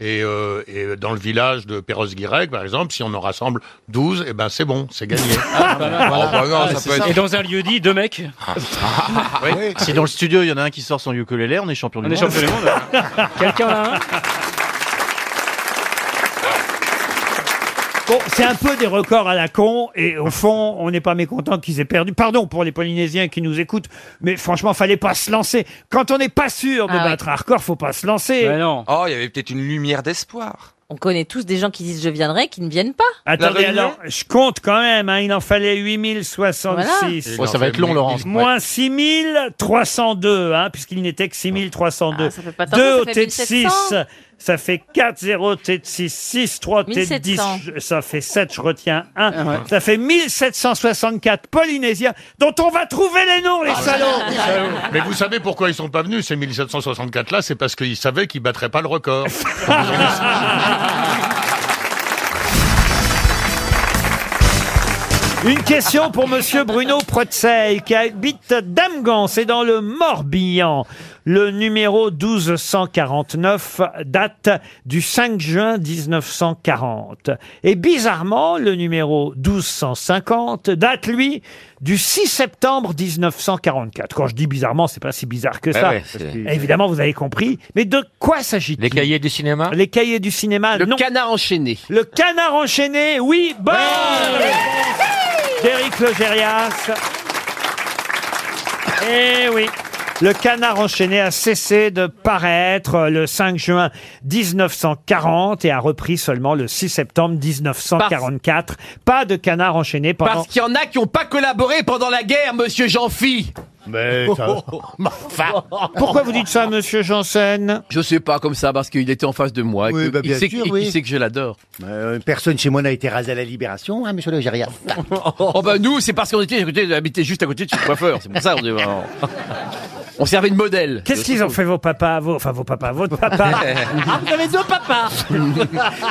S23: Et, euh, et dans le village de Perros-Guirec, par exemple, si on en rassemble 12, eh ben c'est bon, c'est gagné.
S1: Ah,
S24: ah,
S23: Oh, bah non, ça peut être-
S3: Et dans un lieu dit, deux mecs.
S24: ah,
S1: bah.
S8: [laughs]
S4: Oui. Si dans le studio, il y en a un qui sort son ukulélé, on est champion du
S3: On est
S4: monde.
S3: champion du monde. Quelqu'un là
S1: Bon, c'est un peu des records à la con, et au fond, on n'est pas mécontent qu'ils aient perdu. Pardon pour les Polynésiens qui nous écoutent, mais franchement, fallait pas se lancer. Quand on n'est pas sûr de
S7: Ah
S1: battre un record, faut pas se lancer.
S13: Bah
S7: Oh, il y avait peut-être une lumière d'espoir.
S1: On connaît tous des gens qui disent je viendrai, qui ne viennent pas. Attendez,
S7: La Réunion
S1: alors, je compte quand même, hein, il en fallait 8066.
S4: Voilà. Ouais, ça va être long, Laurent.
S1: Moins 6302, hein, puisqu'il n'était que 6302.
S4: Ah, ça fait pas tant
S1: 2
S4: que
S1: au
S4: ça fait
S1: T de 6,
S4: 1700.
S1: ça fait 4, 0 T de 6, 6, 3 T de 10,
S4: 1700.
S1: je- ça fait 7, je retiens 1.
S4: Ah
S1: Ça fait 1764 Polynésiens, dont on va trouver les noms,
S4: Ah
S23: Ah,
S1: les salauds
S23: Mais vous savez pourquoi ils sont pas venus ces 1764 là C'est parce qu'ils savaient qu'ils battraient pas le
S24: [laughs]
S23: record.
S1: Une question pour Monsieur Bruno Protseil, qui habite Damgan, c'est dans le Morbihan. Le numéro 1249 date du 5 juin 1940. Et bizarrement, le numéro 1250 date, lui, du 6 septembre 1944. Quand je dis bizarrement, c'est pas si bizarre que
S20: Ouais,
S1: ça.
S20: Eh ouais, c'est-
S1: Évidemment, vous avez compris. Mais de quoi s'agit-il Les cahiers du cinéma Les cahiers du cinéma, Le canard enchaîné. Le canard enchaîné, oui, bonne réponse d'Éric Logérias. Eh oui. Le canard enchaîné a cessé de paraître le 5 juin 1940 et a repris seulement le 6 septembre 1944. Pas de canard enchaîné pendant...
S24: Parce qu'il y en a qui n'ont pas collaboré pendant la guerre, monsieur Jean-Phi. Oh, Mais
S25: [laughs]
S24: enfin.
S1: Pourquoi vous dites ça, monsieur Janssen
S24: Je sais pas, comme ça, parce qu'il était en face de moi. et
S25: Oui,
S24: que-
S25: bah,
S24: il
S25: bien
S24: sait,
S25: sûr,
S24: et qu'il
S25: oui. Euh,
S24: sait que je l'adore.
S25: personne chez moi n'a été rasé à la libération, hein, monsieur Logérias.
S24: oh bah nous, c'est parce qu'on était, à côté- habitait juste à côté de chez le coiffeur. C'est pour ça on, est- on- on servait de modèle.
S1: Qu'est-ce qu'ils ont fait vos papas, vos... enfin vos papas,
S24: [laughs]
S1: votre papa
S25: Ah, vous avez deux papas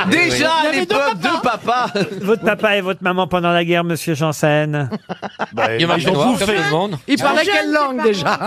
S24: Déjà
S25: Vous
S24: à
S25: avez deux
S24: l'époque de papa.
S1: Votre papa et votre maman pendant la guerre, monsieur Janssen
S24: Bah,
S25: Il y en a ils qui ont ont tout fait. fait.
S1: Il parlait
S25: quelle langue déjà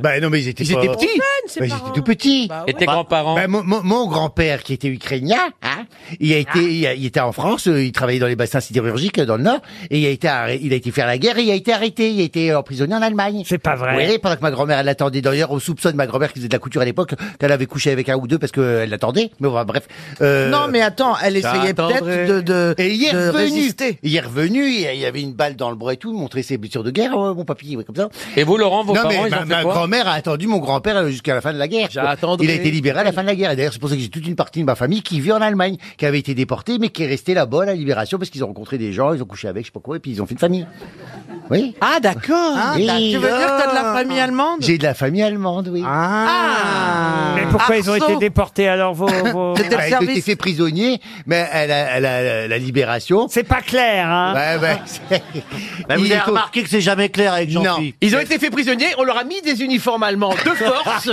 S25: Bah non, mais ils étaient, Ils étaient pas- petits. Bah, ils étaient tout petits.
S24: Et tes grands-parents
S25: Bah, mon, mon- mon grand-père, qui était ukrainien, hein,
S16: Ah.
S25: il a été, il, a- il était en France, euh, il travaillait dans les bassins sidérurgiques euh, dans le Nord, et il a été, arrê- il a été faire la guerre, et il a été arrêté, il a été emprisonné en Allemagne.
S1: C'est pas vrai.
S25: Oui, pendant que ma grand-mère elle l'attendait. D'ailleurs, on soupçonne ma grand-mère qui faisait de la couture à l'époque qu'elle avait couché avec un ou deux parce qu'elle l'attendait. Mais enfin, bref. euh,
S16: Non, mais attends, elle essayait peut-être de, de,
S25: et il est
S16: de
S25: revenu.
S16: résister.
S25: Il est revenu, il y avait une balle dans le bras et tout, montrer ses blessures de guerre, euh, mon papy, ouais, comme ça.
S24: Et vous, Laurent, vos
S25: non,
S24: parents,
S25: mais
S24: ils ont
S25: ma,
S24: fait
S25: ma
S24: quoi
S25: grand-mère a attendu mon grand-père euh, jusqu'à la fin de la guerre. quoi.
S24: J'attendrai.
S25: Il a été libéré à la fin de la guerre. Et d'ailleurs, c'est pour ça que j'ai toute une partie de ma famille qui vit en Allemagne, qui avait été déportée, mais qui est restée là-bas à la libération parce qu'ils ont rencontré des gens, ils ont couché avec, je sais pas quoi, et puis ils ont fait une famille. Oui.
S16: Ah, d'accord.
S25: Ah,
S16: tu veux
S25: d'accord.
S16: dire que t'as de la
S25: Ah.
S16: famille allemande
S25: J'ai de la famille allemande, oui. Ah.
S1: Mais pourquoi ils ont été déportés alors vos,
S16: [laughs]
S1: vos...
S25: Bah, elle a été fait prisonnier, mais elle a, elle a la, la libération.
S1: C'est pas clair, hein
S25: Ouais, ouais.
S1: [laughs]
S25: Bah, vous avez remarqué que c'est jamais clair avec Jean-Phi.
S24: Ils ont été faits prisonniers, on leur a mis des uniformes allemands de
S25: [laughs]
S24: force.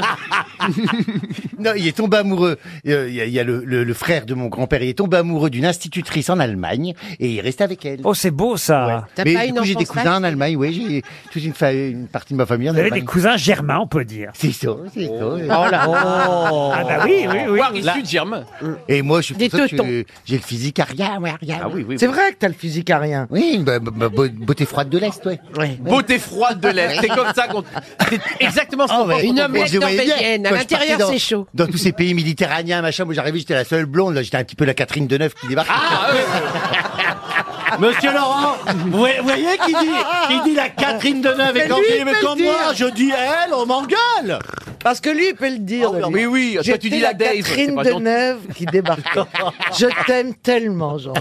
S25: Non, il est tombé amoureux. Euh, Il y a, il y a le, le- le frère de mon grand-père. Il est tombé amoureux d'une institutrice en Allemagne et il reste avec elle.
S1: Oh, c'est beau ça.
S25: Ouais.
S1: T'as pas
S25: Mais du
S1: une
S25: coup, j'ai des
S1: enfance
S25: cousins en
S1: lâche
S25: Allemagne. Oui, j'ai toute une, fa- une partie de ma famille en
S1: Vous avez
S25: Allemagne.
S1: des cousins germains, on peut dire.
S25: C'est ça, c'est ça.
S1: Oh là. Oh. Ah bah oui, oui, oui. Voir
S25: Là-
S1: issu de Germain.
S8: Ah,
S25: Et moi, je suis
S1: Des
S25: pour ça que
S1: teutons.
S25: j'ai le physique à rien, moi, à rien. Ah oui, oui.
S16: C'est vrai que t'as le physique à rien.
S25: Oui, bah, bah, bah, beau- beauté froide de l'Est, ouais.
S24: Beauté froide de l'Est, c'est comme ça qu'on... C'est exactement
S7: Ah
S16: Ah
S24: ce qu'on pense quand on pense.
S25: Je voyais bien, quand je partais dans- Dans tous ces pays méditerranéens, machin, moi j'arrivais, j'étais la seule blonde, là j'étais un petit peu la Catherine Deneuve qui débarque.
S18: Ah,
S25: Monsieur Laurent, vous voyez qui dit- qui dit la
S16: Catherine
S25: Deneuve
S16: est
S25: est
S16: quand
S25: gentille, mais quand moi,
S16: je dis elle, on m'engueule Parce que lui, il peut le dire.
S24: Ah, oui, oui, toi, tu
S16: J'étais
S24: dis la Dave, c'est
S16: Catherine
S24: pas gentil.
S16: Deneuve
S24: [laughs]
S16: qui débarque. je t'aime tellement, Jean.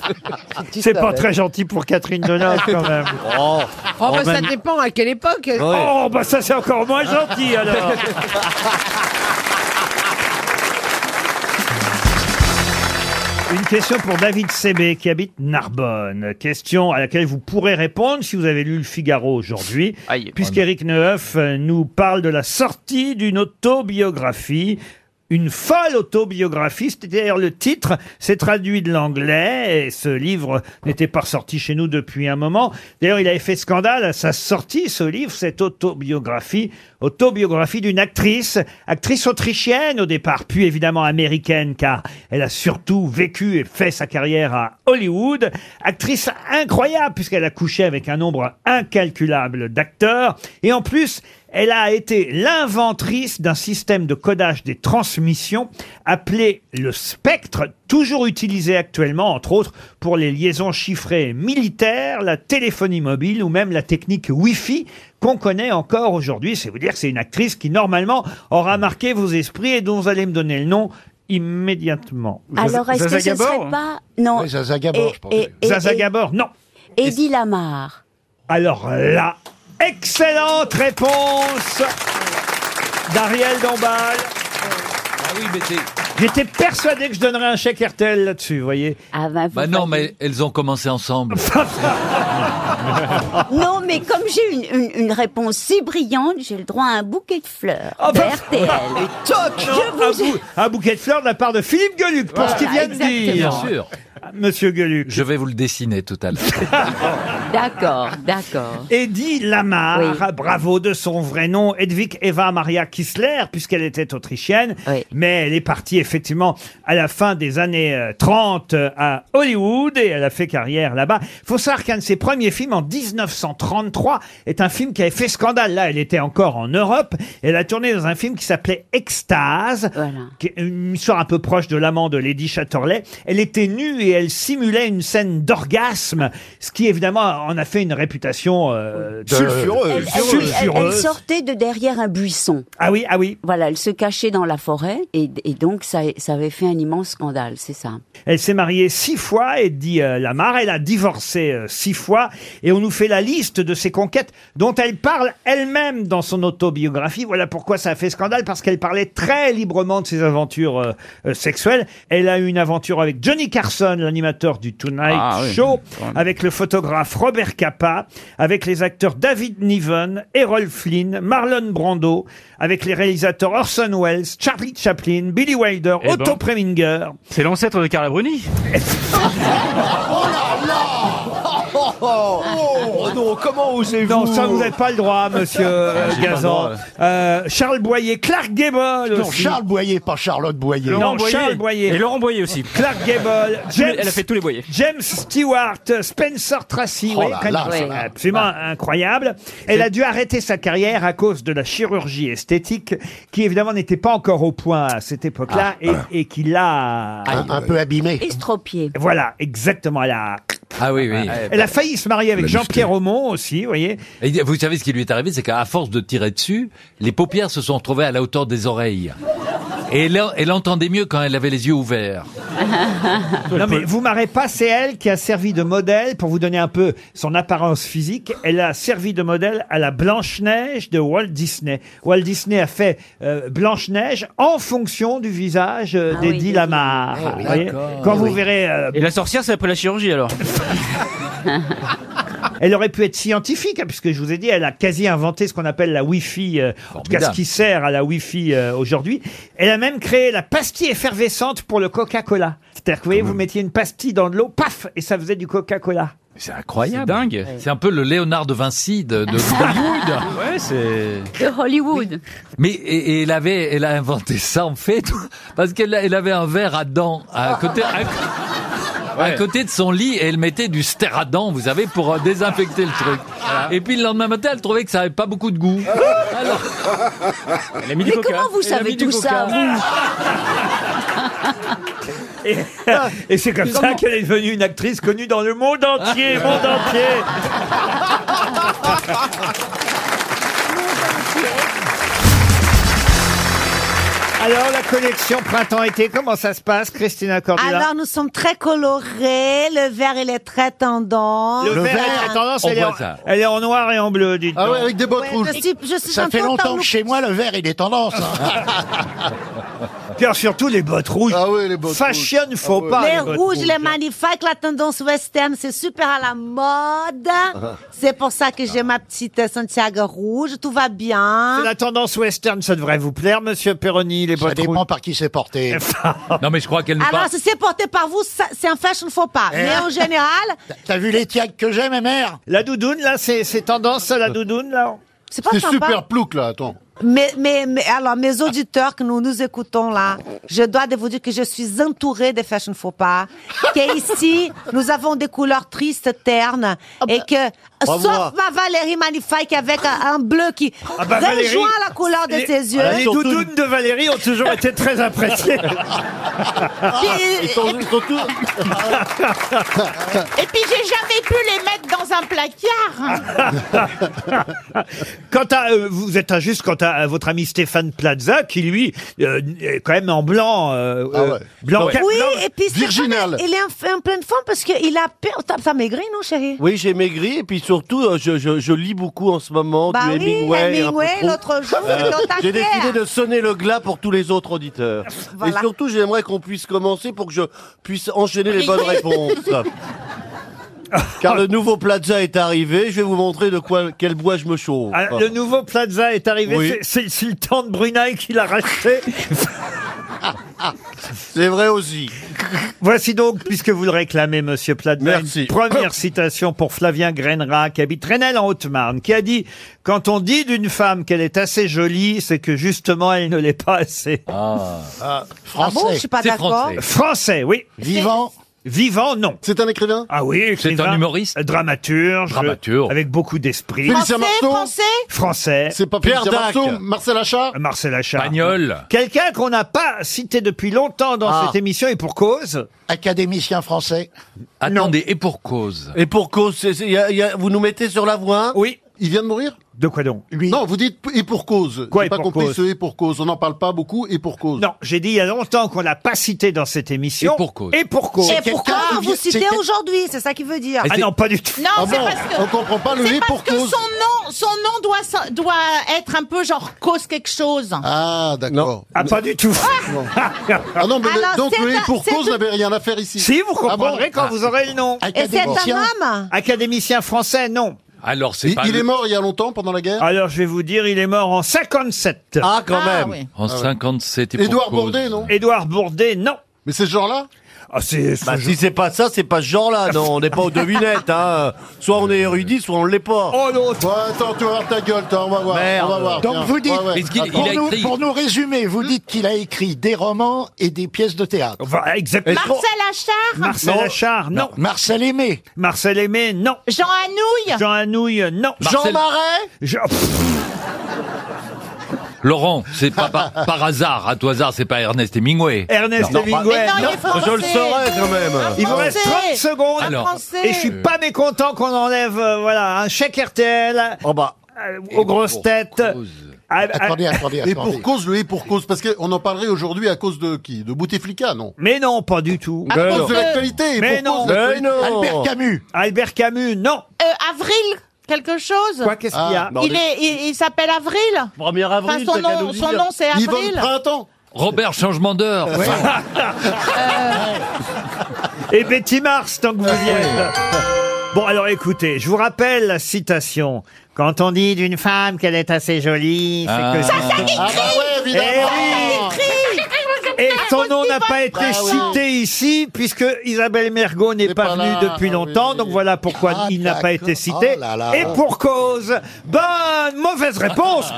S1: [laughs] C'est pas très gentil pour Catherine Deneuve quand même.
S16: [laughs] Oh,
S1: En
S16: bah, ça
S1: même-
S16: dépend à quelle époque.
S1: Oh, bah ça c'est encore moins gentil
S16: [laughs]
S1: alors. Une question pour David Sébé qui habite Narbonne. Question à laquelle vous pourrez répondre si vous avez lu le Figaro aujourd'hui, puisqu'Éric Neuf euh, nous parle de la sortie d'une autobiographie Une folle autobiographie, c'était d'ailleurs le titre, c'est traduit de l'anglais, et ce livre n'était pas sorti chez nous depuis un moment. D'ailleurs, il avait fait scandale à sa sortie, ce livre, cette autobiographie, autobiographie d'une actrice, actrice autrichienne au départ, puis évidemment américaine, car elle a surtout vécu et fait sa carrière à Hollywood. Actrice incroyable, puisqu'elle a couché avec un nombre incalculable d'acteurs. Et en plus, elle a été l'inventrice d'un système de codage des transmissions appelé le spectre, toujours utilisé actuellement, entre autres, pour les liaisons chiffrées militaires, la téléphonie mobile ou même la technique Wi-Fi qu'on connaît encore aujourd'hui. C'est vous dire que c'est une actrice qui, normalement, aura marqué vos esprits et dont vous allez me donner le nom immédiatement.
S27: Alors, est-ce que ce serait pas... Non.
S1: Oui, Zaza Gabor,
S27: Et-
S1: je pense. Zaza Gabor, hein. non.
S27: Eddie Lamar.
S1: Alors là, excellente réponse d'Ariel Dombal.
S19: Ah oui, mais t'es-
S1: J'étais persuadé que je donnerais un chèque RTL là-dessus, vous voyez.
S27: Ah bah,
S19: Bah non, mais elles ont commencé ensemble.
S27: Non, mais comme j'ai une, une- une réponse si brillante, j'ai le droit à un bouquet de fleurs
S1: Ah,
S27: de
S1: bah,
S27: RTL.
S19: Ah,
S1: [laughs] Non, un, bou- un bouquet de fleurs de la part de Philippe Gueluc, pour
S19: Voilà,
S1: ce qu'il vient de dire. Ah,
S19: Bien sûr.
S1: Monsieur Gueluc.
S19: Je vais vous le dessiner tout
S1: [laughs]
S19: à l'heure.
S27: D'accord, d'accord.
S1: Eddie Lamar, bravo de son vrai nom, Hedwig Eva Maria Kissler, puisqu'elle était autrichienne, mais elle est partie effectivement à la fin des années euh, 30 euh, à Hollywood et elle a fait carrière là-bas. Faut savoir qu'un de ses premiers films en 1933 est un film qui avait fait scandale. Là, elle était encore en Europe. Elle a tourné dans un film qui s'appelait Extase, qui est une histoire un peu proche de l'amant de Lady Chatterley. Elle était nue et elle simulait une scène d'orgasme, ce qui évidemment en a fait une réputation euh, de-
S27: Elle, elle- elle- elle
S1: sulfureuse.
S27: sortait de derrière un buisson.
S1: Ah oui, ah oui.
S27: Voilà, elle se cachait dans la forêt et, et donc ça, ça avait fait un immense scandale, c'est ça.
S1: Elle s'est mariée six fois, et dit euh, Lamar. Elle a divorcé euh, six fois. Et on nous fait la liste de ses conquêtes dont elle parle elle-même dans son autobiographie. Voilà pourquoi ça a fait scandale, parce qu'elle parlait très librement de ses aventures euh, euh, sexuelles. Elle a eu une aventure avec Johnny Carson, l'animateur du Tonight
S19: Ah oui,
S1: Show,
S19: quand même.
S1: avec le photographe Robert Capa, avec les acteurs David Niven, Errol Flynn, Marlon Brando, avec les réalisateurs Orson Welles, Charlie Chaplin, Billy Wilder,
S15: Eh ben.
S1: Otto Preminger.
S15: C'est l'ancêtre de Carla Bruni.
S18: Oh là là Oh, oh, oh.
S1: non, comment osez-vous Non, ça, vous n'avez pas le droit, monsieur euh,
S18: Ah, j'ai pas le
S1: Gazan.
S18: droit, ouais.
S1: Euh, Charles Boyer, Clark Gable
S18: Non,
S1: aussi.
S18: Charles Boyer, pas Charlotte Boyer.
S1: Non, Charles Boyer.
S15: Boyer aussi.
S1: Clark Gable.
S15: Tous les-
S1: James,
S15: elle a fait tous les Boyer.
S1: James Stewart, Spencer Tracy.
S15: Oh
S1: oui,
S15: là
S1: quand
S15: là,
S1: même,
S15: ça
S1: c'est
S15: va.
S1: absolument
S18: Ah.
S1: incroyable. Elle a dû arrêter sa carrière à cause de la chirurgie esthétique, qui évidemment n'était pas encore au point à cette époque-là
S18: Ah.
S1: et, et qui l'a...
S27: Un- un
S1: peu abîmée.
S27: Estropiée.
S1: Voilà, exactement. Elle a,
S19: Ah oui, oui.
S1: elle a failli se marier avec Jean-Pierre Aumont aussi, vous voyez.
S19: Et vous savez ce qui lui est arrivé, c'est qu'à force de tirer dessus, les paupières se sont retrouvées à la hauteur des oreilles. Et elle, elle entendait mieux quand elle avait les yeux ouverts.
S1: Non mais vous marrez pas, c'est elle qui a servi de modèle pour vous donner un peu son apparence physique. Elle a servi de modèle à la Blanche Neige de Walt Disney. Walt Disney a fait Blanche Neige en fonction du visage euh,
S15: Ah oui,
S1: d'Eddie
S15: d'Eddie.
S1: Lamar.
S15: Ah oui,
S1: Vous voyez
S15: d'accord.
S1: Quand
S15: Eh
S1: vous
S15: oui.
S1: verrez, euh,
S15: Et la sorcière, c'est après la chirurgie alors.
S1: elle aurait pu être scientifique hein, puisque je vous ai dit, elle a quasi inventé ce qu'on appelle la Wi-Fi, euh, en tout cas ce
S19: Formidable.
S1: qui sert à la Wi-Fi euh, aujourd'hui. Elle a même créé la pastille effervescente pour le Coca-Cola. C'est-à-dire que vous voyez, vous mettiez une pastille dans de l'eau, paf, et ça faisait du Coca-Cola.
S19: C'est incroyable. C'est dingue. C'est un peu le Léonard de Vinci
S8: [laughs]
S19: de, de Hollywood. ouais, c'est.
S27: De Hollywood.
S19: Mais et, et elle avait, elle a inventé ça en fait [laughs] parce qu'elle a- elle avait un verre à dents à
S8: Ah.
S19: côté. à- à côté de son lit, et elle mettait du stéradent, vous savez, pour euh, désinfecter le truc. Et puis le lendemain matin, elle trouvait que ça avait pas beaucoup de goût.
S8: Ah
S19: [laughs] Alors, elle a
S27: Mais comment vous savez tout ça, vous
S1: [laughs] Et, et c'est comme ça qu'elle est devenue une actrice connue dans le
S19: [laughs]
S1: monde entier, monde entier. Alors la collection printemps-été, comment ça se passe, Christina
S5: Ah
S1: Cordula
S22: Alors, nous sommes très colorés. Le vert, il est très tendance.
S1: Le, vert, elle a tendance, elle est, en, elle est en noir et en bleu, dites donc.
S22: Ouais, Je suis, je suis
S18: Ça
S22: un
S18: fait
S22: peu
S18: longtemps
S3: Ah
S1: [laughs]
S22: entourloupée.
S18: que chez moi, le verre, il est tendance. hein.
S1: Puis alors, surtout les bottes rouges. Ah oui, les bottes Fashion, faut pas.
S5: les
S1: bottes
S5: rouges, les
S1: rouges.
S5: magnifiques, la tendance western, c'est super à la
S1: Ah.
S5: mode. C'est pour ça que j'ai ma petite euh, Santiago rouge, tout va bien.
S1: C'est La tendance western, ça devrait vous plaire, monsieur Perroni, les bottes rouges. Ça dépend
S3: par qui c'est porté.
S1: [laughs]
S16: non, mais je crois qu'elle ne
S5: Alors,
S16: parle.
S5: si Ah, c'est porté par vous, ça- c'est un fashion faux
S1: Eh.
S5: pas. Mais
S1: [laughs]
S5: en général,
S3: T'as vu les tiags que j'ai, ma mère
S1: La doudoune, là, c'est c'est tendance, ça, la doudoune, là
S5: C'est pas sympa.
S8: super plouc, là, attends.
S5: Mais, mais, mais alors, mes auditeurs que nous nous écoutons là, je dois de vous dire que je suis entourée de fashion faux pas, qu'ici, nous avons des couleurs tristes, ternes,
S1: Ah bah,
S5: et que,
S6: Bravo.
S5: sauf ma Valérie Magnifique avec un, un bleu qui
S1: Ah bah,
S5: rejoint
S1: Valérie,
S5: la couleur de
S1: les- Ah,
S5: ses yeux.
S1: Les doudounes de Valérie ont toujours été très appréciées.
S6: Et puis j'ai jamais pu les mettre dans un
S1: [laughs]
S6: placard.
S1: Quant à, euh, vous êtes injuste quant à, à votre ami Stéphane Plaza, qui lui, euh, est quand même en blanc, euh, euh, blanc,
S5: oui,
S1: blanc-
S5: et puis Stéphane, Ah, il est en, en pleine forme parce qu'il a peur. T'as t'as maigri, non, chérie
S17: Oui, j'ai maigri et puis surtout, euh, je, je- je lis beaucoup en ce moment
S5: Bah
S17: du
S5: oui,
S17: Hemingway. et un peu
S5: Hemingway,
S17: Proust.
S5: l'autre jour, l'autre
S17: J'ai
S5: affaire.
S17: décidé de sonner le glas pour tous les autres auditeurs.
S5: Voilà.
S17: Et surtout, j'aimerais qu'on puisse commencer pour que je puisse enchaîner les bonnes réponses.
S1: [laughs]
S17: Car le nouveau Plaza est arrivé, je vais vous montrer de quoi, quel bois je me chauffe.
S1: Ah, le nouveau Plaza est arrivé,
S17: Oui.
S1: c'est- c'est c'est le temps de Brunei qui l'a
S17: [laughs]
S1: racheté.
S17: C'est vrai aussi.
S1: Voici donc, puisque vous le réclamez, Monsieur Plaza, une première citation pour Flavien Grenra, qui habite Rennes en Haute-Marne, qui a dit « Quand on dit d'une femme qu'elle est assez jolie, c'est que justement elle ne l'est pas assez.
S8: Ah,
S5: Ah bon, je suis pas d'accord.
S1: Français, oui. Vivant Vivant, non.
S8: C'est un écrivain
S1: Ah oui, écrivain.
S16: C'est un humoriste
S1: Dramaturge.
S16: Dramaturge.
S1: Avec beaucoup d'esprit.
S8: Félicien Marceau
S1: Français.
S8: C'est pas Pierre Marceau, Marcel Achat
S1: Marcel Achard.
S16: Pagnol.
S1: Quelqu'un qu'on n'a pas cité depuis longtemps dans
S8: Ah.
S1: cette émission et pour cause.
S3: Académicien français.
S16: Attendez, et pour cause.
S17: Et pour cause, c'est- c'est- y
S8: Euh,
S17: a- y a- vous nous mettez sur la voie
S1: Oui.
S8: Il vient de mourir
S1: De quoi donc
S8: Non, vous dites p- et pour cause.
S1: Quoi,
S8: J'ai
S1: et
S8: pas
S1: pour
S8: compris
S1: cause
S8: ce et pour cause. On n'en parle pas beaucoup et pour cause.
S1: Non, j'ai dit il y a longtemps qu'on l'a pas cité dans cette émission.
S8: Et pour cause.
S1: Et pour cause.
S5: Et pourquoi vous citez aujourd'hui C'est ça qu'il veut dire.
S1: Ah non, pas du tout.
S5: Non,
S8: Ah
S5: c'est
S8: bon,
S5: parce que-
S8: On comprend pas le
S5: c'est
S8: et
S5: parce
S8: pour
S5: que
S8: cause.
S6: Son
S5: son-
S6: nom, son nom doit, s- doit être un peu genre cause quelque chose.
S8: Ah, d'accord.
S1: Ah, pas du tout.
S8: Ah non, mais le-
S6: Alors,
S8: donc
S6: c'est
S8: le et
S6: un-
S8: pour
S6: c'est
S8: cause
S6: un-
S8: n'avait rien à faire ici.
S1: Si, vous
S8: Ah bon
S1: comprendrez quand vous aurez le nom.
S8: Et c'est un Académicien.
S5: homme
S1: Académicien français, non.
S16: Alors, c'est
S8: Il,
S16: pas.
S8: il
S16: le-
S8: est mort il y a longtemps pendant la guerre
S1: Alors, je vais vous dire, il est mort en 57.
S8: Ah, quand Ah, même. oui.
S16: En 57 et pour
S8: Édouard
S16: cause.
S8: Bourdet, non
S1: Édouard Bourdet, non.
S8: Mais c'est ce genre-là
S1: Ah, c'est. ce
S17: Bah,
S1: genre-
S17: si c'est pas ça, c'est pas ce genre-là, non, on n'est pas aux devinettes, hein. Soit on est érudit, soit on l'est pas.
S1: Oh l'autre
S8: Ouais, attends, tu vas voir ta gueule, toi, on va voir.
S17: Merde.
S8: On va voir.
S17: Donc
S8: tiens.
S17: vous dites-
S8: Ouais, ouais.
S17: Est-ce qu'il-
S8: Attends.
S17: il a
S3: Pour nous,
S17: écrit-
S3: pour nous résumer, vous dites qu'il a écrit des romans et des pièces de théâtre.
S1: Voilà, exactement.
S6: Marcel Achard
S1: Marcel
S6: Non.
S1: Achard, non.
S3: Marcel Aimé.
S1: Marcel Aimé, non.
S6: Jean Anouilh
S1: Jean Anouilh, non.
S16: Marcel-
S6: Marais
S1: Jean- Pff,
S16: Laurent, c'est pas par, par hasard, à tout hasard, c'est pas Ernest Hemingway.
S1: Ernest
S16: Non.
S1: Hemingway,
S6: Mais non,
S1: non.
S6: il est français.
S17: Je le saurais quand même.
S1: Il vous reste 30 secondes.
S16: Alors,
S1: Et je suis pas mécontent qu'on enlève euh, voilà, un chèque RTL
S17: En bas.
S1: euh, aux grosses têtes. Ah, ah,
S3: Attendez, attendez,
S8: Et
S3: attendez.
S8: pour cause, le et pour cause, parce qu'on en parlerait aujourd'hui à cause de qui De Bouteflika, non
S1: mais non, pas du tout.
S8: À
S17: Mais
S8: cause
S17: non.
S8: de l'actualité et
S1: Mais
S8: pour
S1: non.
S8: cause de
S17: Mais non.
S3: Albert Camus.
S1: Albert Camus, non.
S6: Euh, Avril Quelque chose
S1: Quoi, qu'est-ce qu'il y a
S6: Il est, il, il s'appelle Avril
S17: 1er
S6: Enfin,
S17: avril,
S6: son
S17: t'as qu'à
S6: nom,
S17: nous
S6: son
S17: dire.
S6: nom c'est
S8: Yvonne
S6: Avril
S8: Printemps
S16: Robert, changement d'heure.
S1: Et Betty Mars, tant que vous y êtes. Bon, alors écoutez, je vous rappelle la citation. Quand on dit d'une femme qu'elle est assez jolie, c'est que...
S6: Ça, ça décrit
S8: Ah bah ouais, évidemment
S1: Eh
S6: décrit
S1: Et son nom n'a pas
S8: Bah
S1: été
S8: ouais.
S1: cité ici, puisque Isabelle Mergot n'est pas,
S8: pas
S1: venue
S8: là,
S1: depuis
S8: ah
S1: longtemps,
S8: oui.
S1: donc voilà pourquoi
S8: Ah,
S1: il n'a pas
S8: d'accord.
S1: été cité.
S8: Oh là là.
S1: Et pour cause, bonne, mauvaise réponse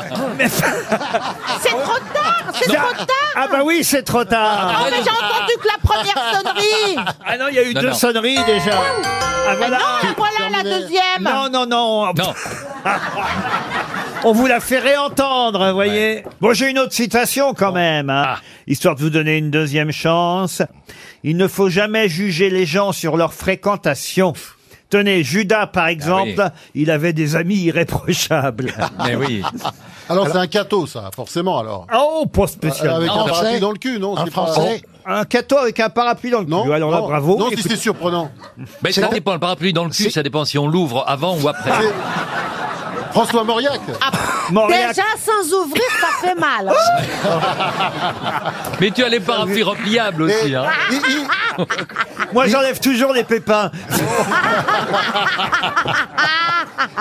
S6: [laughs]
S1: Mais-
S6: C'est trop tard C'est trop tard
S1: Ah bah oui, c'est trop
S6: Oh,
S1: tard
S6: mais j'ai entendu que la première sonnerie
S1: Ah non, il y a eu
S16: Non,
S1: deux
S16: non.
S1: sonneries déjà Ah
S6: Ah
S1: voilà
S6: Non, voilà la
S8: terminé.
S6: deuxième
S1: Non, non, non
S16: Non,
S1: [laughs] On vous la fait réentendre, vous voyez. Bon, j'ai une autre citation quand même,
S16: Ah.
S1: hein, histoire de vous donner une deuxième chance. Il ne faut jamais juger les gens sur leur fréquentation. Tenez, Judas, par
S16: Ah
S1: exemple, il avait des amis irréprochables.
S16: mais
S1: [laughs]
S16: oui.
S8: Alors, c'est un cateau, ça, forcément, alors.
S1: oh, pas
S8: Euh,
S1: spécial.
S8: Avec un
S3: Français.
S8: parapluie dans le cul, non
S3: Un
S8: c'est pas-
S3: Français.
S1: Un cateau avec un parapluie dans le
S8: Non
S1: cul. Alors là,
S8: non.
S1: bravo.
S8: Non, si
S1: Écoute-
S8: c'est surprenant.
S16: Mais ça dépend, le parapluie dans le cul, ça dépend si on l'ouvre avant ou après.
S18: François Mauriac
S6: Ah,
S5: Déjà, sans ouvrir, ça fait [laughs] mal.
S16: Mais tu as les parapluies repliables aussi. hein.
S1: Moi, j'enlève toujours les pépins.
S16: Ah,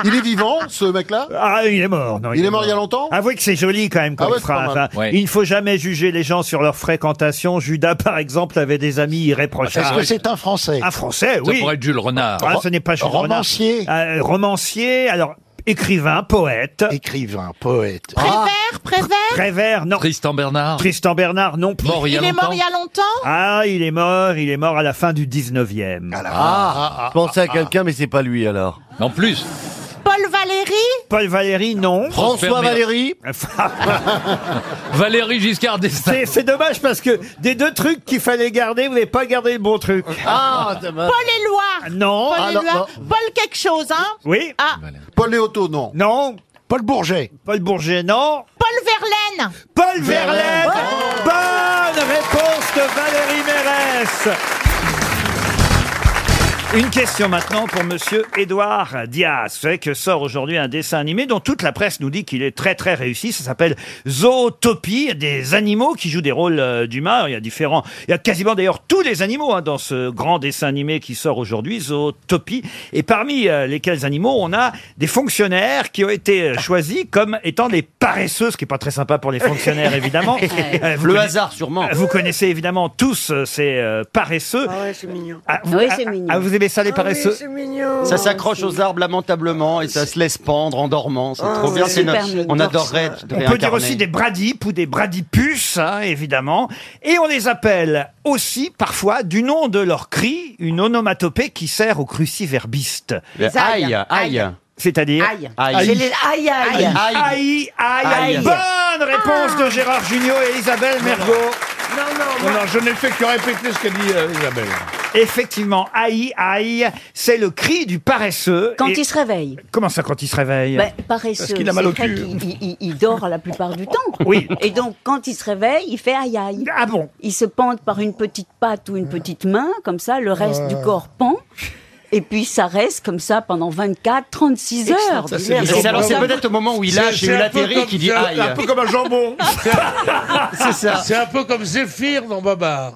S18: Il est vivant, ce mec-là
S1: Ah, il est mort. non,
S18: Il est mort il y a longtemps
S1: Avouez que c'est joli quand même comme
S18: Ah ouais, c'est pas
S1: phrase.
S18: mal.
S1: hein.
S18: Ouais.
S1: Il ne faut jamais juger les gens sur leur fréquentation. Judas, par exemple, avait des amis irréprochables.
S18: Ah,
S29: Est-ce que c'est un Français
S1: Un Français,
S16: Ça
S1: oui.
S16: pourrait être Jules Renard.
S1: Ah, ce n'est pas Jules Renard.
S29: Romancier.
S1: Euh, romancier, alors écrivain, poète.
S29: Écrivain, poète.
S6: Prévert, Prévert
S1: Prévert, non.
S16: Tristan Bernard.
S1: Tristan Bernard, non plus.
S16: Mort il y a
S6: Il est mort
S16: longtemps.
S6: il y a longtemps
S1: Ah, il est mort, il est mort à la fin du 19e.
S7: Ah, je pensais à quelqu'un, mais c'est pas lui alors.
S16: En plus.
S6: Paul Valéry
S1: Paul Valéry, non.
S24: [laughs]
S7: François [laughs] Valéry
S16: Valérie Giscard d'Estaing.
S1: C'est- C'est dommage parce que des deux trucs qu'il fallait garder, vous n'avez pas gardé le bon truc.
S7: Ah, dommage.
S6: Paul Éloire
S1: Non.
S6: Paul
S1: Ah, non,
S6: Éloire Paul quelque chose, hein
S1: Oui.
S6: Ah,
S18: Paul Léoto, non.
S1: Non.
S29: Paul Bourget.
S1: Paul Bourget, non.
S6: Paul Verlaine
S1: Paul Verlaine. Bonne réponse de Valérie Mérès. Une question maintenant pour Monsieur Édouard Diaz. Vous savez que sort aujourd'hui un dessin animé dont toute la presse nous dit qu'il est très très réussi. Ça s'appelle Zootopie, des animaux qui jouent des rôles euh, d'humains. Il y a différents, il y a quasiment d'ailleurs tous les animaux hein, dans ce grand dessin animé qui sort aujourd'hui, Zootopie. Et parmi euh, lesquels animaux, on a des fonctionnaires qui ont été euh, choisis comme étant des paresseux, ce qui est pas très sympa pour les
S3: [laughs]
S1: fonctionnaires évidemment. Euh, vous
S3: Le
S1: connaissez-
S3: hasard, sûrement.
S1: Vous connaissez évidemment tous euh, ces euh, paresseux.
S19: ouais, c'est mignon.
S1: Ah, vous,
S3: Oui,
S1: ah,
S3: c'est mignon.
S1: ah, vous aimez ça les paresseux
S19: mignon.
S3: Ça s'accroche aux arbres lamentablement et ça se laisse pendre en dormant. C'est
S25: Oh,
S3: trop bien. C'est
S1: Ah, super
S3: notre-
S1: mignon.
S3: On adorerait. de
S1: On peut dire
S3: réincarner.
S1: aussi des bradipes ou des bradipuces, hein, évidemment. Et on les appelle aussi, parfois, du nom de leur cri, une onomatopée qui sert aux cruciverbistes.
S3: Les aïe, aïe. aïe.
S1: C'est-à-dire
S3: Aïe. Aïe. J'ai les-
S1: aïe,
S3: aïe.
S1: aïe, aïe,
S3: Aïe.
S1: Bonne réponse de Gérard Junior et Isabelle Mergot.
S30: Non, non, je n'ai fait que répéter ce qu'a dit euh, Isabelle.
S1: Effectivement, aïe, aïe, c'est le cri du paresseux.
S27: [laughs] Quand
S1: Et-
S27: il se réveille.
S1: Comment ça, quand il se
S3: euh,
S1: réveille
S27: Ben, paresseux. c'est vrai qu'il- il- il- il dort la plupart du temps.
S1: Oui.
S27: Et donc, quand il se réveille, il fait aïe aïe.
S1: Ah bon
S27: Il se pente par une petite patte ou une petite main, comme ça, le reste
S3: Euh.
S27: du corps pend. Et puis, ça reste comme ça pendant 24, 36 heures.
S3: Ça, c'est bizarre. Et alors, c'est peut-être au moment où il lâche et où il atterrit qu'il dit aïe.
S30: Un peu comme un jambon.
S2: [laughs]
S3: C'est ça.
S2: C'est un peu comme Zéphyr dans Babar.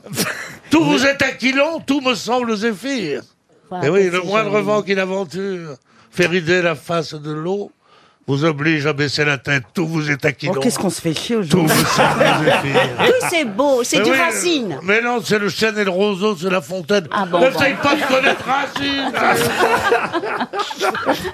S2: tout vous est aquilon, tout me semble Zéphyr.
S27: Voilà,
S2: Et oui,
S27: c'est
S2: le moindre
S27: joli.
S2: vent qu'une aventure fait rider la face de l'eau vous oblige à baisser la tête, tout vous est aquilon.
S19: Oh, qu'est-ce qu'on se fait chier aujourd'hui
S2: Tout vous semble Zéphyr.
S27: [laughs] Tout c'est beau, c'est
S2: Mais
S27: du
S2: oui,
S27: racine. Ah
S2: Mais non, c'est le chêne et le roseau, c'est la fontaine.
S27: bon,
S2: N'essaye
S27: bon.
S2: pas de connaître Racine.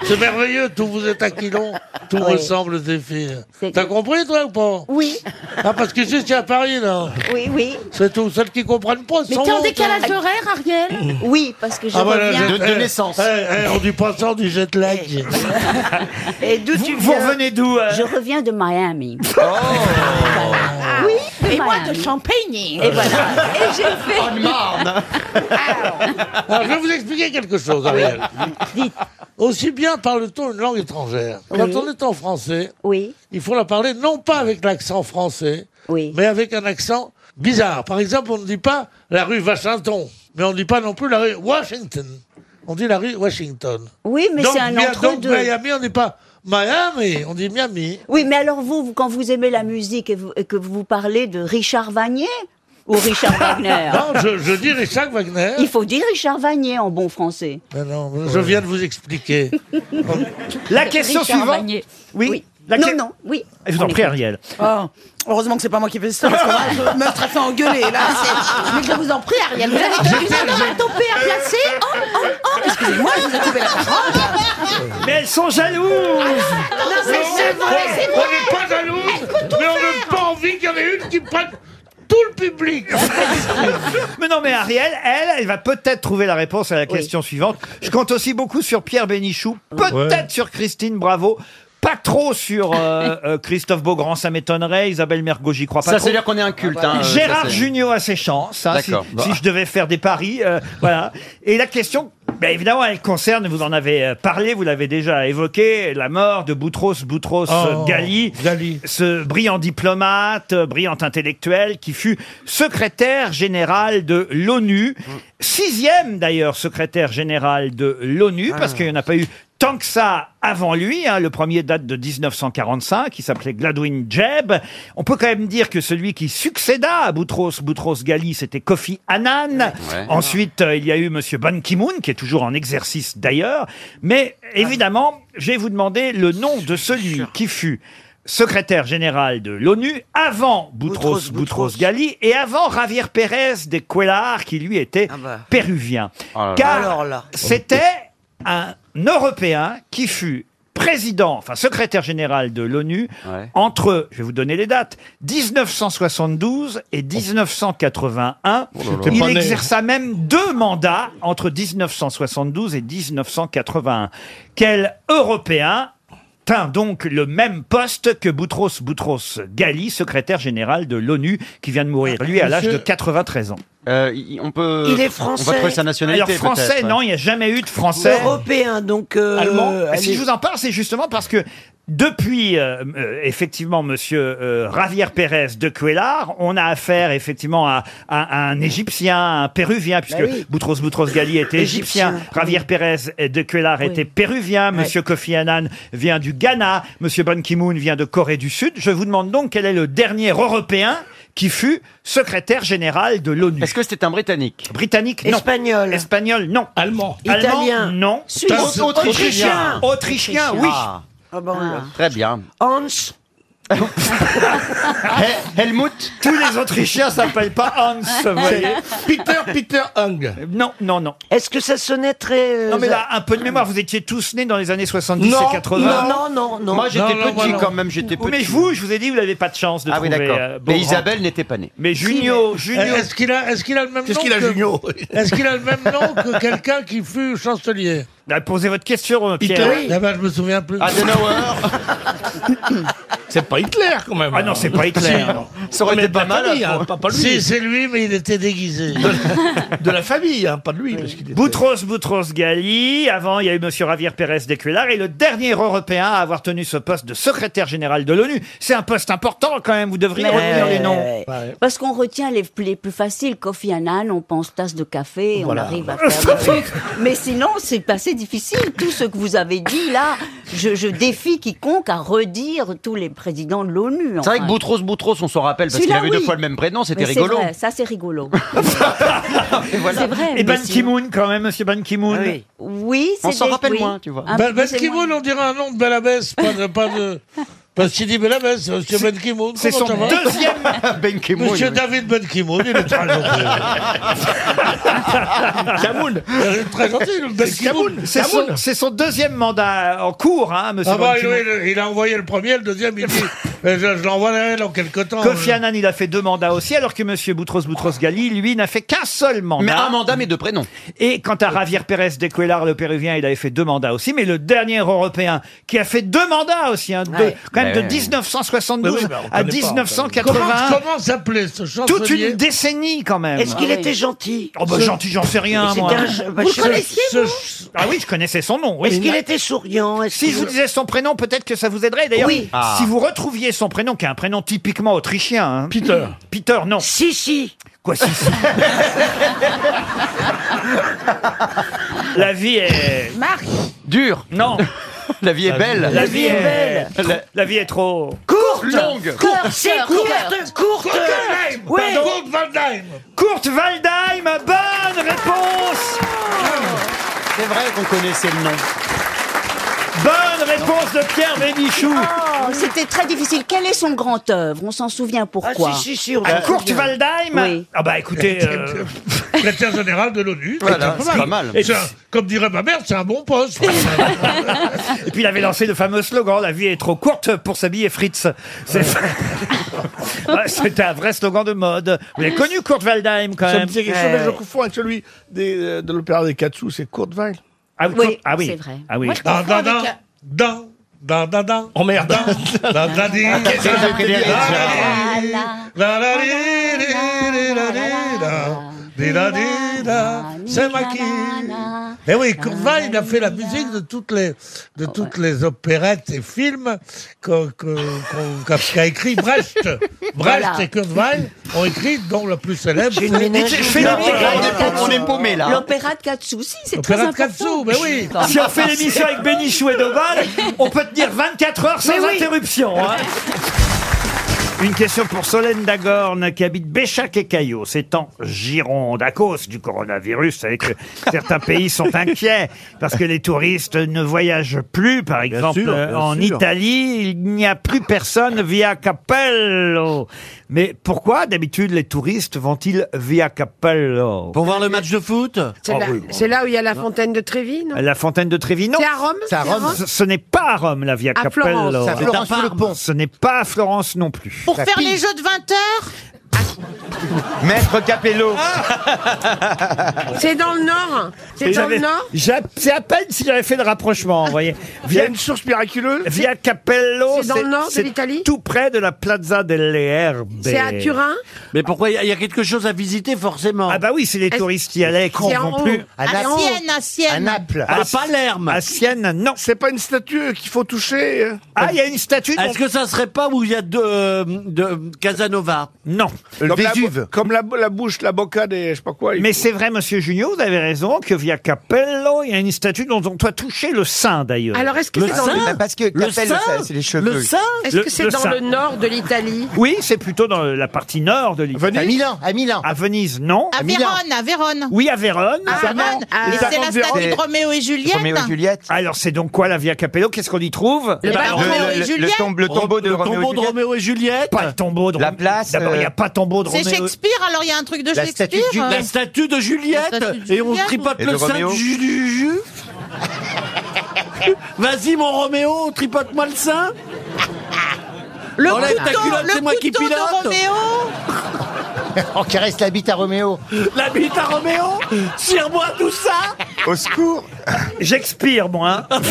S2: c'est merveilleux, tout vous est aquilon, tout
S27: Oui.
S2: ressemble Zéphyr.
S27: C'est-
S2: T'as compris, toi, ou pas
S27: Oui,
S2: Ah, parce que juste, c'est à Paris, là.
S27: oui, oui.
S2: C'est tout, celles qui comprennent pas.
S6: Mais
S2: sans
S6: t'es en
S2: honte,
S6: décalage
S2: hein.
S6: horaire,
S1: Mm.
S6: Ariel
S27: Oui, parce que je
S2: Ah, voilà,
S27: reviens.
S2: je-
S1: Euh,
S2: eh, eh, eh, on dit pas ça, on dit jet lag.
S27: Eh. [laughs] Et d'où tu
S1: Vous revenez d'où euh Oh.
S27: Je reviens de Miami. Ah. Oui, de
S6: Et moi
S27: Miami.
S6: de Champagne
S27: Et voilà. Oh, Et j'ai fait.
S2: Alors, je vais vous expliquer quelque chose,
S27: Ah
S2: Ariel. Aussi bien parle-t-on une langue étrangère. Quand
S27: Oui.
S2: on est en français,
S27: Oui,
S2: il faut la parler non pas avec l'accent français,
S27: oui.
S2: mais avec un accent bizarre. Par exemple, on ne dit pas la rue Washington, mais on ne dit pas non plus la rue Washington. On dit la rue Washington.
S27: Oui, mais
S2: donc,
S27: c'est un
S2: bien- donc,
S27: entre-deux.
S2: Miami, on n'est pas Miami, on dit Miami.
S27: Oui, mais alors vous, vous, quand vous aimez la musique et, vous- et que vous parlez de Richard Vanier
S1: [laughs]
S27: ou Richard Wagner
S2: Non, je, je dis Richard Wagner.
S27: Il faut dire Richard Vanier en bon français.
S2: Mais non, je viens de vous expliquer.
S1: La question
S27: Richard
S1: suivante.
S27: Vanier.
S1: Oui. La
S27: Non,
S1: que-
S27: non, oui.
S1: Je vous en prie, Ariel.
S19: Ah, heureusement que c'est pas moi qui fais ça, parce que moi, je me serais fait engueuler, là.
S6: Ah, C'est- Mais je vous en prie, Ariel, vous avez une onomatopée à placer Oh, oh, oh
S19: Excusez-moi, je vous ai coupé la parole.
S1: Mais elles sont jalouses
S6: Non, c'est c'est vrai, c'est
S2: On
S6: vrai
S2: n'est pas jaloux, mais on n'a pas envie qu'il y en ait une qui prenne tout le
S1: [laughs]
S2: public.
S1: Mais non, mais Ariel, elle, elle va peut-être trouver la réponse à la question suivante. Je compte aussi beaucoup sur Pierre Bénichou, peut-être sur Christine Bravo. Pas trop sur euh, euh, Christophe Beaugrand, ça m'étonnerait. Isabelle Mergo, j'y crois pas
S3: Ça,
S1: trop. Ah,
S3: c'est dire qu'on est un culte. hein, ça,
S1: Gérard
S3: c'est-
S1: Junior a ses chances, hein, si,
S3: D'accord.
S1: si je devais faire des paris. euh, voilà. Et la question Bien évidemment, elle concerne, vous en avez euh, parlé, vous l'avez déjà évoqué, la mort de Boutros Boutros euh,
S2: Oh,
S1: Ghali, ce brillant diplomate, euh, brillant intellectuel qui fut secrétaire général de l'ONU, sixième d'ailleurs secrétaire général de l'ONU, parce qu'il n'y en a pas eu tant que ça avant lui. hein. le premier date de 1945, qui s'appelait Gladwin Jebb. On peut quand même dire que celui qui succéda à Boutros Boutros Ghali, c'était Kofi Annan.
S3: Ouais.
S1: Ensuite, euh, il y a eu Monsieur Ban Ki-moon, qui est toujours en exercice d'ailleurs. Mais évidemment, je vais vous demander le nom de celui qui fut secrétaire général de l'ONU avant Boutros Boutros Ghali et avant Javier Pérez de Cuellar, qui lui était péruvien.
S3: Oh là.
S1: Car
S3: Alors là.
S1: c'était un Européen qui fut président, enfin secrétaire général de l'ONU, entre, je vais vous donner les dates, 1972 et 1981.
S3: Oh
S2: T'es
S1: Il
S2: pas né.
S1: exerça même deux mandats entre 1972 et 1981. Quel Européen tint donc le même poste que Boutros Boutros Ghali, secrétaire général de l'ONU, qui vient de mourir, lui, à l'âge de
S7: Monsieur-
S1: 93 ans.
S3: Euh,
S7: on peut.
S1: Il est français.
S7: On va trouver sa nationalité.
S1: Alors, français,
S7: peut-être, ouais.
S1: non, il n'y a jamais eu de français.
S3: Européen,
S1: donc.
S3: Allemand.
S1: Si
S3: allez.
S1: je vous en parle, c'est justement parce que. Depuis, euh, euh, effectivement, monsieur euh, Javier Pérez de Cuellar, on a affaire, effectivement, à, à un Égyptien, un Péruvien, puisque
S3: Bah oui.
S1: Boutros Boutros Ghali était Égyptien,
S3: Égyptien.
S1: Javier Pérez de Cuellar
S3: Oui.
S1: était Péruvien, monsieur Kofi Annan vient du Ghana, monsieur Ban Ki-moon vient de Corée du Sud. Je vous demande donc quel est le dernier Européen qui fut secrétaire général de l'ONU. Est-ce que c'était un Britannique Britannique, non. Espagnol Espagnol, non. Allemand
S3: Italien.
S1: non.
S3: Suisse.
S1: Autrichien.
S3: Autrichien.
S1: Autrichien, oui.
S3: Ah.
S7: Très bien.
S3: Hans.
S24: [laughs]
S1: Helmut Tous les Autrichiens s'appellent pas
S27: [laughs]
S1: Hans, vous voyez.
S3: Peter,
S1: Peter Hung. Non, non, non. Est-ce que ça sonnait très... euh, Non, mais là, un peu de mémoire, vous étiez tous nés dans les années 70
S3: Non,
S1: et 80.
S3: non, non, non, non. Moi, j'étais petit quand même, j'étais
S1: Oui, Mais
S3: petit.
S1: vous, je vous ai dit, vous n'avez pas de chance de
S7: Ah oui,
S1: trouver...
S7: d'accord.
S1: euh,
S7: mais
S1: Beaugrand.
S7: Isabelle n'était pas née.
S1: Mais Junio, Junio...
S2: Euh, Est-ce qu'il a, est-ce qu'il a le même nom
S1: Qu'est-ce qu'il a,
S2: que-
S1: Junio
S2: Est-ce qu'il a le même nom
S1: [laughs]
S2: que quelqu'un qui fut chancelier
S1: Ah, Posez votre question, Pierre.
S2: Hitler Ah ben, je me souviens plus.
S1: C'est pas Hitler, quand même. Ah non, c'est pas Hitler.
S2: Ça aurait été pas
S1: mal, hein,
S2: Hein,
S1: pour- pas lui.
S2: Si, c'est lui, mais il était
S1: [laughs]
S2: déguisé.
S1: de la famille, hein, pas de lui. Boutros Boutros Ghali, avant il y a eu Monsieur Javier Pérez de Cuellar, et le dernier Européen à avoir tenu ce poste de secrétaire général de l'ONU. C'est un poste important quand même, vous devriez
S27: Ouais,
S1: retenir
S27: ouais,
S1: les noms.
S27: ouais, ouais. Parce qu'on retient les, les plus faciles. Kofi Annan, on pense tasse de café,
S1: Voilà.
S27: on arrive à faire des trucs. Mais sinon, c'est assez difficile. Tout ce que vous avez dit là, je, je défie quiconque à redire tous les présidents de l'ONU.
S7: C'est vrai que
S27: enfin.
S7: Boutros Boutros, on s'en rappelle parce qu'il
S27: Celui-là,
S7: avait deux
S27: oui.
S7: fois le même prénom, c'était
S27: Mais c'est
S7: rigolo.
S27: vrai, ça,
S7: [laughs]
S27: c'est rigolo. C'est vrai.
S1: Et Ban
S7: Ben
S27: mais
S1: Ki-moon quand même, Monsieur Ban Ki-moon.
S2: Ah
S27: oui. Oui, c'est des- oui. Un
S2: Ben,
S27: peu,
S2: ben
S27: c'est
S2: Ki-moon, on dirait un nom de Belabès, pas de. Pas de... Parce qu'il dit Belabès, c'est monsieur Ben Ki-moon.
S1: c'est
S2: comment
S1: son
S2: ça va [laughs]
S1: deuxième
S2: Ben
S1: Ki-moon,
S2: Monsieur
S1: oui.
S2: David Ben Ki-moon, il est très
S1: [laughs]
S2: gentil. Kamoun. Il est très gentil, le Ben Ki-moon.
S1: C'est son,
S2: Kamoun.
S1: c'est son deuxième mandat en cours, hein, Monsieur
S2: Ah
S1: Ban
S2: bah, il,
S1: Ki-moon.
S2: oui, il a envoyé le premier, le deuxième, il dit mais Je, je l'envoie dans quelques temps.
S1: Kofi Annan, il a fait deux mandats aussi, alors que Monsieur Boutros Boutros Ghali, lui, n'a fait qu'un seul mandat.
S7: Mais un mandat, mais deux prénoms.
S1: Et quant à Javier Pérez de Cuellar, le Péruvien, il avait fait deux mandats aussi, mais le dernier Européen qui a fait deux mandats aussi, hein, deux- quand même
S2: Ouais,
S1: de
S2: ouais.
S1: 1972
S2: Mais oui, mais on
S1: à
S2: connaît pas, Comment,
S1: 1981.
S2: comment s'appelait ce chancelier
S1: Toute une décennie quand même.
S2: Est-ce qu'il Ah oui. était
S1: gentil Oh bah
S2: Ce-
S1: gentil, j'en sais rien
S2: C'était
S1: moi.
S2: un je- bah, Vous je- le connaissiez,
S1: Ce- ce- Ah oui, je connaissais son nom. oui.
S2: Est-ce qu'il était
S1: souriant Si
S2: qu'il-
S1: je vous disais son prénom, peut-être que ça vous aiderait. D'ailleurs,
S2: Oui. Ah.
S1: si vous retrouviez son prénom, qui est un prénom typiquement autrichien. Peter. Peter, non. Si si. Quoi si si La vie est.
S6: Marc.
S1: Dure. Non.
S7: [laughs] La vie est belle.
S1: La vie est belle.
S7: La-
S1: La vie est trop.
S6: Courte.
S7: Longue.
S6: Courte. C'est courte. Courte. Oui.
S2: Courte Waldheim.
S1: Courte Waldheim. Bonne réponse.
S7: C'est vrai qu'on connaissait le nom.
S1: Bonne réponse de Pierre Bénichou.
S27: Oh, C'était très difficile. Quelle est son grand œuvre On s'en souvient
S2: Ah,
S27: pourquoi
S1: À Courte Euh, Waldheim
S27: Oui.
S1: Ah bah écoutez. euh,
S2: Secrétaire général de l'ONU.
S1: Voilà,
S2: c'est
S1: c'est pas mal.
S2: Et c'est un- comme dirait ma mère, c'est un bon poste.
S1: [laughs] Et puis il avait lancé le fameux slogan La vie est trop courte pour s'habiller Fritz. C'est- [laughs] Ouais, C'était un vrai slogan de mode. Vous l'avez connu, Kurt Waldheim, quand
S5: Ça
S1: même.
S5: me dit quelque chose, mais je confonds avec celui des, euh, de l'opéra des Katsu, c'est Courteval.
S1: Ah oui, Kurt- ah oui. Ah oui.
S2: Dan, dan, dan, dan, dan, dan, dan. Oh merde. Dan, dan, dan, di, dan,
S5: Qu'est-ce que t'as pris
S2: di,
S5: derrière,
S2: dan, di, dan, dan, di, di, di, dan, di, dan. Dida, dida, c'est maquis. Et oui, Courval, il a fait la musique de toutes les, de toutes les opérettes et films qu'on- qu'on- qu'on- qu'a qu'a écrit Brecht. Brecht
S6: Voilà.
S2: et Courval ont écrit, dont le plus célèbre.
S6: J'ai une ménage- Je fais des petits
S2: Voilà.
S6: grains de
S2: Voilà.
S6: On est paumé, là.
S27: [laughs] L'opéra de Katsushi, c'est très
S2: Opéra
S27: important.
S2: de Katsu, mais oui.
S1: Si on fait l'émission avec Bénichou et Doval, on peut tenir 24 heures sans
S6: Mais oui.
S1: interruption. hein. Une question pour Solène Dagorne qui habite Béchac et Caillot. C'est en Gironde à cause du coronavirus. Vous savez
S5: [laughs]
S1: que certains pays sont inquiets parce que les touristes ne voyagent plus. Par exemple,
S3: sûr,
S1: euh,
S3: bien
S1: en
S3: sûr.
S1: Italie, il n'y a plus personne via Capello. Mais pourquoi d'habitude les touristes vont-ils via Capello Pour voir le match de foot
S7: C'est là, c'est là où il y a la fontaine de Trévi, non
S1: la fontaine de Trévi, non.
S7: C'est à Rome
S1: C'est à Rome. Ce, ce n'est pas à Rome, la Via
S7: À
S1: Capello.
S7: Florence. C'est à
S1: C'est
S7: Florence
S1: à
S7: sous le
S1: Parme. Ce n'est pas à Florence non plus.
S6: Pour faire les jeux de 20 heures
S1: Maître Capello.
S7: C'est dans le nord. Ah, C'est
S1: Et
S7: dans le
S1: j'avais-
S7: nord.
S1: j'a- C'est à peine si j'avais fait le rapprochement, vous voyez. [laughs] Via une source miraculeuse Via Capello.
S7: C'est dans le nord de
S1: c'est
S7: l'Italie
S1: Tout près de la Plaza delle Erbe.
S7: C'est à Turin
S1: Mais pourquoi Il y, a quelque chose à visiter forcément. Ah bah oui, c'est les
S7: Est-ce-
S1: touristes qui allaient, qui
S7: C'est
S1: ne
S7: en
S1: vont
S7: haut.
S1: plus.
S7: À Ah, Naples. Sienne,
S6: à Sienne.
S7: À Naples.
S1: À Palerme. À Sienne, non.
S17: C'est pas une statue qu'il faut toucher. euh.
S1: Ah, il y a une statue.
S17: donc-
S1: donc-
S3: Est-ce que ça serait pas où il y a de, euh, de Casanova
S1: Non.
S17: Comme la, bou- comme la, la bouche, la bocade et je sais pas quoi. il
S1: Mais
S17: faut-
S1: c'est vrai, monsieur Junio, vous avez raison, que via Capello, il y a une statue dont on doit toucher le sein, d'ailleurs.
S7: Alors, est-ce que Le c'est dans le- sein Bah, parce que
S1: Le
S7: Capello,
S1: sein
S7: ça, c'est les cheveux.
S1: Le sein
S7: Est-ce que c'est dans
S1: sein.
S7: le nord de l'Italie
S1: Oui, c'est plutôt dans la partie nord de l'Italie.
S7: À Milan,
S1: à Milan. À Venise, non.
S6: À Vérone, à Vérone.
S1: Oui, à Vérone.
S7: Ah,
S6: À Vérone. Et c'est la statue de Roméo et Juliette.
S1: Juliette. Alors, c'est donc quoi la Via Capello Qu'est-ce qu'on y trouve
S6: Le Eh ben, baron Roméo et le- le Juliette. tombe- le tombeau de Roméo et
S1: tombeau de
S6: Juliette.
S1: Roméo et Juliette. Pas le tombeau de La place. D'abord, il n'y a pas de tombeau de
S6: Euh, C'est
S1: Roméo.
S6: Shakespeare, alors il y a un truc de Shakespeare. euh.
S1: de
S6: Juliette. La statue de Et on Juliette. tripote le sein
S1: Roméo.
S6: du
S3: Vas-y mon Roméo, tripote-moi le sein.
S7: Le
S3: Enlève ta
S7: couteau,
S3: culotte,
S7: le
S3: c'est moi qui
S7: couteau de
S3: pilote.
S25: [laughs]
S18: On caresse la bite à Roméo.
S3: La bite à Roméo, tire-moi tout ça.
S1: Au [laughs] secours. J'expire, moi. [laughs] hein.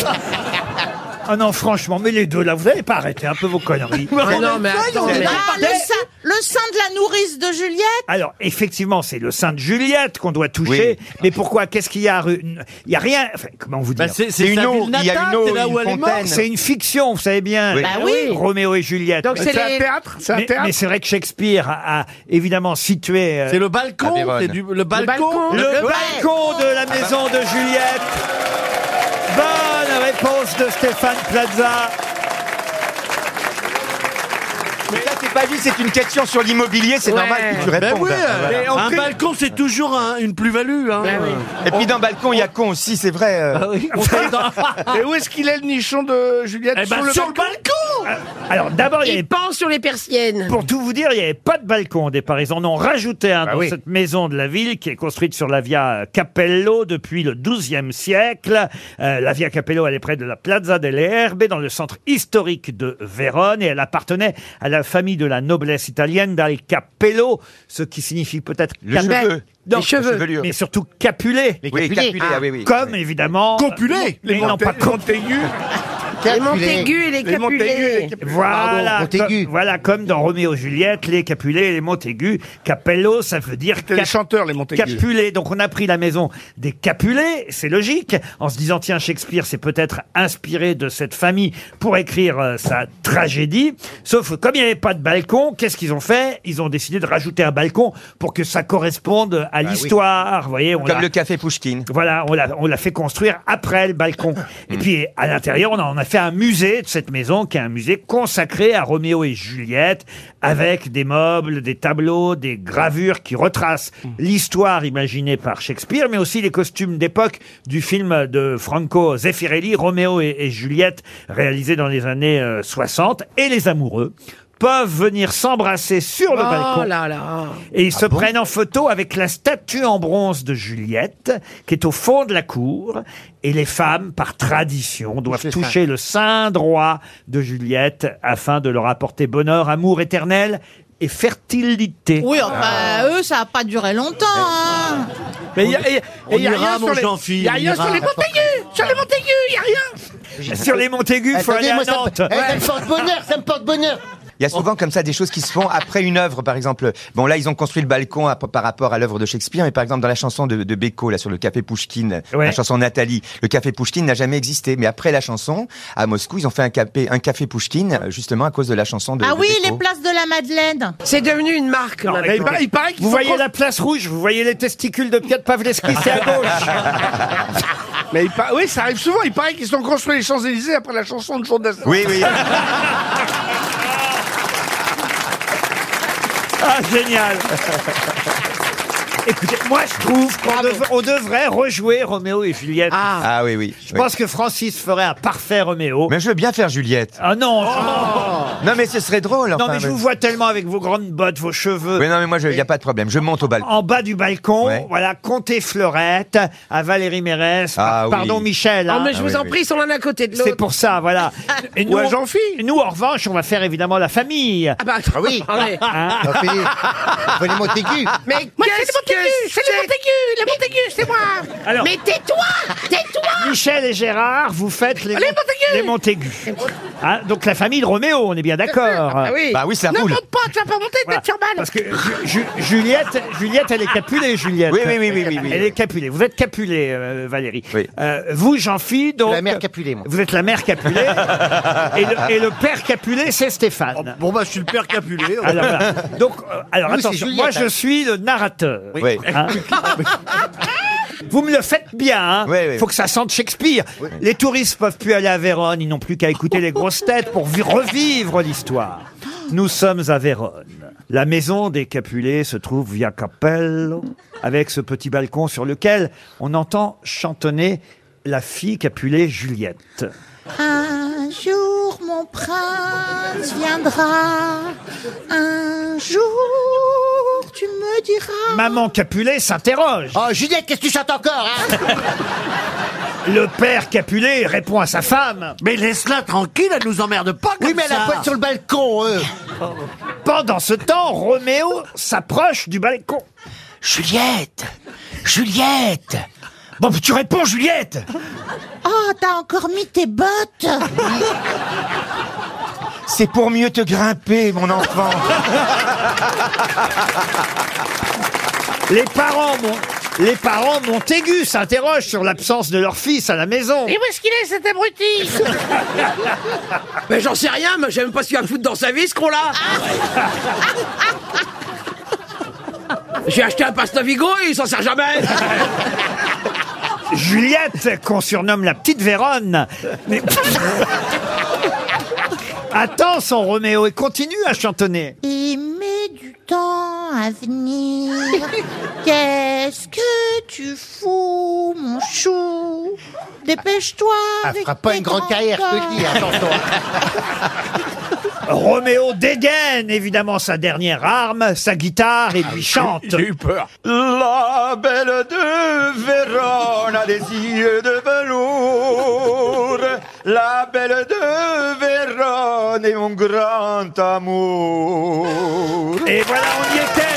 S1: Ah non, franchement, mais les deux, là, vous n'allez pas arrêter un peu vos conneries.
S7: Ah non, mais attends, mais-
S6: Ah, le sein, le sein de la nourrice de Juliette.
S1: Alors, effectivement, c'est le sein de Juliette qu'on doit toucher. Mais pourquoi Qu'est-ce qu'il y a à rue- Il n'y a rien. Enfin, comment vous dire
S3: Bah, c'est- c'est C'est une sa ville eau, il y a natale, une eau, c'est là une où elle est morte. fontaine.
S1: C'est une fiction, vous savez bien.
S3: Oui. Bah oui.
S1: Roméo et Juliette.
S3: Donc, c'est C'est un les- théâtre C'est un
S1: Mais-
S3: théâtre
S1: Mais c'est vrai que Shakespeare a, a évidemment situé. euh,
S3: C'est le balcon,
S1: à Vérone.
S3: c'est du- le balcon.
S1: Le,
S3: Le
S1: balcon de la maison de Juliette. Bonne réponse de Stéphane Plaza.
S4: Mais là, c'est pas juste, c'est une question sur l'immobilier, c'est normal que tu répondes. Voilà.
S3: un
S4: Un bal-
S3: balcon, c'est toujours un- une plus-value. hein. Ah
S4: Et puis d'un balcon, il y a con aussi, c'est vrai. euh.
S3: [laughs]
S17: Et où est-ce qu'il est le nichon de Juliette
S4: Eh ben,
S17: le
S4: sur le
S17: balcon
S1: Alors d'abord, il y
S7: Il
S1: avait
S7: pend sur les persiennes.
S1: Pour tout vous dire, il n'y avait pas de balcon au départ. Ils en ont [laughs] rajouté un hein, dans cette maison de la ville qui est construite sur la Via Capello depuis le XIIe siècle. Euh, la Via Capello, elle est près de la Plaza delle Erbe, dans le centre historique de Vérone, et elle appartenait à la famille de la noblesse italienne d'Al Capello, ce qui signifie peut-être
S4: Le
S1: Capet-
S4: cheveu.
S1: Non,
S4: Les cheveux. Les chevelures.
S1: mais surtout Capulet.
S4: Les Oui, Capulet. Capulet, ah oui, oui.
S1: Comme évidemment. euh,
S17: Copulé
S1: Mais non, pas
S17: Montaigu.
S7: Les Montaigu et les
S17: Les Montaigu et
S7: Capulet.
S17: les Capulet.
S1: Voilà, comme, voilà, comme dans Roméo et Juliette, les Capulet et les Montaigu. Capello, ça veut dire
S17: C'était les chanteurs, les Montaigu.
S1: Capulet. Donc on a pris la maison des Capulet, c'est logique, en se disant tiens Shakespeare s'est peut-être inspiré de cette famille pour écrire euh, sa tragédie. Sauf que comme il n'y avait pas de balcon, qu'est-ce qu'ils ont fait Ils ont décidé de rajouter un balcon pour que ça corresponde
S17: Bah
S1: à l'histoire. Vous voyez, on
S4: Comme
S1: l'a-
S4: le café Pouchkine. Hmm.
S1: voilà, on l'a, on l'a fait construire après
S4: [laughs]
S1: le balcon. Et puis, à l'intérieur, on a, on a fait un musée de cette maison, qui est un musée consacré à Roméo et Juliette, avec des meubles, des tableaux, des gravures qui retracent
S7: Hmm.
S1: l'histoire imaginée par Shakespeare, mais aussi les costumes d'époque du film de Franco Zeffirelli, Roméo et, et Juliette, réalisé dans les années euh, 60, et les amoureux peuvent venir s'embrasser sur le balcon.
S7: Oh là là.
S1: Et ils se
S7: Ah
S1: prennent en photo avec la statue en bronze de Juliette, qui est au fond de la cour. Et les femmes, par tradition, doivent toucher le sein droit de Juliette afin de leur apporter bonheur, amour éternel et fertilité.
S6: Oui, enfin, eux, ça n'a pas duré longtemps. hein.
S1: Mais il y a, et- et
S6: On
S1: il y a
S6: ira,
S1: rien
S6: mon
S1: sur les,
S6: Jean-Phil,
S1: il y a rien
S6: on ira.
S1: sur les
S6: Montaigu Sur les Montaigu, il n'y a rien
S1: Sur les Montaigu, faut
S18: Attendez,
S1: aller à
S18: moi, ça me-
S4: Eh,
S1: Nantes.
S18: eh, ça me porte bonheur, ça me porte bonheur.
S4: Il y a souvent comme ça des choses qui se font après une œuvre, par exemple. Bon, là, ils ont construit le balcon à- par rapport à l'œuvre de Shakespeare, mais par exemple, dans la chanson de, de Beko, là, sur le café Pouchkine, la chanson Nathalie, le café Pouchkine n'a jamais existé. Mais après la chanson, à Moscou, ils ont fait un café, un café Pouchkine, justement à cause de la chanson de.
S6: Ah
S4: de
S6: oui,
S4: Beko.
S6: les places de la Madeleine.
S18: C'est devenu une marque.
S1: Non, mais il, paraît- vous voyez la place rouge, vous voyez les testicules de Piotr Pavlovski, c'est [laughs] à gauche.
S2: Mais il par- oui, ça arrive souvent. Il paraît qu'ils ont construit les Champs-Élysées après la chanson de Jean Dassin.
S4: [laughs] Oui,
S18: [laughs]
S4: oui.
S1: Ah, génial Écoutez, moi je trouve qu'on dev- on devrait rejouer Roméo et Juliette. Ah,
S4: oui, oui.
S1: Je pense que Francis ferait un parfait Roméo.
S4: Mais je veux bien faire Juliette.
S1: Ah non
S4: Non, mais ce serait drôle.
S1: Non, mais je vous vois tellement avec vos grandes bottes, vos cheveux.
S4: Oui, non, mais moi, il n'y a pas de problème. Je monte au balcon.
S1: En bas du balcon, voilà, comptez Fleurette à Valérie Mérès, par-
S4: Ah oui.
S1: pardon Michel.
S18: Ah,
S1: hein.
S18: mais je vous en prie, ils sont l'un à côté de l'autre.
S1: C'est pour
S18: [laughs]
S1: ça, voilà. Et
S18: Ou à
S1: on- Nous, en revanche, on va faire évidemment la famille. Hein Ah,
S18: oui. Ah [laughs] ouais. Ah, Philippe,
S1: les Montaigu. [laughs]
S18: Mais qu'est-ce que c'est le Montaigu, le Montaigu, c'est moi.
S1: Alors-
S18: Mais tais-toi, tais-toi.
S1: Michel et Gérard, vous faites les,
S18: Les
S1: Mont- les Montaigu. Hein, donc la famille de Roméo, on est bien
S18: Ah,
S1: d'accord.
S18: bah
S4: Bah
S18: ne Ne monte pas, tu vas pas monter,
S1: Voilà.
S18: tu te faire mal.
S1: Parce que Ju- Juliette, Juliette, elle est capulée, Juliette.
S4: Oui, oui, oui, oui, oui, oui.
S1: Elle est capulée. Vous êtes capulée, euh, Valérie. Euh, vous, Jean-Philippe, donc. La mère capulée, moi. Vous êtes la mère capulée. [laughs] et, le, et le père capulé, c'est Stéphane.
S3: Bon bah je suis le père Capulé.
S1: Alors, voilà. Donc, euh, alors
S3: Nous, c'est
S1: attention,
S3: Juliette,
S1: moi je
S3: hein.
S1: suis le narrateur.
S3: Oui.
S1: Hein [laughs] Vous me le faites bien, hein Faut que ça sente Shakespeare. Les touristes peuvent plus aller à Vérone, ils n'ont plus qu'à écouter les grosses têtes pour vi- revivre l'histoire. Nous sommes à Vérone. La maison des Capulets se trouve via Capello, avec ce petit balcon sur lequel on entend chantonner la fille Capulet Juliette.
S6: Un jour mon prince viendra. Un jour tu me diras.
S1: Maman Capulet s'interroge.
S31: Oh, Juliette, qu'est-ce que tu chantes encore, hein
S1: [laughs] Le père Capulet répond à sa femme.
S32: Mais laisse-la tranquille, elle nous emmerde pas comme
S31: Oui, mais elle a
S32: ça.
S31: pas être sur le balcon, eux.
S1: Pendant ce temps, Roméo s'approche du balcon.
S32: Juliette Juliette Bon, tu réponds, Juliette
S6: Oh, t'as encore mis tes bottes
S4: C'est pour mieux te grimper, mon enfant.
S1: Les parents, mon- les parents Montaigu s'interrogent sur l'absence de leur fils à la maison.
S18: Et où est-ce qu'il est, cet
S1: [laughs]
S18: abruti
S7: Mais j'en sais rien, mais j'aime pas ce qu'il a foutre dans sa vie, ce
S6: [laughs]
S7: qu'on là J'ai acheté un passe Navigo et il s'en sert jamais
S1: Juliette, qu'on surnomme la petite
S31: [laughs]
S1: Vérone, mais- attend son Roméo et continue à chantonner.
S6: Et mets du temps à
S31: [laughs]
S6: venir. Qu'est-ce que tu fous, mon chou Dépêche-toi.
S31: Elle
S6: avec
S31: fera Ah, pas
S6: tes
S31: une grande
S6: grands
S31: carrière, je te
S6: gars.
S31: le dis, attention.
S1: Roméo dégaine évidemment sa dernière arme, sa guitare, et lui chante.
S2: J'ai eu peur.
S4: La belle de Vérone a des yeux de velours. La belle de Vérone est mon grand amour.
S1: Et voilà, on y était